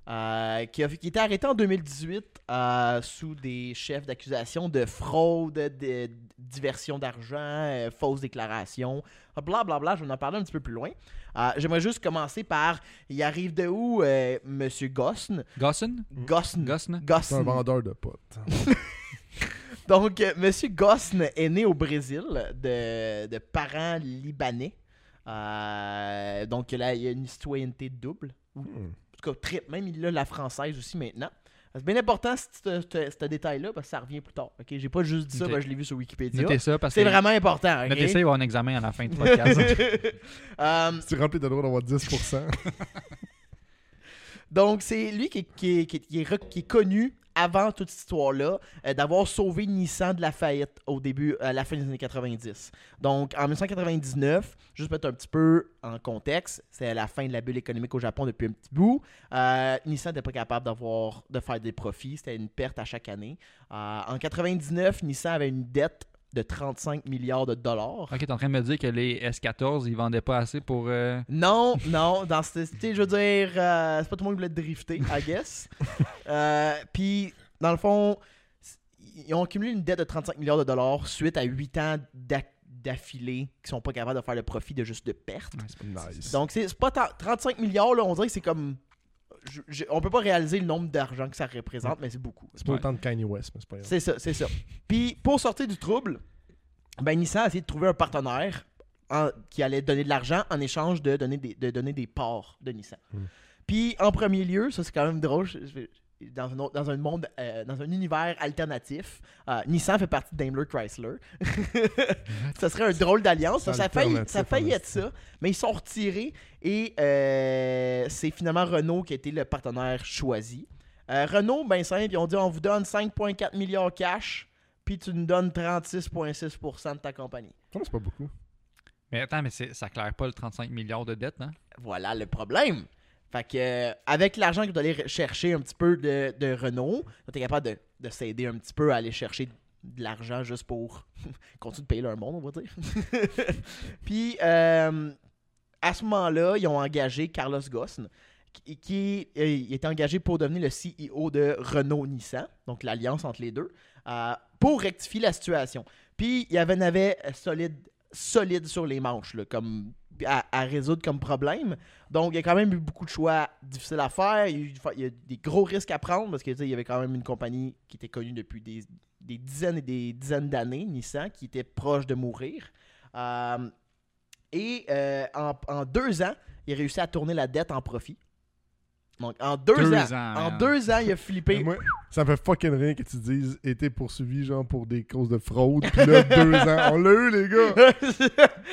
A: euh, qui, a, qui a été arrêté en 2018 euh, sous des chefs d'accusation de fraude, de- de diversion d'argent, euh, fausse déclaration, blablabla. je vais en parler un petit peu plus loin. Euh, J'aimerais juste commencer par il arrive de où euh, Monsieur Gosn
D: Gosson?
A: Gosn.
D: Gosson?
C: C'est un
A: Gosn.
C: vendeur de potes.
A: Donc, euh, Monsieur Gosn est né au Brésil de, de parents libanais. Euh, donc, là, il a une citoyenneté double. ou
C: Hmm.
A: en tout cas, trip. Même il a la française aussi maintenant. C'est bien important ce- ce ce- ce détail-là parce que ça revient plus tard. Ok, J'ai pas juste dit ça,
D: Ok.
A: parce que je l'ai vu sur Wikipédia.
D: Notez ça parce que.
A: C'est vraiment important. ok?
D: Notez ça, il va y avoir un examen à la fin du podcast. hein.
A: Euh,
C: Si tu remplis de droit d'avoir 10%,
A: donc, c'est lui qui, qui- qui- qui est, rec- qui est connu avant toute cette histoire-là euh, d'avoir sauvé Nissan de la faillite au début, à la fin des années 90. Donc, en 1999, juste mettre un petit peu en contexte, c'est la fin de la bulle économique au Japon depuis un petit bout. Euh, Nissan n'était pas capable d'avoir, de faire des profits. C'était une perte à chaque année. Euh, en 99, Nissan avait une dette de 35 milliards de dollars.
D: ok, t'es en train de me dire que les S14, ils vendaient pas assez pour. euh,
A: Non, non, dans ce, tu sais, je veux dire, euh, c'est pas tout le monde qui voulait drifter, I guess. Euh, Puis, dans le fond, c- ils ont accumulé une dette de 35 milliards de dollars suite à 8 ans d'ac- d'affilée qui sont pas capables de faire le profit de juste de pertes.
D: ouais, c'est pas-
C: nice.
A: Donc, c'est c'est pas tant- 35 milliards, là, on dirait que c'est comme. je- je- on peut pas réaliser le nombre d'argent que ça représente, mais c'est beaucoup.
C: c'est pas
D: Ouais.
C: autant de Kanye West, mais c'est pas grave.
A: C'est ça, c'est ça. Puis pour sortir du trouble, ben Nissan a essayé de trouver un partenaire en- qui allait donner de l'argent en échange de donner des, de donner des parts de Nissan.
C: Mm.
A: Puis en premier lieu, ça c'est quand même drôle, je- je- dans, un autre- dans un monde, euh, dans un univers alternatif, euh, Nissan fait partie de Daimler Chrysler. ça serait un drôle d'alliance. Ça, ça a failli- ça a failli être ça, mais ils sont retirés et euh, c'est finalement Renault qui a été le partenaire choisi. Euh, Renault, ben simple, ils ont dit on vous donne 5,4 milliards cash, puis tu nous donnes 36,6% de ta compagnie.
C: Non, c'est pas beaucoup.
D: Mais attends, mais c'est- ça claire pas le 35 milliards de dettes, non?
A: Voilà le problème. Fait que, euh, avec l'argent que vous allez re- chercher un petit peu de, de Renault, vous êtes capable de, de s'aider un petit peu à aller chercher de l'argent juste pour continuer de payer leur monde, on va dire. Puis, euh, à ce moment-là, ils ont engagé Carlos Ghosn, qui, qui, euh, il était engagé pour devenir le CEO de Renault-Nissan, donc l'alliance entre les deux, euh, pour rectifier la situation. Puis, il y avait un avait euh, solide, solide sur les manches, là, comme à, à résoudre comme problème. Donc, il y a quand même eu beaucoup de choix difficiles à faire. Il y a, eu- il y a eu des gros risques à prendre parce que, tu sais, il y avait quand même une compagnie qui était connue depuis des, des dizaines et des dizaines d'années, Nissan, qui était proche de mourir. Euh, et euh, en, en deux ans, il a réussi à tourner la dette en profit. Donc, en deux,
D: Deux
A: ans,
D: ans,
A: en
D: man.
A: deux ans, il a flippé.
C: Mais Ben, Moi, ça me fait fucking rien que tu dises été poursuivi genre pour des causes de fraude. Puis là, deux ans, on l'a eu, les gars.
D: Quand-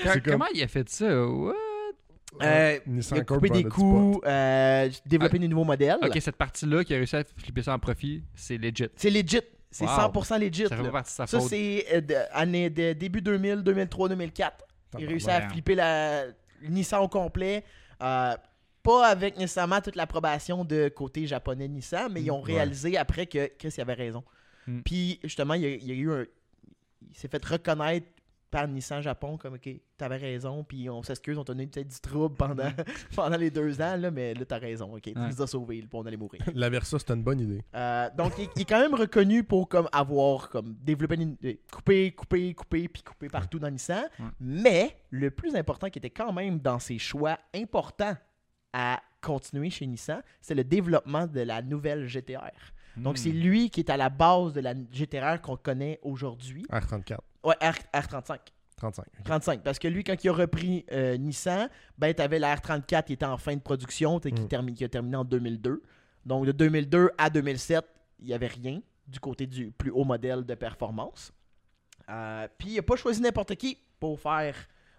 C: C'est comme-
D: Comment il a fait ça? What?
A: Euh,
C: Nissan
A: il a coupé
C: Corp
A: des
C: vendait du
A: coûts, euh, développé
D: Ah.
A: des nouveaux modèles.
D: Ok, cette partie-là qui a réussi à flipper ça en profit, c'est legit.
A: C'est legit. C'est
D: Wow.
A: 100% legit.
D: Ça fait
A: là.
D: pas partie de sa
A: Ça,
D: faute.
A: c'est euh, de- année de début 2000, 2003, 2004.
C: pot.
A: Il réussit à
D: merde.
A: flipper la Nissan au complet. euh, pas avec nécessairement toute l'approbation de côté japonais Nissan, mais ils ont
C: Ouais.
A: réalisé après que Chris il avait raison.
D: Mm.
A: Puis justement, il, y a, il y a eu un. Il s'est fait reconnaître par Nissan Japon comme OK, t'avais raison, puis on s'excuse, on t'a donné peut-être du trouble pendant, pendant les deux ans, là, mais là, t'as raison, OK, tu
D: Mm. Ouais.
A: nous as sauvés, là, puis on allait mourir.
C: La Versa, c'était une bonne idée.
A: Euh, donc, il, il est quand même reconnu pour comme, avoir comme, développé, une- euh, coupé, coupé, coupé, puis coupé partout dans Nissan.
D: Ouais.
A: Mais le plus important qui était quand même dans ses choix importants à continuer chez Nissan, c'est le développement de la nouvelle GTR. Donc,
D: Hmm.
A: c'est lui qui est à la base de la GTR qu'on connaît aujourd'hui.
C: R34.
A: Ouais, R, R35.
C: 35.
A: 35. Parce que lui, quand il a repris euh, Nissan, ben, tu avais la R34 qui était en fin de production, t'sais, qui,
C: Mm.
A: termine- qui a terminé en 2002. Donc, de 2002 à 2007, il n'y avait rien du côté du plus haut modèle de performance. Euh, Puis, il n'a pas choisi n'importe qui pour faire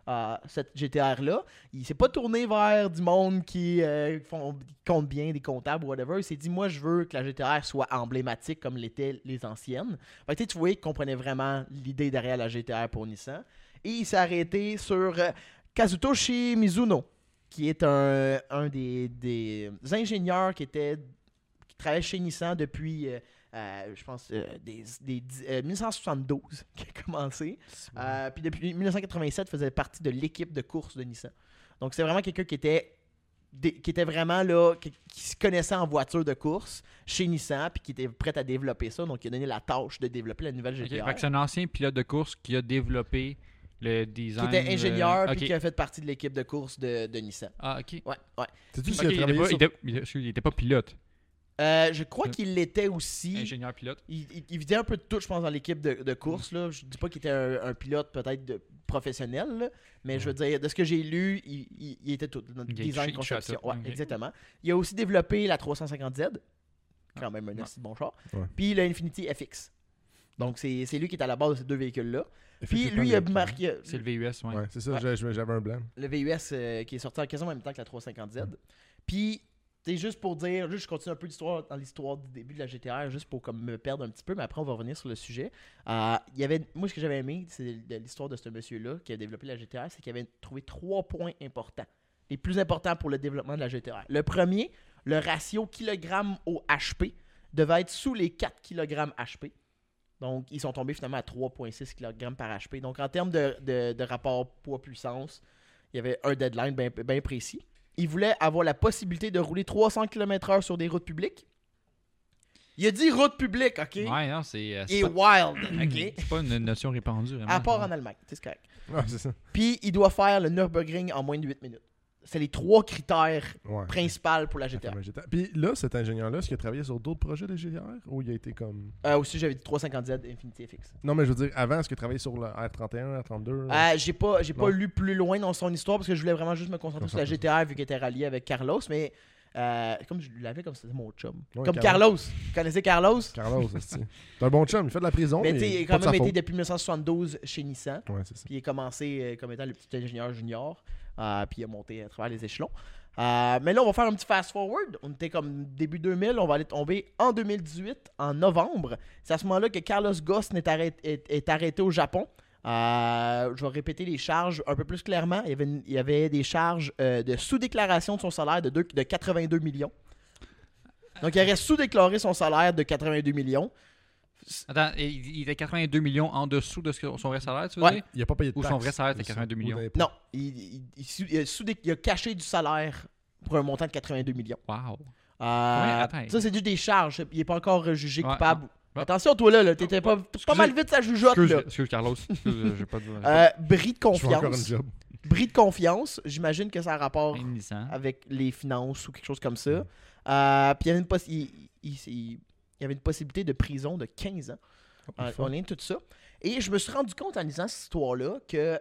A: euh, cette GTR-là. Il s'est pas tourné vers du monde qui euh, font, compte bien, des comptables ou whatever. Il s'est dit, moi, je veux que la GTR soit emblématique comme l'étaient les anciennes. Fait que, tu sais, tu voyais qu'il comprenait vraiment l'idée derrière la GTR pour Nissan. Et il s'est arrêté sur euh, Kazutoshi Mizuno, qui est un, un des, des ingénieurs qui était qui travaillait chez Nissan depuis, euh, euh, je pense, euh, des, des dix- euh, 1972 qui a commencé. Euh, puis depuis 1987, faisait partie de l'équipe de course de Nissan. Donc c'est vraiment quelqu'un qui était dé- qui était vraiment là, qui, qui se connaissait en voiture de course chez Nissan, puis qui était prêt à développer ça. Donc, il a donné la tâche de développer la nouvelle
D: Ok,
A: GTR.
D: fait que c'est un ancien pilote de course qui a développé le
A: qui
D: design.
A: était ingénieur
D: euh,
A: puis
D: ok.
A: qui a fait partie de l'équipe de course de, de Nissan.
D: Ah, ok.
A: Ouais, ouais.
C: Sais-tu
D: Ok,
C: s'il a
D: il était
C: travaillé
D: pas-
C: sur-
D: il était- il- excuse, il était pas pilote.
A: Euh, je crois
D: Mm.
A: qu'il l'était aussi.
D: Ingénieur pilote.
A: Il, il, il faisait un peu de tout, je pense, dans l'équipe de, de course. Là. Je dis pas qu'il était un, un pilote peut-être de- professionnel, là, mais je veux dire, de ce que j'ai lu, il, il- il était tout. Dans le
D: Il a touché-
A: design,
D: il touchait à
A: conception.
D: tout.
A: Ouais,
D: Ok.
A: Exactement. Il a aussi développé la 350Z,
D: Ah.
A: quand même un
D: Ouais.
A: assez bon char.
C: Ouais.
A: Puis l'Infinity FX. Donc, c'est c'est lui qui est à la base de ces deux véhicules-là. Puis
C: Effectivement,
A: lui, il a
C: le-
A: marqué.
D: hein. C'est le VUS, ouais.
C: Ouais, c'est ça, j'ai- j'avais un blanc.
A: le VUS euh, qui est sorti en quasiment en même temps que la 350Z. Puis, c'est juste pour dire, juste je continue un peu l'histoire dans l'histoire du début de la GTR, juste pour comme me perdre un petit peu, mais après on va revenir sur le sujet. Euh, il y avait, moi, ce que j'avais aimé, c'est de l'histoire de ce monsieur-là qui a développé la GTR, c'est qu'il avait trouvé trois points importants, les plus importants pour le développement de la GTR. Le premier, le ratio kilogramme au HP devait être sous les 4 kg HP. Donc, ils sont tombés finalement à 3,6 kg par HP. Donc, en termes de, de- de rapport poids-puissance, il y avait un deadline bien précis. Il voulait avoir la possibilité de rouler 300 km/h sur des routes publiques. Il a dit route publique, OK?
D: Ouais, non, c'est. euh, c'est
A: Et
D: pas-
A: wild, OK?
D: C'est pas une notion répandue, vraiment.
A: À part en Allemagne, c'est correct.
C: Ouais, c'est ça.
A: Puis, il doit faire le Nürburgring en moins de 8 minutes. C'est les trois critères
C: Ouais.
A: principaux pour la
C: Ça fait
A: GTR.
C: mal GTR. Puis là, cet ingénieur-là, est-ce qu'il a travaillé sur d'autres projets de GTR ou il a été comme.
A: Euh, aussi, j'avais dit 350Z Infinity FX.
C: Non, mais je veux dire, avant, est-ce qu'il a travaillé sur le R31, R32
A: Euh, j'ai pas, j'ai pas
C: Non.
A: lu plus loin dans son histoire parce que je voulais vraiment juste me concentrer sur la
C: Concentre-toi.
A: GTR vu qu'elle était ralliée avec Carlos, mais euh, comme je l'avais comme c'était mon chum.
C: Ouais,
A: comme
C: Carlos.
A: Carlos. Vous connaissez Carlos?
C: Carlos, c'est C'est un bon chum, il fait de la prison.
A: mais
C: Mais,
A: tu sais, il a
C: pas
A: quand
C: de sa
A: même été
C: faute.
A: depuis 1972 chez Nissan.
C: Ouais, c'est ça.
A: Puis il a commencé euh, comme étant le petit ingénieur junior. euh, puis il a monté à travers les échelons. Euh, mais là, on va faire un petit fast-forward. On était comme début 2000. On va aller tomber en 2018, en novembre. C'est à ce moment-là que Carlos Ghosn est, arrêt- est- est arrêté au Japon. Euh, je vais répéter les charges un peu plus clairement. Il y avait, une- il y avait des charges euh, de sous-déclaration de son salaire de, deux- de 82 millions. Donc, il aurait sous-déclaré son salaire de 82 millions.
D: Attends, et il il était 82 millions en dessous de ce que- son vrai salaire, tu veux
A: Ouais.
D: dire?
C: Il a pas payé de
D: Ou son
C: taxes,
D: vrai salaire, c'est
C: c'est ça,
D: 82 millions.
C: ou d'impôts.
A: Non, il, il- il sous- il a sous- il a caché du salaire pour un montant de 82 millions.
D: Wow.
A: Euh,
D: attends.
A: ça, c'est juste des charges. Il n'est pas encore euh, jugé
D: Ouais,
A: coupable.
D: ouais.
A: Attention, toi, là, là t'étais pas, pas
D: Excusez.
A: mal vite sa jugeote.
D: Excuse,
A: Là.
D: excuse, Carlos. Excuse, j'ai pas de.
A: Euh, bris de
C: Je fais encore une
A: confiance.
C: job.
A: Bris de confiance. J'imagine que ça a rapport
D: Une licence.
A: avec les finances ou quelque chose comme ça.
C: Mm.
A: Euh, Puis il y avait une possi- il- il- il- il y avait une possibilité de prison de 15 ans en, en lien de tout ça. Et je me suis rendu compte en lisant cette histoire-là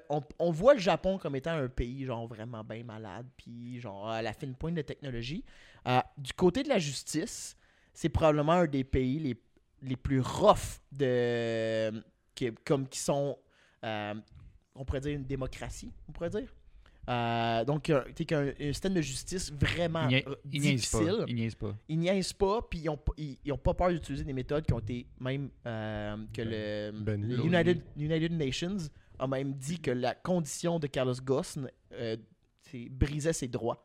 A: qu'on on voit le Japon comme étant un pays genre vraiment bien malade, puis genre à la fine pointe de technologie. Euh, du côté de la justice, c'est probablement un des pays les, les plus rough de que- comme qui sont euh, on pourrait dire une démocratie, on pourrait dire. Euh, donc, euh, t'es qu'un un système de justice vraiment
D: Il, nia-
A: euh,
D: il niaise
A: difficile.
D: pas. Il niaise pas.
A: Ils niaisent pas, puis ils ont, pas- ils, ils ont pas peur d'utiliser des méthodes qui ont été même euh,
C: Ben,
A: que le
C: banni.
A: le United, United Nations a même dit que la condition de Carlos Ghosn euh, c'est- brisait ses droits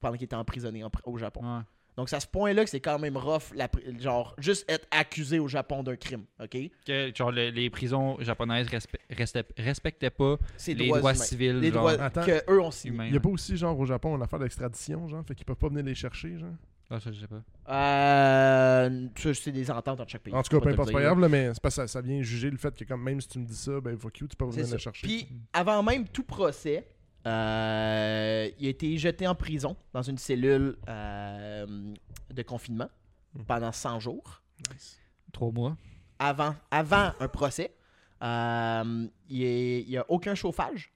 A: pendant qu'il était emprisonné en pri- au Japon.
C: Mm.
D: Ouais.
A: Donc, à ce point-là, que c'est quand même rough, la pri- genre, juste être accusé au Japon d'un crime, OK?
D: Que, genre, le- les prisons japonaises respe- respe- respectaient pas
A: C'est
D: les droits
A: humains.
D: civils.
A: Les
D: genre,
A: droits
C: Attends.
A: que eux ont signés.
D: humains.
C: Il y a pas aussi, genre, au Japon, une affaire d'extradition, genre, fait qu'ils peuvent pas venir les chercher, genre.
D: Ah, ça, je sais pas.
A: Euh, ça, c'est des ententes entre chaque pays.
C: En
A: Je
C: tout cas,
A: peux Ben, te
C: peu
A: le
C: importe, c'est
A: dire,
C: pas
A: là.
C: grave, là, mais c'est parce que ça, ça vient juger le fait que, comme, même si tu me dis ça, ben, fuck you, tu peux pas
A: C'est
C: venir
A: ça.
C: les chercher.
A: Puis, avant même tout procès, euh, il a été jeté en prison dans une cellule euh, de confinement pendant 100 jours.
D: Trois mois.
A: Avant, avant un procès, euh, il est- il n'y a aucun chauffage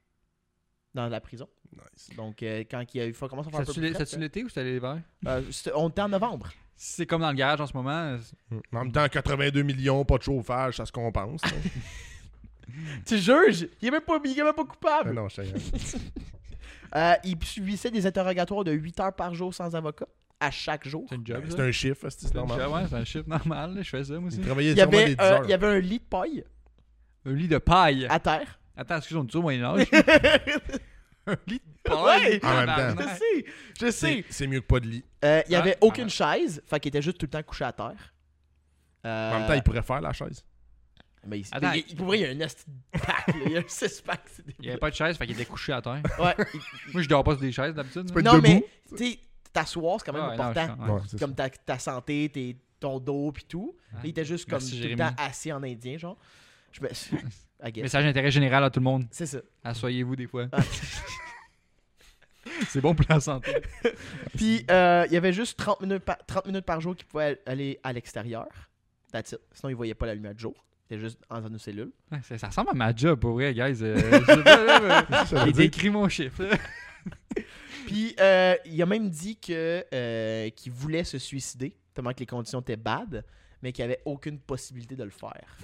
A: dans la prison.
C: Nice.
A: Donc, euh, quand il a eu, faut commencer à faire un peu
D: Ça-tu
A: plus
D: l'é-
A: frais,
D: ça-tu l'été ou c'était l'hiver?
A: ça. Euh, c'était- On était en novembre.
D: Si c'est comme dans le garage en ce moment, c'est-
C: Mm. En même temps, 82 millions, pas de chauffage, ça se compense. là.
A: Tu juges? Il est même pas, il est même pas coupable.
C: Ah non, je sais.
A: Euh, il subissait des interrogatoires de 8 heures par jour sans avocat, à chaque jour.
D: c'est une job.
C: C'est
D: ça.
C: un chiffre, c'est c'est
D: C'est un
C: normal.
D: chiffre, ouais, c'est un chiffre normal. là, Je fais ça, moi aussi.
C: Il travaillait
A: Il y, avait,
C: sûrement des 10
A: euh,
C: heures.
A: il y avait un lit de paille
D: Un lit de paille.
A: à terre.
D: Attends, excuse, on est au Moyen-Âge. un lit de
A: Ouais.
D: paille.
C: En même temps.
A: Je
D: tabarnak.
A: sais, je sais.
C: C'est- C'est mieux que pas de lit.
A: Euh, il y
D: Ah,
A: avait aucune
D: ah.
A: chaise, fait qu'il était juste tout le temps couché à terre. Euh,
C: En même temps, il pourrait faire la chaise.
A: mais il,
D: Attends.
A: il- pour vrai, il y a un esti de pack, là. il y a un six pack. c'est
D: Il n'y avait
A: débile.
D: pas de chaise, fait qu'il était couché à terre.
A: Ouais, il-
D: Moi, je dors pas sur des chaises d'habitude.
C: peux être
A: non,
C: debout.
A: mais tu sais, t'asseoir, c'est quand même
D: Ah, ouais, non,
A: important.
D: je- ouais.
C: c'est
A: comme ta, ta santé, tes- ton dos, puis tout.
D: Ah.
A: Il était juste comme
D: Merci,
A: tout le temps
D: Jérémy.
A: assis en indien, genre. Je me... I guess.
D: Message d'intérêt général à tout le monde.
A: C'est ça.
D: Assoyez-vous des fois.
A: Ah.
D: c'est bon pour la santé.
A: Puis, euh, il y avait juste 30 minutes, par, 30 minutes par jour qu'il pouvait aller à l'extérieur. That's it. Sinon, il voyait pas la lumière de jour. C'était juste dans une cellule.
D: Ouais, c'est- Ça ressemble à ma job, pour vrai, guys. Euh, je sais pas, là, mais-
C: Ça veut
D: Il
C: dire-
D: décrit mon chiffre.
A: Puis, euh, il a même dit que euh, qu'il voulait se suicider, tellement que les conditions étaient bad, mais qu'il n'y avait aucune possibilité de le faire.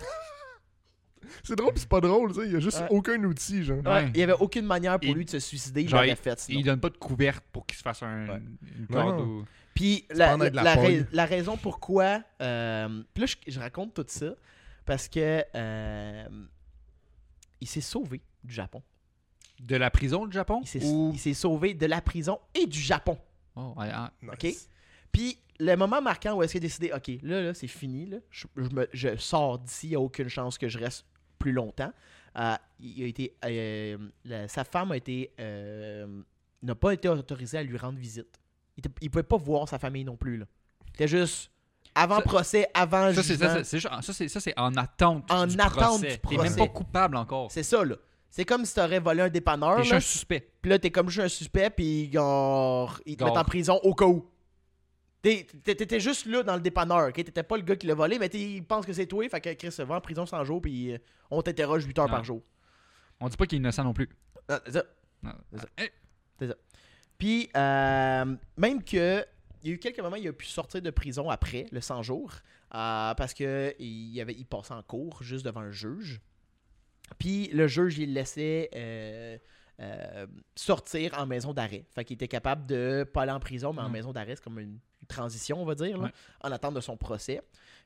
C: C'est drôle, pis c'est pas drôle, tu sais. Il y a juste
A: Ouais.
C: aucun outil, genre.
D: Ouais.
A: Il n'y avait aucune manière pour
D: Il-
A: lui de se suicider. Il
D: Genre,
A: l'aurait fait. sinon.
D: Il donne pas de couverte pour qu'il se fasse un,
A: Ouais.
D: une corde
C: Non,
D: ou...
A: Puis
C: Tu
A: la,
C: prends avec de la
A: la
C: pogne.
A: rais- la raison pourquoi. euh, puis là, je, je raconte tout ça parce que euh, il s'est sauvé du Japon.
D: de la prison du Japon.
A: Il s'est
D: ou...
A: il s'est sauvé de la prison et du Japon.
D: Oh, ouais, ah,
C: Nice.
A: Puis le moment marquant où est-ce qu'il a décidé, OK, là, là c'est fini, là, je, je me- je sors d'ici, il n'y a aucune chance que je reste plus longtemps. Euh, il a été, euh, la- sa femme a été, euh, n'a pas été autorisée à lui rendre visite. Il ne pouvait pas voir sa famille non plus. là. C'était juste avant
D: Ça-
A: procès, avant
D: Ça, c'est-
A: jugement.
D: ça, c'est- c'est juste- ça, c'est- ça, c'est en attente.
A: Ah, En
D: du
A: attente
D: procès.
A: du
D: T'es même
A: procès.
D: pas coupable encore.
A: C'est ça, là. C'est comme si tu aurais volé un dépanneur.
D: T'es juste
A: Là,
D: un suspect.
A: puis là, t'es comme juste un suspect, puis genre, ils te
D: Genre.
A: mettent en prison au cas où. T'es- t'es- T'étais juste là dans le dépanneur, ok? T'étais pas le gars qui l'a volé, mais t'es- ils pensent que c'est toi, fait que Chris se va en prison 100 jours, puis euh, on t'interroge 8 heures
D: Non.
A: par jour.
D: On dit pas qu'il est innocent non plus.
A: Ah, c'est ça.
D: Non.
A: C'est ça.
D: Eh,
A: Puis, euh, même que, il y a eu quelques moments, il a pu sortir de prison après le 100 jours, euh, parce que il, y avait, il passait en cours juste devant un juge. Puis, le juge, il le laissait euh, euh, sortir en maison d'arrêt. Fait qu'il était capable de pas aller en prison, mais en
D: Mm.
A: maison d'arrêt, c'est comme une transition, on va dire, là,
D: Ouais.
A: en attente de son procès.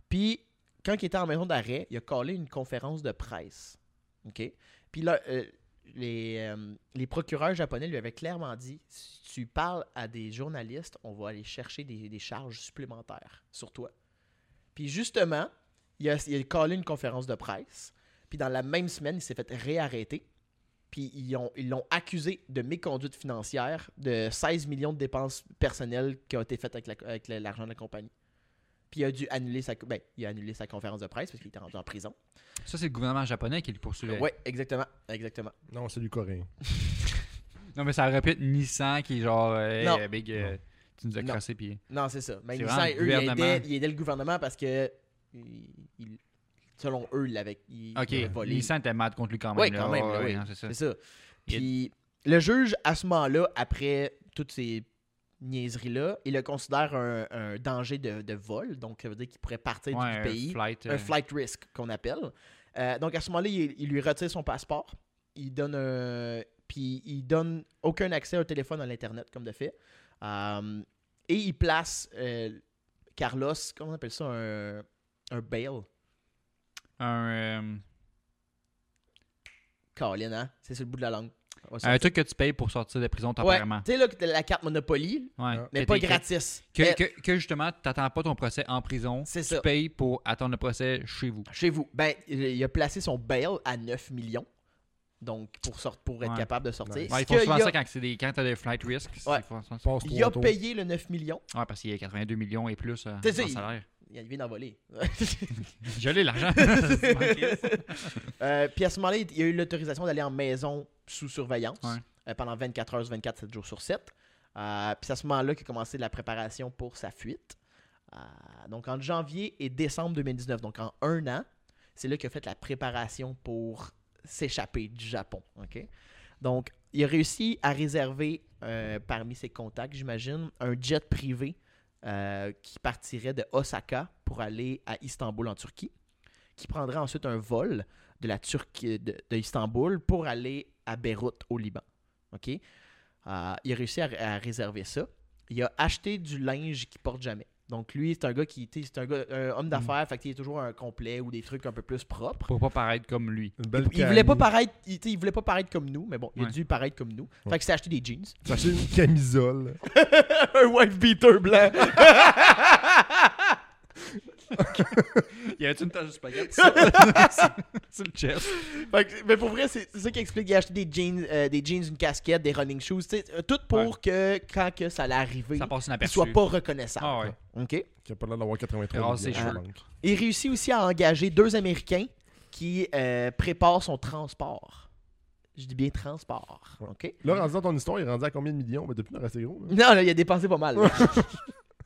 A: Puis, quand il était en maison d'arrêt, il a collé une conférence de presse. OK? Puis là, euh, les, euh, les procureurs japonais lui avaient clairement dit si tu parles à des journalistes, on va aller chercher des, des charges supplémentaires sur toi. Puis justement, il a, il a collé une conférence de presse. Puis dans la même semaine, il s'est fait réarrêter. Puis ils ont- ils l'ont accusé de méconduite financière de 16 millions de dépenses personnelles qui ont été faites avec la- avec la- l'argent de la compagnie. Puis il a dû annuler sa, ben, il a annulé sa conférence de presse parce qu'il était rendu en prison.
D: Ça, c'est le gouvernement japonais qui le poursuivait.
A: Ouais, exactement. Exactement.
C: Non, c'est du coréen.
D: Non, mais ça répète Nissan qui est genre. euh,
A: Non.
D: hey, Big, euh, tu nous as
A: Non.
D: crassé. Puis...
A: Non, c'est ça. Même
D: C'est
A: Nissan,
D: vraiment le
A: eux, ils
D: gouvernement.
A: aidaient, ils aidaient le gouvernement parce que ils- ils- selon eux, ils l'avaient ils-
D: Ok,
A: ils l'avaient volé.
D: Nissan était mad contre lui quand même.
A: Ouais,
D: là.
A: quand même,
D: Ouais,
A: là,
D: ouais,
A: oui.
D: non, c'est ça.
A: C'est ça.
D: Il y a-
A: Puis le juge, à ce moment-là, après toutes ces niaiseries-là, il le considère un, un danger de, de vol. Donc, ça veut dire qu'il pourrait partir
D: Ouais,
A: du
D: un
A: pays.
D: Flight,
A: un
D: euh,
A: flight risk qu'on appelle. Euh, donc à ce moment-là, il, il lui retire son passeport. Il donne un. puis il donne aucun accès au téléphone à l'Internet, comme de fait. Um, et il place euh, Carlos, comment on appelle ça, un, un bail.
D: Un, euh,
A: Colin, hein? C'est sur le bout de la langue. Ouais, ça
D: un
A: fait.
D: truc que tu payes pour sortir de prison
A: Ouais,
D: Euh, temporairement.
A: tu sais, là, que t'as la carte Monopoly,
D: Ouais.
C: Ah.
A: mais
D: Que
A: pas
D: t'es-
A: gratis.
D: Que,
A: Mais
D: que, que justement, t'attends pas ton procès en prison.
A: C'est
D: Tu
A: ça.
D: payes pour attendre le procès chez vous.
A: Chez vous. Ben, il il a placé son bail à 9 millions. Donc, pour, sort- pour être
D: Ouais.
A: capable de sortir.
D: Ouais,
A: Ce
D: ils font
A: que
D: souvent
A: il a-
D: ça quand c'est des- quand t'as des flight risks. c'est-
A: Ouais.
D: ils font ça.
C: Passe
A: Il a
C: trois tours.
A: payé le 9 millions.
D: Ouais, parce qu'il y a 82 millions et plus euh, en
A: T'sais, t'sais, il-
D: salaire.
A: Il vient d'en voler.
D: Je l'ai l'argent.
A: Euh, puis à ce moment-là, il il a eu l'autorisation d'aller en maison sous surveillance
D: Ouais.
A: euh, pendant 24 heures, 24, 7 jours sur 7. Euh, puis c'est à ce moment-là qu'a commencé la préparation pour sa fuite. Euh, donc en janvier et décembre 2019, donc en un an, c'est là qu'il a fait la préparation pour s'échapper du Japon. OK? Donc il a réussi à réserver euh, parmi ses contacts, j'imagine, un jet privé euh, qui partirait de Osaka pour aller à Istanbul en Turquie, qui prendrait ensuite un vol de la Turquie, de, de Istanbul pour aller à Beyrouth, au Liban. OK? Euh, il a réussi à, à réserver ça. Il a acheté du linge qu'il porte jamais. Donc, lui, c'est un gars qui, tu sais, c'est un, gars, un homme d'affaires, fait qu'il est toujours un complet ou des trucs un peu plus propres.
D: pour pas paraître comme lui.
C: Une belle
A: Il voulait pas
C: camis-
A: paraître, il, tu sais, il voulait pas paraître comme nous, mais bon, il a
D: Ouais.
A: dû paraître comme nous. Fait
C: Ouais.
A: qu'il s'est acheté des jeans.
C: T'as acheté une camisole.
A: un wife beater blanc.
D: Y avait-tu une tache de spaghetti? C'est le chest.
A: Fait que- mais pour vrai, c'est c'est ça qui explique. Il a acheté des jeans, euh, des jeans, une casquette, des running shoes, tu sais, euh, tout pour que quand que ça allait arriver,
D: Ça passe
A: il
D: inaperçu.
A: soit pas reconnaissable.
D: Ah ouais.
A: OK?
C: Qui a pas l'air d'avoir
D: Il
C: 83
D: rase ses
C: millions à la
D: cheveux.
C: banque.
A: Il réussit aussi à engager deux Américains qui euh, préparent son transport. Je dis bien transport.
C: Ouais.
A: OK?
C: Là, rendu dans ton histoire, il est rendu à combien de millions? Mais depuis, il est resté gros. hein. là.
A: Non, là, il a dépensé pas mal. là.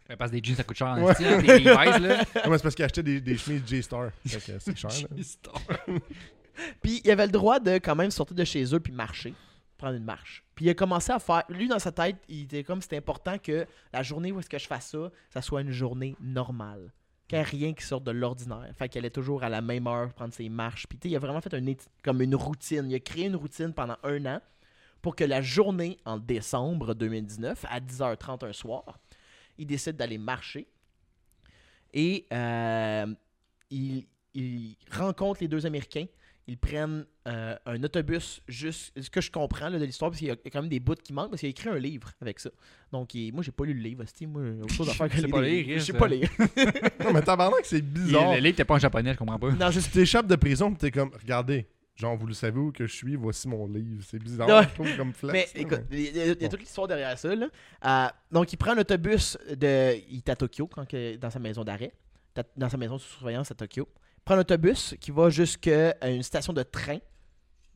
D: Ouais, Parce que des jeans, ça coûte cher en
C: Ouais.
D: style. Des Levi's, là.
C: Non, mais c'est parce qu'il achetait des, des chemises J-Star. Fait que c'est cher, là.
A: Puis il avait le droit de quand même sortir de chez eux puis marcher, prendre une marche. Puis il a commencé à faire. Lui, dans sa tête, il était comme c'était important que la journée où est-ce que je fasse ça, ça soit une journée normale. Qu'il n'y ait rien qui sorte de l'ordinaire. Fait qu'il allait toujours à la même heure prendre ses marches. Puis tu sais, il a vraiment fait un éti- comme une routine. Il a créé une routine pendant un an pour que la journée en décembre 2019, à 10h30 un soir, il décide d'aller marcher. Et euh, il, il rencontre les deux Américains ils prennent euh, un autobus juste ce que je comprends là, de l'histoire parce qu'il y a quand même des bouts qui manquent parce qu'il a écrit un livre avec ça donc il- moi j'ai pas lu le livre hostie. moi j'ai autre chose à faire que
D: Je sais pas
A: des
D: lire,
A: livres. je sais
D: ça.
A: pas lire
C: Non, mais tabarnak, c'est bizarre.
D: Le livre, t'es pas en japonais, je comprends pas.
A: non je
C: Tu t'échappes de prison, pis t'es comme, regardez, genre, vous le savez où que je suis, voici mon livre. C'est bizarre,
A: Ouais.
C: je trouve, comme flex.
A: mais
C: là,
A: écoute il y a, il y a
C: Bon.
A: toute l'histoire derrière ça là. Euh, donc il prend l'autobus de il est à Tokyo quand que- dans sa maison d'arrêt Ta- dans sa maison sous surveillance à Tokyo Il prend l'autobus qui va jusqu'à une station de train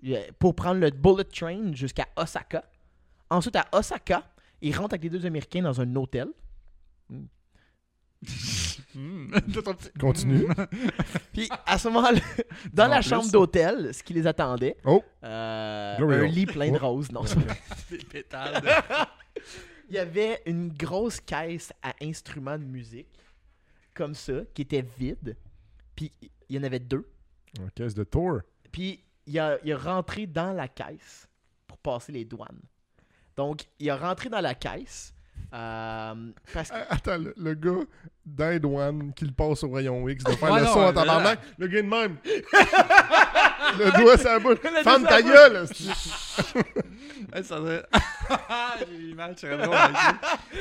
A: euh, pour prendre le bullet train jusqu'à Osaka ensuite à Osaka il rentre avec les deux Américains dans un hôtel
D: Hmm.
C: Continue.
A: Puis à ce moment-là, dans
D: Non,
A: la
D: plus.
A: chambre d'hôtel, ce qui les attendait,
C: Oh.
A: euh,
C: Glory
A: un
C: hole.
A: lit plein de roses, non, c'est pas-
D: Des pétales.
A: il y avait une grosse caisse à instruments de musique, comme ça, qui était vide. Puis il y en avait deux.
C: En caisse de tour.
A: Puis il a, il a rentré dans la caisse pour passer les douanes. Donc il a rentré dans la caisse. euh, parce que-
C: Ah, Attends, le, le gars d'un douane qui le passe au rayon X de faire
D: Ouais,
C: le
D: non,
C: son
D: là,
C: à tabarnak, le gars de même. le doigt sur la bouche. Ferme ta gueule! hostie.
D: J'ai l'image, c'est vraiment drôle.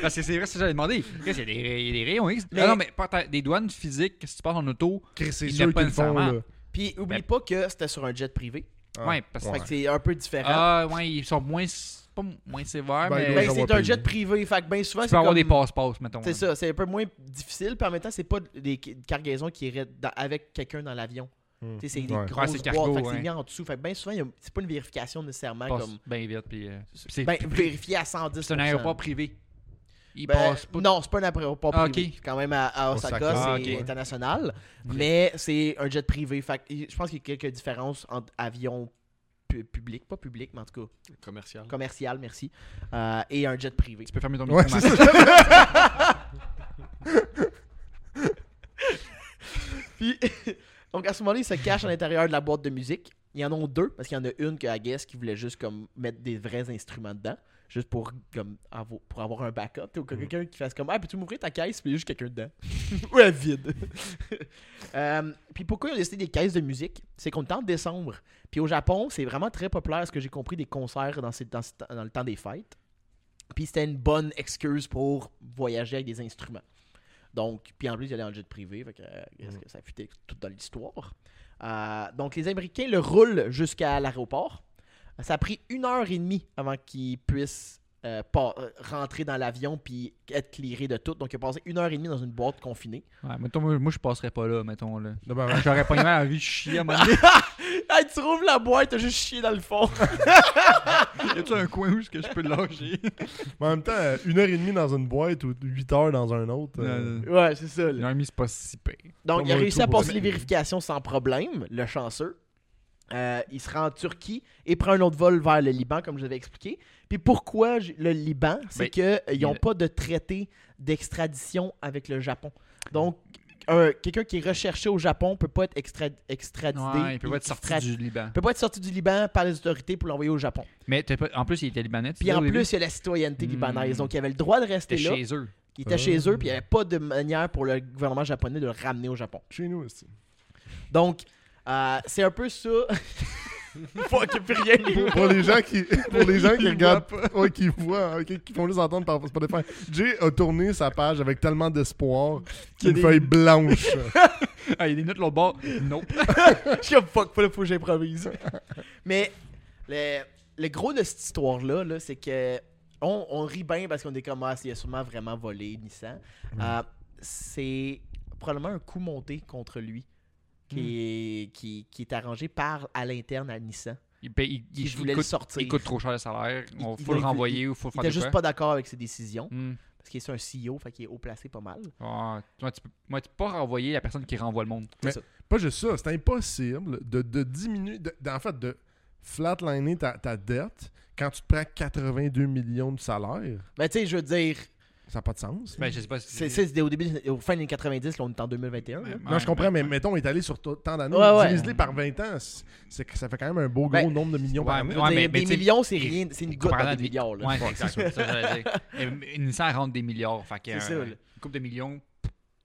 D: Parce que c'est vrai, c'est ça que j'avais demandé. Qu'est-ce qu'il y a des ray- il y a des rayons X?
A: Mais-
D: Ah non, mais par ta- des douanes physiques, si tu passes en auto,
C: Chris, c'est
D: Il
C: sûr
D: l'a pas
C: qu'ils le font,
D: nécessairement.
C: là.
A: Puis oublie
D: Ben-
A: pas que c'était sur un jet privé.
C: Ah,
D: ouais, parce que
A: Fait que c'est un peu différent.
D: Ah, ouais, ils sont moins, pas moins sévères,
C: Ben,
D: mais
C: ils
A: Ben,
C: doivent
A: c'est
C: avoir
A: un
C: payé.
A: jet privé, fait que bien souvent,
D: tu
A: c'est
D: peux avoir
A: comme...
D: des passe-passe, mettons.
A: C'est ça, c'est un peu moins difficile, puis en même temps, c'est pas des ca- cargaisons qui iraient dans- avec quelqu'un dans l'avion.
C: Hmm.
A: Tu sais, C'est des
C: Ouais.
A: grosses
D: Ouais, c'est le
A: boîtes,
D: cargo,
A: fait que c'est
D: ouais.
A: mis en dessous. Fait que bien souvent, il y a- c'est pas une vérification nécessairement
D: Passe
A: comme.
D: bien vite, puis euh, puis c'est
A: Ben, vérifié à 110
D: c'est un aéroport privé. Ils
A: Ben,
D: passent pas.
A: Non, c'est pas un aéroport
D: Ah,
A: privé.
D: ok.
A: C'est Quand même à, à Osaka,
C: Osaka,
A: c'est
D: ah, ok.
A: international. Mais c'est un jet privé. Fait que je pense qu'il y a quelques différences entre avion pu- public, pas public, mais en tout cas
E: Commercial.
A: commercial, merci, euh, et un jet privé.
D: Tu peux fermer ton
C: Ouais,
D: micro,
C: c'est ça.
A: Puis, Donc à ce moment-là, ils se cachent à l'intérieur de la boîte de musique. Ils en ont deux, parce qu'il y en a une que I guess qui voulait juste comme mettre des vrais instruments dedans, juste pour comme avo- pour avoir un backup, ou que quelqu'un qui fasse comme Ah, peux-tu m'ouvrir ta caisse Puis il y a juste quelqu'un dedans. ou elle vide. Euh, puis pourquoi ils ont décidé des caisses de musique C'est qu'on est en décembre. Puis au Japon, c'est vraiment très populaire, ce que j'ai compris, des concerts dans, ces- dans ce- dans le temps des fêtes. Puis c'était une bonne excuse pour voyager avec des instruments. Donc, puis en plus, il allait en jet privé, fait que, euh, est-ce que ça fitait tout dans l'histoire. Euh, donc, les Américains le roulent jusqu'à l'aéroport. Ça a pris une heure et demie avant qu'ils puissent euh, pas- euh, rentrer dans l'avion puis être clearés de tout. Donc, il a passé une heure et demie dans une boîte confinée.
D: Ouais, mettons, moi, moi, je passerais pas là, mettons. Là.
C: D'abord, ouais.
D: J'aurais pas eu mal envie de chier à mon
A: Hey, tu rouvres la boîte, t'as juste chié dans le fond.
D: Y a-tu un coin où est-ce que je peux le lâcher
C: Mais en même temps, euh, une heure et demie dans une boîte ou huit heures dans un autre. euh,
D: Non, non.
A: Ouais, c'est ça. là.
D: Une heure et demie, c'est pas si pire.
A: Donc,
C: Pas
A: il a
C: moi
A: réussi
C: tout
A: à
C: pour
A: passer
C: ça.
A: les vérifications sans problème, le chanceux. Euh, il se rend en Turquie et prend un autre vol vers le Liban, comme je l'avais expliqué. Puis pourquoi j- le Liban C'est
D: Ben,
A: qu'ils n'ont
D: il-
A: pas de traité d'extradition avec le Japon. Donc, un- quelqu'un qui est recherché au Japon peut pas être extra- extradité.
D: Ouais, il peut pas être sorti
A: extra-
D: du Liban.
A: peut pas être sorti du Liban par les autorités pour l'envoyer au Japon.
D: Mais t'as pas- en plus, il était libanais. tu
A: Puis
D: disais,
A: en
D: au début?
A: plus, il y a la citoyenneté
D: Hmm.
A: libanaise. Donc, il avait le droit de rester
D: c'était
A: là.
D: chez eux.
A: Il était chez eux, puis il n'y avait pas de manière pour le gouvernement japonais de le ramener au Japon.
C: Chez nous aussi.
A: Donc, euh, c'est un peu ça. Fuck, y'a plus rien.
C: Pour, pour les gens qui, pour les gens qui regardent, ouais, qui voient, hein, qui, qui font juste entendre par Spotify, Jay a tourné sa page avec tellement d'espoir
A: Qu'il y a
C: qu'une
A: des-
C: feuille blanche.
D: Ah, il y a des notes de l'autre bord. Non.
A: Je suis comme fuck, faut, faut que j'improvise. Mais le, le gros de cette histoire-là, là, c'est que on, on rit bien parce qu'on est comme ah, il a sûrement vraiment volé Nissan. Euh, c'est probablement un coup monté contre lui. Mhm. Qui, est, qui, qui est arrangé par à l'interne à Nissan.
D: Il, paye- il,
A: Qui
D: il-
A: voulait
D: il
A: le
D: coûte,
A: sortir.
D: il coûte trop cher le salaire. On,
A: Il-
D: faut le
A: il-
D: renvoyer ou faut
A: Il
D: faire
A: était
D: de
A: juste
D: quoi.
A: pas d'accord avec ses décisions.
D: Hmm.
A: Parce qu'il est un CEO, fait qu'il est haut placé pas mal.
D: Ah, toi, tu peux, moi, tu peux pas renvoyer la personne qui renvoie le monde.
C: Pas juste ça, c'est impossible de, de diminuer, de- de- en fait, de flatliner ta, ta dette quand tu te prends 82 millions de salaire.
A: Mais tu sais, je veux dire,
C: Ça n'a pas de sens.
D: Ben, je sais pas si
A: c'est c'est au début, au fin des 90, là, on est en 2021. là.
C: non, je comprends, mais mettons, étalé sur t- tant d'années,
A: Ouais, ouais.
C: divise-les par 20 ans, c'est- c'est que ça fait quand même un beau gros
A: Ben,
C: nombre de millions par
D: ouais,
C: année.
A: Je veux dire,
D: mais- mais
A: des
D: tu sais,
A: millions, c'est rien, c'est une goutte
D: comparé
A: dans
D: à
A: des
D: des-
A: milliards. là.
D: Ouais, c'est exact. C'est ça, que j'allais dire. Et- et Nissan rentre des milliards. Fait que,
A: C'est ça,
D: euh,
A: là.
D: Une couple de millions,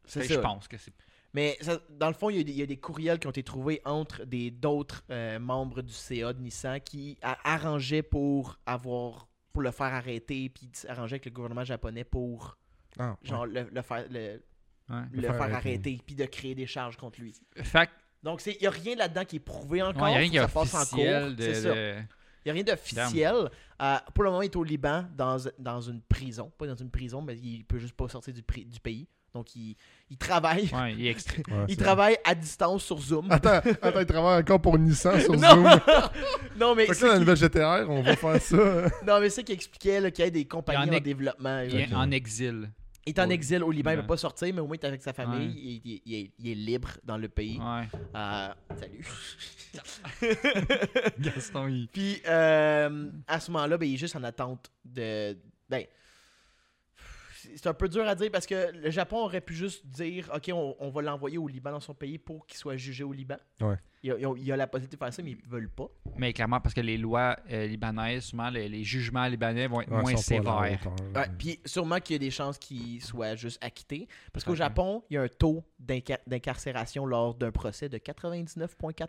A: C'est
D: Ben, je
A: ça.
D: pense que c'est.
A: Mais ça- dans le fond, il y, a des- il y a des courriels qui ont été trouvés entre des d'autres euh, membres du CA de Nissan qui a- arrangeaient pour avoir pour le faire arrêter puis arranger avec le gouvernement japonais pour
C: Ah, ouais.
A: genre le, le faire le,
D: Ouais.
A: le faire arrêter puis de créer des charges contre lui.
D: Fait que,
A: Donc c'est- il n'y a rien là-dedans qui est prouvé encore,
D: ouais, y a
A: faut
D: rien
A: que
D: qui est
A: ça passe en cours.
D: officiel de.
A: c'est ça.
D: de-
A: Il n'y a rien d'officiel. Euh, pour le moment, il est au Liban, dans, dans une prison. Pas dans une prison, mais il peut juste pas sortir du, pri- du pays. Donc, il, il travaille.
D: Ouais, il est extra-
C: Ouais,
A: il
C: c'est-
A: travaille à distance sur Zoom.
C: Attends, attends, il travaille encore pour Nissan sur
A: Non.
C: Zoom.
A: non, mais
C: Fait que
A: c'est
C: là, la nouvelle GTR, on va faire ça.
A: non, mais c'est ça qui expliquait là, qu'il y a des
D: Il
A: compagnies
D: y en
A: en,
D: a-
A: développement.
D: il est
A: là.
D: en exil.
A: Il est en
D: Ouais.
A: exil au Liban, il ne
D: Ouais.
A: peut pas sortir, mais au moins il est avec sa famille.
D: Ouais.
A: Il, il- il est, il est libre dans le pays.
D: Ouais.
A: Euh, salut.
D: Gaston, il.
A: Puis euh, à ce moment-là, ben, il est juste en attente de. Ben, c'est c'est un peu dur à dire parce que le Japon aurait pu juste dire Ok, on, on va l'envoyer au Liban dans son pays pour qu'il soit jugé au Liban.
C: Ouais.
A: Il y a, ils ont- il y a la possibilité de faire ça, mais ils veulent pas.
D: Mais clairement, parce que les lois euh, libanaises, souvent, les, les jugements libanais vont être
C: Ouais,
D: moins
C: ils sont pas à la
D: sévères.
C: hauteur.
A: Ouais, Puis sûrement qu'il y a des chances qu'il soit juste acquitté. Parce qu'au
D: Ouais.
A: Japon, il y a un taux d'inca- d'incarcération lors d'un procès de 99,4%.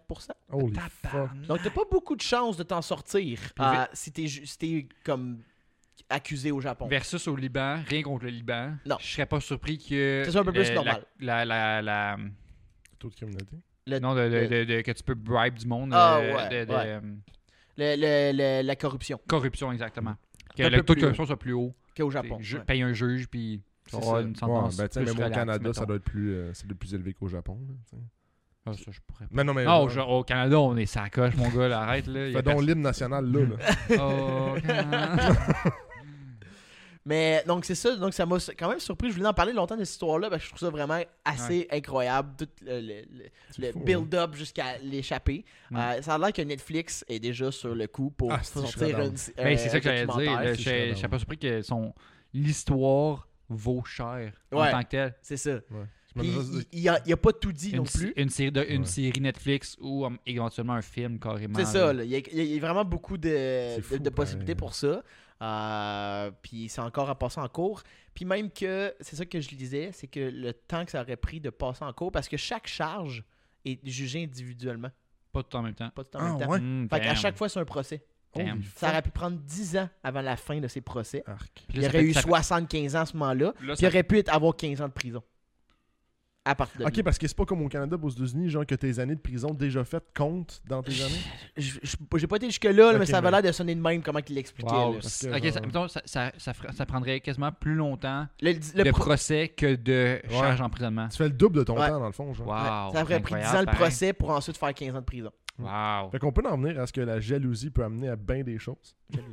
C: Holy fuck.
D: Tabarnak.
A: Donc t'as pas beaucoup de chances de t'en sortir
D: Puis
A: euh,
D: vi-
A: si t'es ju- si t'es comme accusé au Japon.
D: Versus au Liban, rien contre le Liban.
A: Non.
D: Je serais pas surpris que.
A: C'est ça, un peu plus
D: euh,
A: normal.
D: La, la, la,
C: Taux de criminalité.
A: Le-
D: la- non, de- de-
A: le-
D: de- de- que tu peux bribe du monde.
A: Ah,
D: euh,
A: ouais,
D: de- de-
A: ouais.
D: euh,
A: Le- le- le- la corruption.
D: corruption, exactement. Que
A: Un
D: le
A: peu
D: taux
A: plus
D: de corruption soit plus haut.
A: qu'au Japon.
D: T'sais, ju-
A: ouais.
D: Paye un juge, puis tu
A: C'est
D: auras
A: ça.
D: une
C: Ouais,
D: sentence.
C: ben, tu sais,
D: plus
C: même au
D: relaxe,
C: Canada,
D: mettons.
C: ça doit être plus, euh, c'est le plus élevé qu'au Japon. là, tu sais.
D: Ah, ça, je pourrais pas.
C: Mais non, mais.
A: Ah,
D: Non,
C: euh,
D: je- au Canada, on est sacoche, mon gars, là, arrête. Là, y a
C: Fais donc l'hymne national, là. là.
D: personne- Oh, Canada.
A: Mais donc c'est ça, donc ça m'a quand même surpris. Je voulais en parler longtemps de cette histoire-là parce que je trouve ça vraiment assez incroyable, tout le, le- le-
C: C'est
A: le
C: fou, hein.
A: build-up jusqu'à l'échapper.
D: Ouais.
A: Euh, ça a l'air que Netflix est déjà sur le coup pour
C: Ah, c'est
A: sortir euh,
C: Shredder.
A: une,
D: Ben, c'est ça que j'allais dire. là,
C: c'est
D: Je
C: Shredder.
D: je suis pas surpris que son l'histoire vaut cher en
A: Ouais.
D: tant que telle.
A: C'est ça.
C: hein. Ouais.
A: Puis
C: Même chose-
A: il- il n'a a pas tout dit
D: Une,
A: non
D: sé-
A: plus.
D: une série de- une
C: Ouais.
D: série Netflix ou um, éventuellement un film carrément.
A: C'est ça,
D: là.
A: là. il, y a, il y a vraiment beaucoup de,
C: C'est
A: de-
C: fou,
A: de possibilités
D: ben.
C: pareil.
A: pour ça. Euh, puis c'est encore à passer en cours. Puis même que, c'est ça que je disais, c'est que le temps que ça aurait pris de passer en cours, parce que chaque charge est jugée individuellement,
D: Pas tout en même temps.
A: pas tout en
C: Ah,
A: même temps.
C: ouais.
D: Mm,
A: Fait qu'à
D: damn.
A: chaque fois, c'est un procès.
D: Damn.
C: Holy
A: Ça aurait pu prendre 10 ans avant la fin de ces procès.
C: arc.
D: Puis
A: Il
D: là, ça
A: aurait
D: fait-
A: eu
D: ça fait-
A: 75 ans à ce moment-là.
D: là,
A: Puis
D: ça-
A: il aurait pu être- avoir 15 ans de prison. À partir de là.
C: Ok, parce que c'est pas comme au Canada ou aux États-Unis, genre que tes années de prison déjà faites comptent dans tes années.
A: Je- je- J'ai pas été jusque-là, là, mais
C: Ok,
A: ça avait l'air
C: mais-
A: de sonner de même comment il l'expliquait.
D: ben. Wow.
A: là.
C: Parce que
D: Ok, ça,
C: genre-
D: mettons, ça, ça- ça ferait- ça prendrait quasiment plus longtemps
A: Le, le
D: de
A: pro-
D: procès que de charge d'emprisonnement.
C: Tu fais le double de ton
A: Ouais.
C: temps, dans le fond. Genre.
D: Wow.
A: Ouais, ça aurait pris 10 ans
D: incroyable,
A: le
D: pareil.
A: procès pour ensuite faire 15 ans de prison.
D: Wow.
C: Fait qu'on peut en venir à ce que la jalousie peut amener à bien des choses.
A: Jalousie.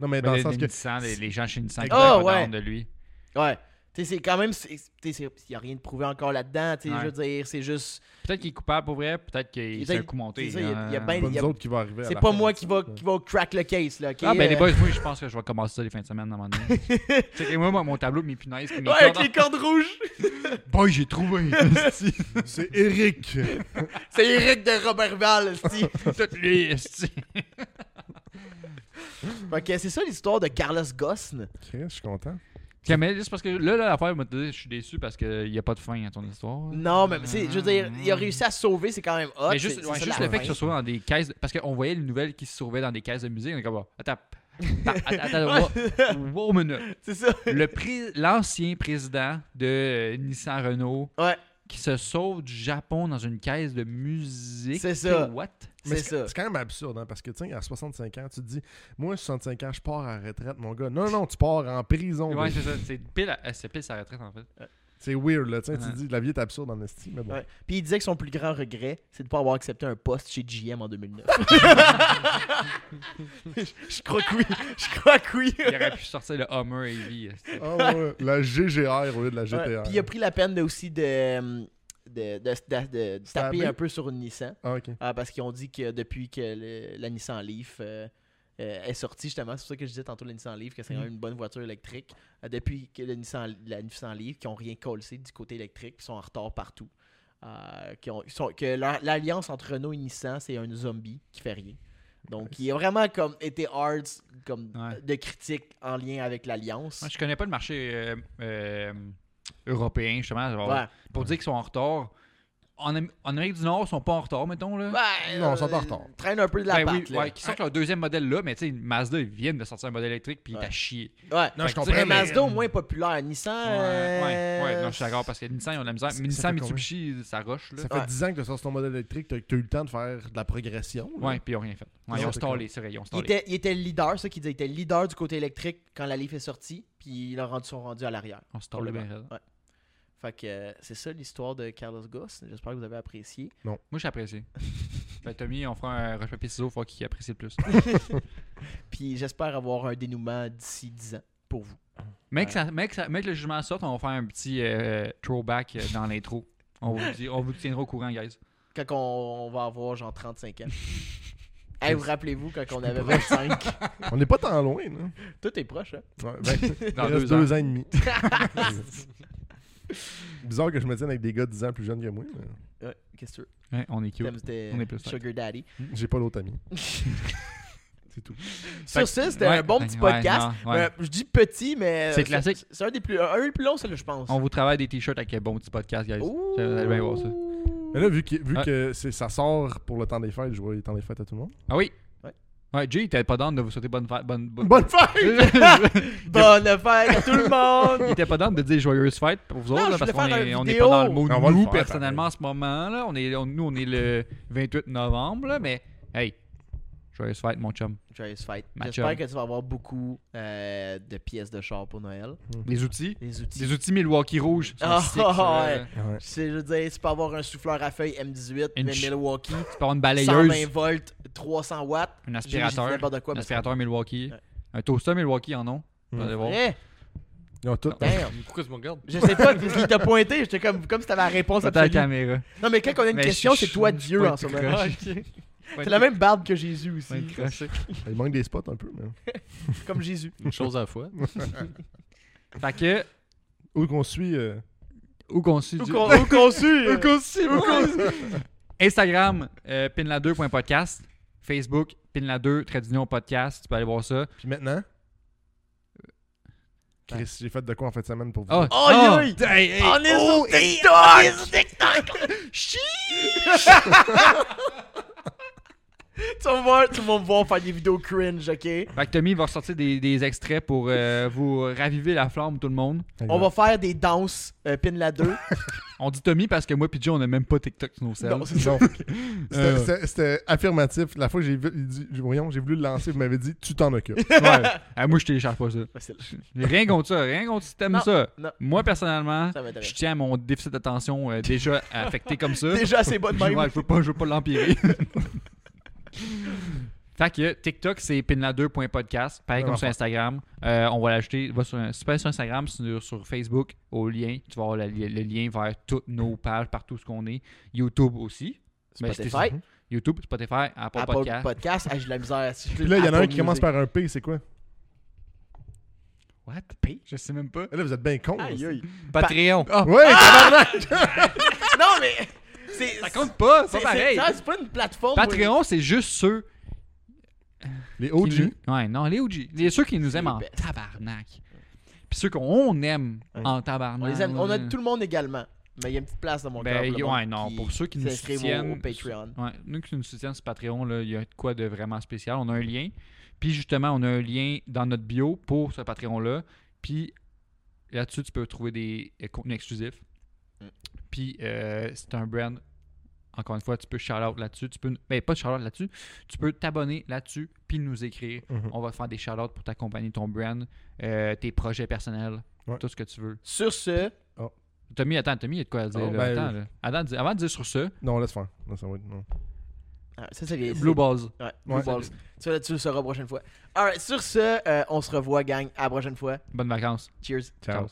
C: Non, mais
D: Mais
C: Eh,
A: Ben,
C: dans
D: les-
C: le sens
D: les
C: que.
D: Nissan, les, les gens chez Nissan qui
A: Ah,
D: veulent pas
A: ouais.
D: de lui.
A: ouais. Tu sais, c'est quand même. Il n'y a rien de prouvé encore là-dedans. tu sais,
D: Ouais.
A: Je veux dire, c'est juste.
D: Peut-être qu'il est coupable pour vrai, peut-être
A: Il
D: qu'il
A: était-
D: s'est un coup monté.
A: c'est ça, il y a- il y a
D: hein.
A: ben-
C: C'est pas nous
A: y a-
C: autres qui va arriver. à
A: C'est
C: la
A: pas
C: fin,
A: moi
C: tu
A: qui
C: sais.
A: va, qui va crack le case. Là, ok?
D: Ah, ben les
A: Euh,
D: boys, moi, je pense que je vais commencer ça les fins de semaine à un moment donné. Checkez moi, moi, mon tableau, mes punaises, puis mes
A: Ouais, avec
D: cordes.
A: les cordes rouges.
D: Boy, j'ai trouvé.
C: C'est Eric.
A: C'est Eric de Robert Val. esti.
D: Toutes les. esti.
A: Fait que c'est ça l'histoire de Carlos Gosn.
C: Chris, je suis content.
D: Ok, mais c'est parce que là, là, l'affaire, m'a dit, je suis déçu parce qu'il n'y a pas de fin à ton histoire.
A: Non, mais c'est- je veux dire, il a réussi à se sauver, c'est quand même hot.
D: Mais juste,
A: c'est-
D: ouais,
A: c'est
D: juste
A: ça,
D: le
A: la
D: fait
A: fin.
D: qu'ils se retrouvent dans des caisses. de- Parce qu'on voyait les nouvelles qui se sauvaient dans des caisses de musique. On est comme, oh, attends, attends, attends,
A: Ouais,
D: wow, wow, minute.
A: c'est ça.
D: Le pré- L'ancien président de euh, Nissan Renault
A: Ouais.
D: qui se sauve du Japon dans une caisse de musique.
A: C'est ça.
D: What?
C: Mais
A: C'est ça.
C: C'est quand même absurde, hein, parce que, tu sais, à 65 ans, tu te dis, moi, 65 ans, je pars à la retraite, mon gars. Non, non, non, tu pars en prison.
D: Ouais,
C: baby.
D: c'est ça. C'est pile, à- euh, c'est pile sa retraite, en fait.
C: c'est weird, là. Tu sais,
D: Ouais.
C: tu te dis, la vie est absurde en estime, mais bon.
A: Ouais. Puis il disait que son plus grand regret, c'est de ne pas avoir accepté un poste chez GM en 2009. je, je crois que oui. Je crois que oui.
D: Il aurait pu sortir le Hummer euh, Heavy. esti.
C: Ah ouais, la GGR au lieu de la
A: Ouais,
C: GTR.
A: Puis il a pris la peine de aussi de, de, de, de- de- de
C: Stabber.
A: taper un peu sur une Nissan.
C: Ah, ok.
A: Ah, parce qu'ils ont dit que depuis que le- la Nissan Leaf euh, euh, est sortie, justement, c'est pour ça que je disais tantôt la Nissan Leaf, que c'est
D: Mm.
A: quand même une bonne voiture électrique. Euh, depuis que la Nissan, la Nissan Leaf, qui n'ont rien collé du côté électrique, qui sont en retard partout. Euh, qui ont- ils sont- que leur- l'alliance entre Renault et Nissan, c'est un zombie qui fait rien. Donc, il a vraiment comme été hard comme,
D: Ouais.
A: de critique en lien avec l'alliance.
D: Moi, je connais pas le marché euh, euh, européen, justement. genre,
A: Ouais.
D: Pour dire qu'ils sont en retard. En, Am- en Amérique du Nord, ils sont pas en retard, mettons. Là.
A: Ben,
C: Non,
A: euh,
C: ils sont en retard.
A: Traîne un peu de la
D: Ben oui,
A: patte, là.
D: ouais, qui sortent leur deuxième modèle là, mais tu sais, Mazda, ils viennent de sortir un modèle électrique puis il
A: Ouais.
D: est à chier.
A: Ouais.
C: Non, je
D: Fait que
C: comprends.
A: Mais
D: Ouais,
C: mais-
A: Mazda, au moins, est populaire. Nissan.
D: Ouais, ouais, ouais,
A: euh,
D: non, je suis d'accord parce que Nissan, ils ont de la misère.
C: Ça-
D: Mais
C: ça
D: Nissan,
C: fait combien?
D: Mitsubishi, ça roche, là.
C: Ça fait
A: Ouais.
C: 10 ans que tu sors ton modèle électrique, tu as, eu le temps de faire de la progression. là.
D: Ouais, puis ils ont rien fait. Ouais,
C: Ça
D: ils ont
C: fait
D: stallé, c'est vrai, ils ont
A: Il
D: stallé.
A: était, il était le leader, ça qu'il disait. Il était le leader du côté électrique quand la Leaf est sortie, puis ils rendu, sont rendus à l'arrière.
D: On stallé bien raide.
A: Fait que euh, c'est ça l'histoire de Carlos Goss. J'espère que vous avez apprécié.
D: Moi, j'ai apprécié. ben, Tommy, on fera un roche papier ciseaux, faut qu'il apprécie le plus.
A: Puis j'espère avoir un dénouement d'ici 10 ans pour vous.
D: Mec, ça, mec, ça, mec, le jugement sorte, on va faire un petit euh, throwback euh, dans l'intro. On vous, dit- on vous tiendra au courant, guys.
A: Quand on, on va avoir genre 35 ans. hey, vous rappelez-vous quand on avait
C: proche.
A: 25
C: On n'est pas tant loin. Là.
A: Tout est proche, hein.
C: Ouais, ben,
D: Dans
C: il reste
D: deux ans.
C: et demi. Bizarre que je me tienne avec des gars 10 ans plus jeunes que moi. mais
A: Ouais, qu'est-ce que tu veux?
D: Ouais, on est cute.
A: Thème, c'était
D: On est plus
A: Sugar Daddy.
C: J'ai pas l'autre ami. C'est tout.
A: Sur ça, c'était un bon petit podcast.
D: Ouais,
A: Euh, je dis petit, mais.
D: C'est classique.
A: C'est un des plus, un des plus longs, celui-là, je pense.
D: On vous travaille des t-shirts avec un bon petit podcast, guys.
A: Ouh.
D: Vous allez bien voir ça.
C: Mais là, vu, que- vu
D: Ouais.
C: que c'est- ça sort pour le temps des fêtes, je vois les temps des fêtes à tout le monde.
D: Ah oui?
A: Ouais.
D: Ouais, Jay, t'es pas d'âme de vous souhaiter bonne fête. Bonne, bonne-
C: Bonne fête!
A: Bonne fête à tout le monde!
D: Il était pas d'âme de dire joyeuse fête pour vous
A: Non,
D: autres,
A: je
D: là, parce
A: voulais
D: qu'on
A: faire
D: est,
A: une
D: on est
A: vidéo.
D: pas dans le mot
C: On va le
D: nous,
C: faire,
D: personnellement, en ce moment. Là. On est, on- nous, on est le 28 novembre, là, mais hey, joyeuse fête, mon chum.
A: Joyeuse fête.
D: Ma
A: J'espère
D: chum.
A: que tu vas avoir beaucoup euh, de pièces de char pour Noël.
D: Les outils.
A: Les outils.
D: Les outils Milwaukee rouge. sont
A: Ah,
D: sick, ça,
A: ouais.
D: là.
C: Ouais.
A: C'est, je veux dire, tu peux avoir un souffleur à feuilles M18,
D: Une
A: mais
D: ch-
A: Milwaukee,
D: Tu peux avoir
A: 120
D: une balayeuse,
A: volts, 300 watts.
D: un
A: J'ai- j'ai dit
D: aspirateur,
A: n'importe quoi,
D: un
A: mais c'est
D: aspirateur Milwaukee,
A: Ouais.
D: un toaster Milwaukee en nom.
C: Mm.
D: Vous allez voir.
A: vrai.
C: Ils ont tout.
A: Damn.
E: Pourquoi tu me regardes
A: Je sais pas ce qui t'a pointé, j'étais comme, comme si t'avais la réponse
D: Attends la
A: absolue.
D: caméra.
A: Non, mais quand on a une
D: Mais
A: question,
D: je-
A: c'est
D: je-
A: toi
D: je-
A: Dieu
D: je-
A: en ce
D: je-
A: moment.
D: je-
A: C'est la même barbe que Jésus aussi.
D: Ouais, crush.
C: Il manque hein. des spots un peu. Mais...
A: Comme Jésus.
E: Une chose à la fois.
D: Fait que,
C: Où qu'on suit. euh,
D: Au conçu du...
A: Au conçu.
D: Au conçu, au conçu. Instagram, euh, pinla2.podcast. Facebook, pinla2, trait d'union podcast. Tu peux aller voir ça.
C: Puis maintenant. Chris, j'ai fait de quoi en fin de semaine pour vous?
D: Ah,
A: Oh, yo,
D: ah,
A: yo.
D: hey, hey.
A: On est sur TikTok! On est sur TikTok! Chiii! tu, vas me voir, tu vas me voir faire des vidéos cringe, ok?
D: Fait que Tommy va ressortir des, des extraits pour euh, vous raviver la flamme, tout le monde.
A: On va faire des danses euh, pin la 2.
D: On dit Tommy parce que moi et Joe, on n'a même pas TikTok sur nos selles.
A: non, c'est ça.
C: Non. C'était-
D: Euh.
C: C'était c'était affirmatif. La fois que j'ai vu- il dit- voyons, j'ai voulu le lancer, vous m'avez dit tu t'en occupes.
D: Ouais. Ah, moi, je télécharge pas ça.
A: Facile.
D: Rien contre ça, rien contre si t'aimes
A: Non,
D: ça.
A: non.
D: Moi, personnellement,
A: Ça
D: je
A: m'intéresse.
D: tiens à mon déficit d'attention euh, déjà affecté comme ça.
A: Déjà assez bonne
D: Je-
A: même.
D: ouais, je veux pas, je veux pas l'empirer. fait que TikTok, c'est pinla2.podcast. Pareil comme
C: Vraiment
D: sur Instagram. Euh, on va l'acheter. Va sur, si tu vas sur Instagram, sur, sur Facebook, au lien. Tu vas avoir le, li- le lien vers toutes nos pages, partout ce qu'on est. YouTube aussi. Mais c'était-
A: Spotify,
D: YouTube, Spotify, Apple,
A: Apple
D: Podcast.
A: Podcast. Ah, j'ai de la misère. Si je-
C: Puis là, il y en a un
A: Apple
C: qui commence
A: Music.
C: par un P, c'est quoi?
D: What? Je sais même pas.
C: Eh Là, vous êtes bien con.
A: Aïe, aïe.
E: Patreon.
A: Ah.
C: Ouais,
A: Non, mais. C'est,
D: Ça compte pas, c'est
A: c'est,
D: pas pareil.
A: c'est- c'est pas une plateforme.
D: Patreon, c'est juste ceux
C: Les
D: qui
C: OG.
D: nous- Ouais, non, les OG. Les, ceux qui nous aiment
A: les
D: en
A: best.
D: tabarnak. Puis ceux qu'on aime en tabarnak.
A: On, les aime- on a tout le monde également. Mais il y a une petite place dans mon cœur
D: Ben,
A: pour le
D: y- ouais,
A: monde
D: non, pour ceux qui nous
A: s'inscrivent au-
D: soutiennent.
A: au Patreon.
D: Ouais, nous qui nous soutiennent sur Patreon, là, il y a de quoi de vraiment spécial. On a un lien. Puis justement, on a un lien dans notre bio pour ce Patreon-là. Puis là-dessus, tu peux trouver des euh, contenus exclusifs.
A: Mm.
D: Puis euh, c'est un brand. Encore une fois, tu peux shout-out là-dessus. Tu peux, ben, pas de shout-out là-dessus. Tu peux t'abonner là-dessus, puis nous écrire.
A: Mm-hmm.
C: Mhm.
D: On va faire des shout-outs pour t'accompagner ton brand, euh, tes projets personnels,
C: Ouais.
D: tout ce que tu veux.
A: Sur ce,
D: Tommy, attends, Tommy, il y a de quoi à dire.
C: Oh,
D: là.
C: ben,
D: Attends, là. Attends, dis- avant de dire sur ça,
C: Non, laisse faire. Non, ça va être- non.
A: ah, ça, ça vient.
D: Blue Balls.
A: Ouais,
C: Ouais.
A: Blue Balls. Tu, tu le sauras la prochaine fois. Alright, sur ce, euh, on se revoit, gang. À la prochaine fois.
D: Bonnes vacances.
A: Cheers.
C: Ciao.